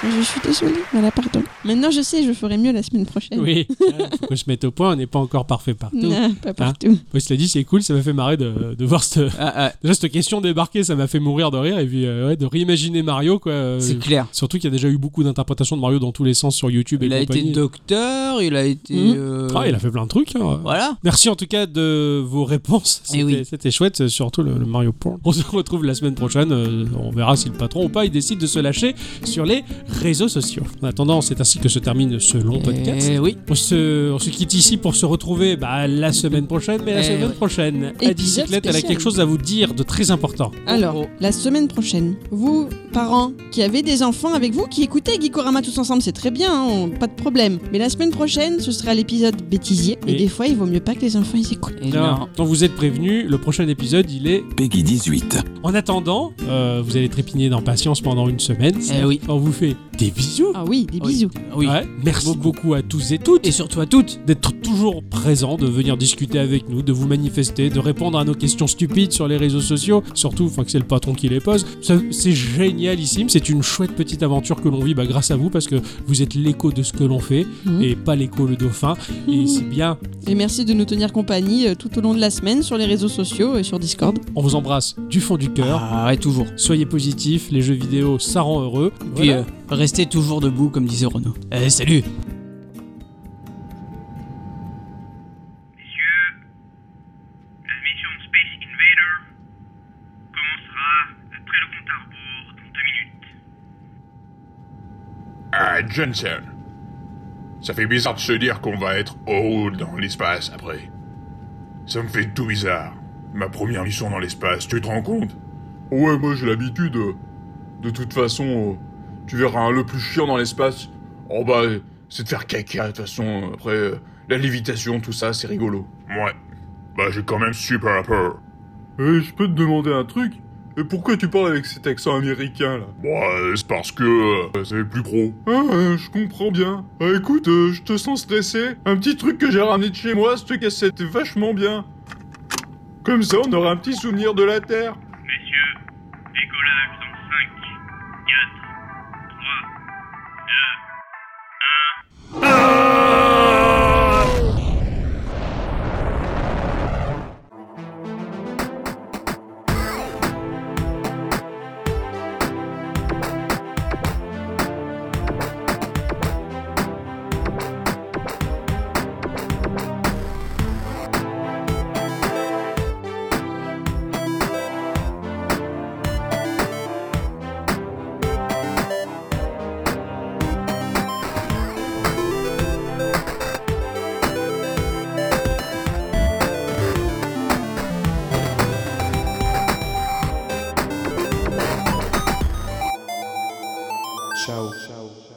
[SPEAKER 3] Je suis désolée, voilà, pardon. Maintenant, je sais, je ferai mieux la semaine prochaine.
[SPEAKER 2] Oui Euh, Faut que je mette au point, on n'est pas encore parfait partout.
[SPEAKER 3] Euh. [LAUGHS] Non, pas partout.
[SPEAKER 2] Oui, cela dit, c'est cool, ça m'a fait marrer de, de voir cette,
[SPEAKER 1] ah, ah,
[SPEAKER 2] déjà cette question débarquer, ça m'a fait mourir de rire, et puis euh, ouais, de réimaginer Mario, quoi. euh,
[SPEAKER 1] c'est clair.
[SPEAKER 2] Surtout qu'il y a déjà eu beaucoup d'interprétations de Mario dans tous les sens sur YouTube et
[SPEAKER 1] Il a été
[SPEAKER 2] compagnie.
[SPEAKER 1] docteur, il a été.
[SPEAKER 3] Mhm.
[SPEAKER 1] euh,
[SPEAKER 2] Ah, il a fait plein de trucs. hein.
[SPEAKER 1] Voilà.
[SPEAKER 2] Merci en tout cas de vos réponses.
[SPEAKER 1] Eh
[SPEAKER 2] C'était
[SPEAKER 1] oui.
[SPEAKER 2] c'était chouette, c'est surtout le, le Mario Porn. On se retrouve la semaine prochaine. euh, on verra si le patron ou pas il décide de se lâcher sur les réseaux sociaux. En attendant, c'est ainsi que se termine ce long podcast.
[SPEAKER 1] Eh oui.
[SPEAKER 2] On se, on se quitte ici pour se retrouver bah, la semaine prochaine. Mais la
[SPEAKER 1] Eh
[SPEAKER 2] semaine
[SPEAKER 1] ouais.
[SPEAKER 2] prochaine,
[SPEAKER 3] Épisode
[SPEAKER 2] la bicyclette, elle a
[SPEAKER 3] spécial.
[SPEAKER 2] quelque chose à vous dire de très important.
[SPEAKER 3] Alors,
[SPEAKER 1] gros.
[SPEAKER 3] la semaine prochaine, vous, parents, qui avez des enfants avec vous, qui écoutez Geekorama tous ensemble, c'est très bien, hein, on- pas de problème. Mais la semaine prochaine, ce sera l'épisode bêtisier, et,
[SPEAKER 2] Et-
[SPEAKER 3] des fois, il vaut mieux pas que les enfants ils écoutent.
[SPEAKER 1] Et non.
[SPEAKER 2] Alors, Quand vous êtes prévenus, le prochain épisode, il est
[SPEAKER 7] Peggy 18.
[SPEAKER 2] En attendant, euh, vous allez trépigner d'impatience pendant une semaine.
[SPEAKER 1] Eh oui.
[SPEAKER 2] On vous fait des bisous.
[SPEAKER 3] Ah oui, des bisous.
[SPEAKER 1] Oui.
[SPEAKER 2] Ouais, merci beaucoup à tous et toutes.
[SPEAKER 1] Et surtout à toutes.
[SPEAKER 2] d'être toujours présent, de venir discuter avec nous, de vous manifester, de répondre à nos questions stupides sur les réseaux sociaux, surtout enfin que c'est le patron qui les pose. Ça, C'est génialissime, c'est une chouette petite aventure que l'on vit bah, grâce à vous parce que vous êtes l'écho de ce que l'on fait
[SPEAKER 3] Mhm.
[SPEAKER 2] et pas l'écho le dauphin.
[SPEAKER 1] Mhm.
[SPEAKER 2] Et c'est bien,
[SPEAKER 3] Et merci de nous tenir compagnie euh, tout au long de la semaine sur les réseaux sociaux et sur Discord.
[SPEAKER 2] on vous embrasse du fond du cœur.
[SPEAKER 1] Ah, ouais, toujours.
[SPEAKER 2] Soyez positifs, les jeux vidéo ça rend heureux.
[SPEAKER 1] Puis
[SPEAKER 2] Voilà.
[SPEAKER 1] euh, restez toujours debout, comme disait Renaud. Eh, salut.
[SPEAKER 8] La mission Space Invader commencera après le compte à rebours dans deux minutes.
[SPEAKER 6] Ah, Johnson. Ça fait bizarre de se dire qu'on va être haut dans l'espace après. Ça me fait tout bizarre. Ma première mission dans l'espace, tu te rends compte
[SPEAKER 9] Ouais, moi j'ai l'habitude. euh, De toute façon, euh, tu verras hein, le plus chiant dans l'espace. Oh bah, euh, c'est de faire caca de toute façon. euh, Après, euh, la lévitation, tout ça, c'est rigolo.
[SPEAKER 6] Ouais. Bah j'ai quand même super peur.
[SPEAKER 9] Eh, je peux te demander un truc Et pourquoi tu parles avec cet accent américain là
[SPEAKER 6] Bon, euh, c'est parce que euh, c'est plus gros.
[SPEAKER 9] Ah, euh, je comprends bien. Ah, écoute, euh, je te sens stressé. Un petit truc que j'ai ramené de chez moi, cette cassette est vachement bien. Comme ça, on aura un petit souvenir de la Terre.
[SPEAKER 8] Messieurs, décollage dans 5, 4, 3,
[SPEAKER 7] Ciao. Ciao.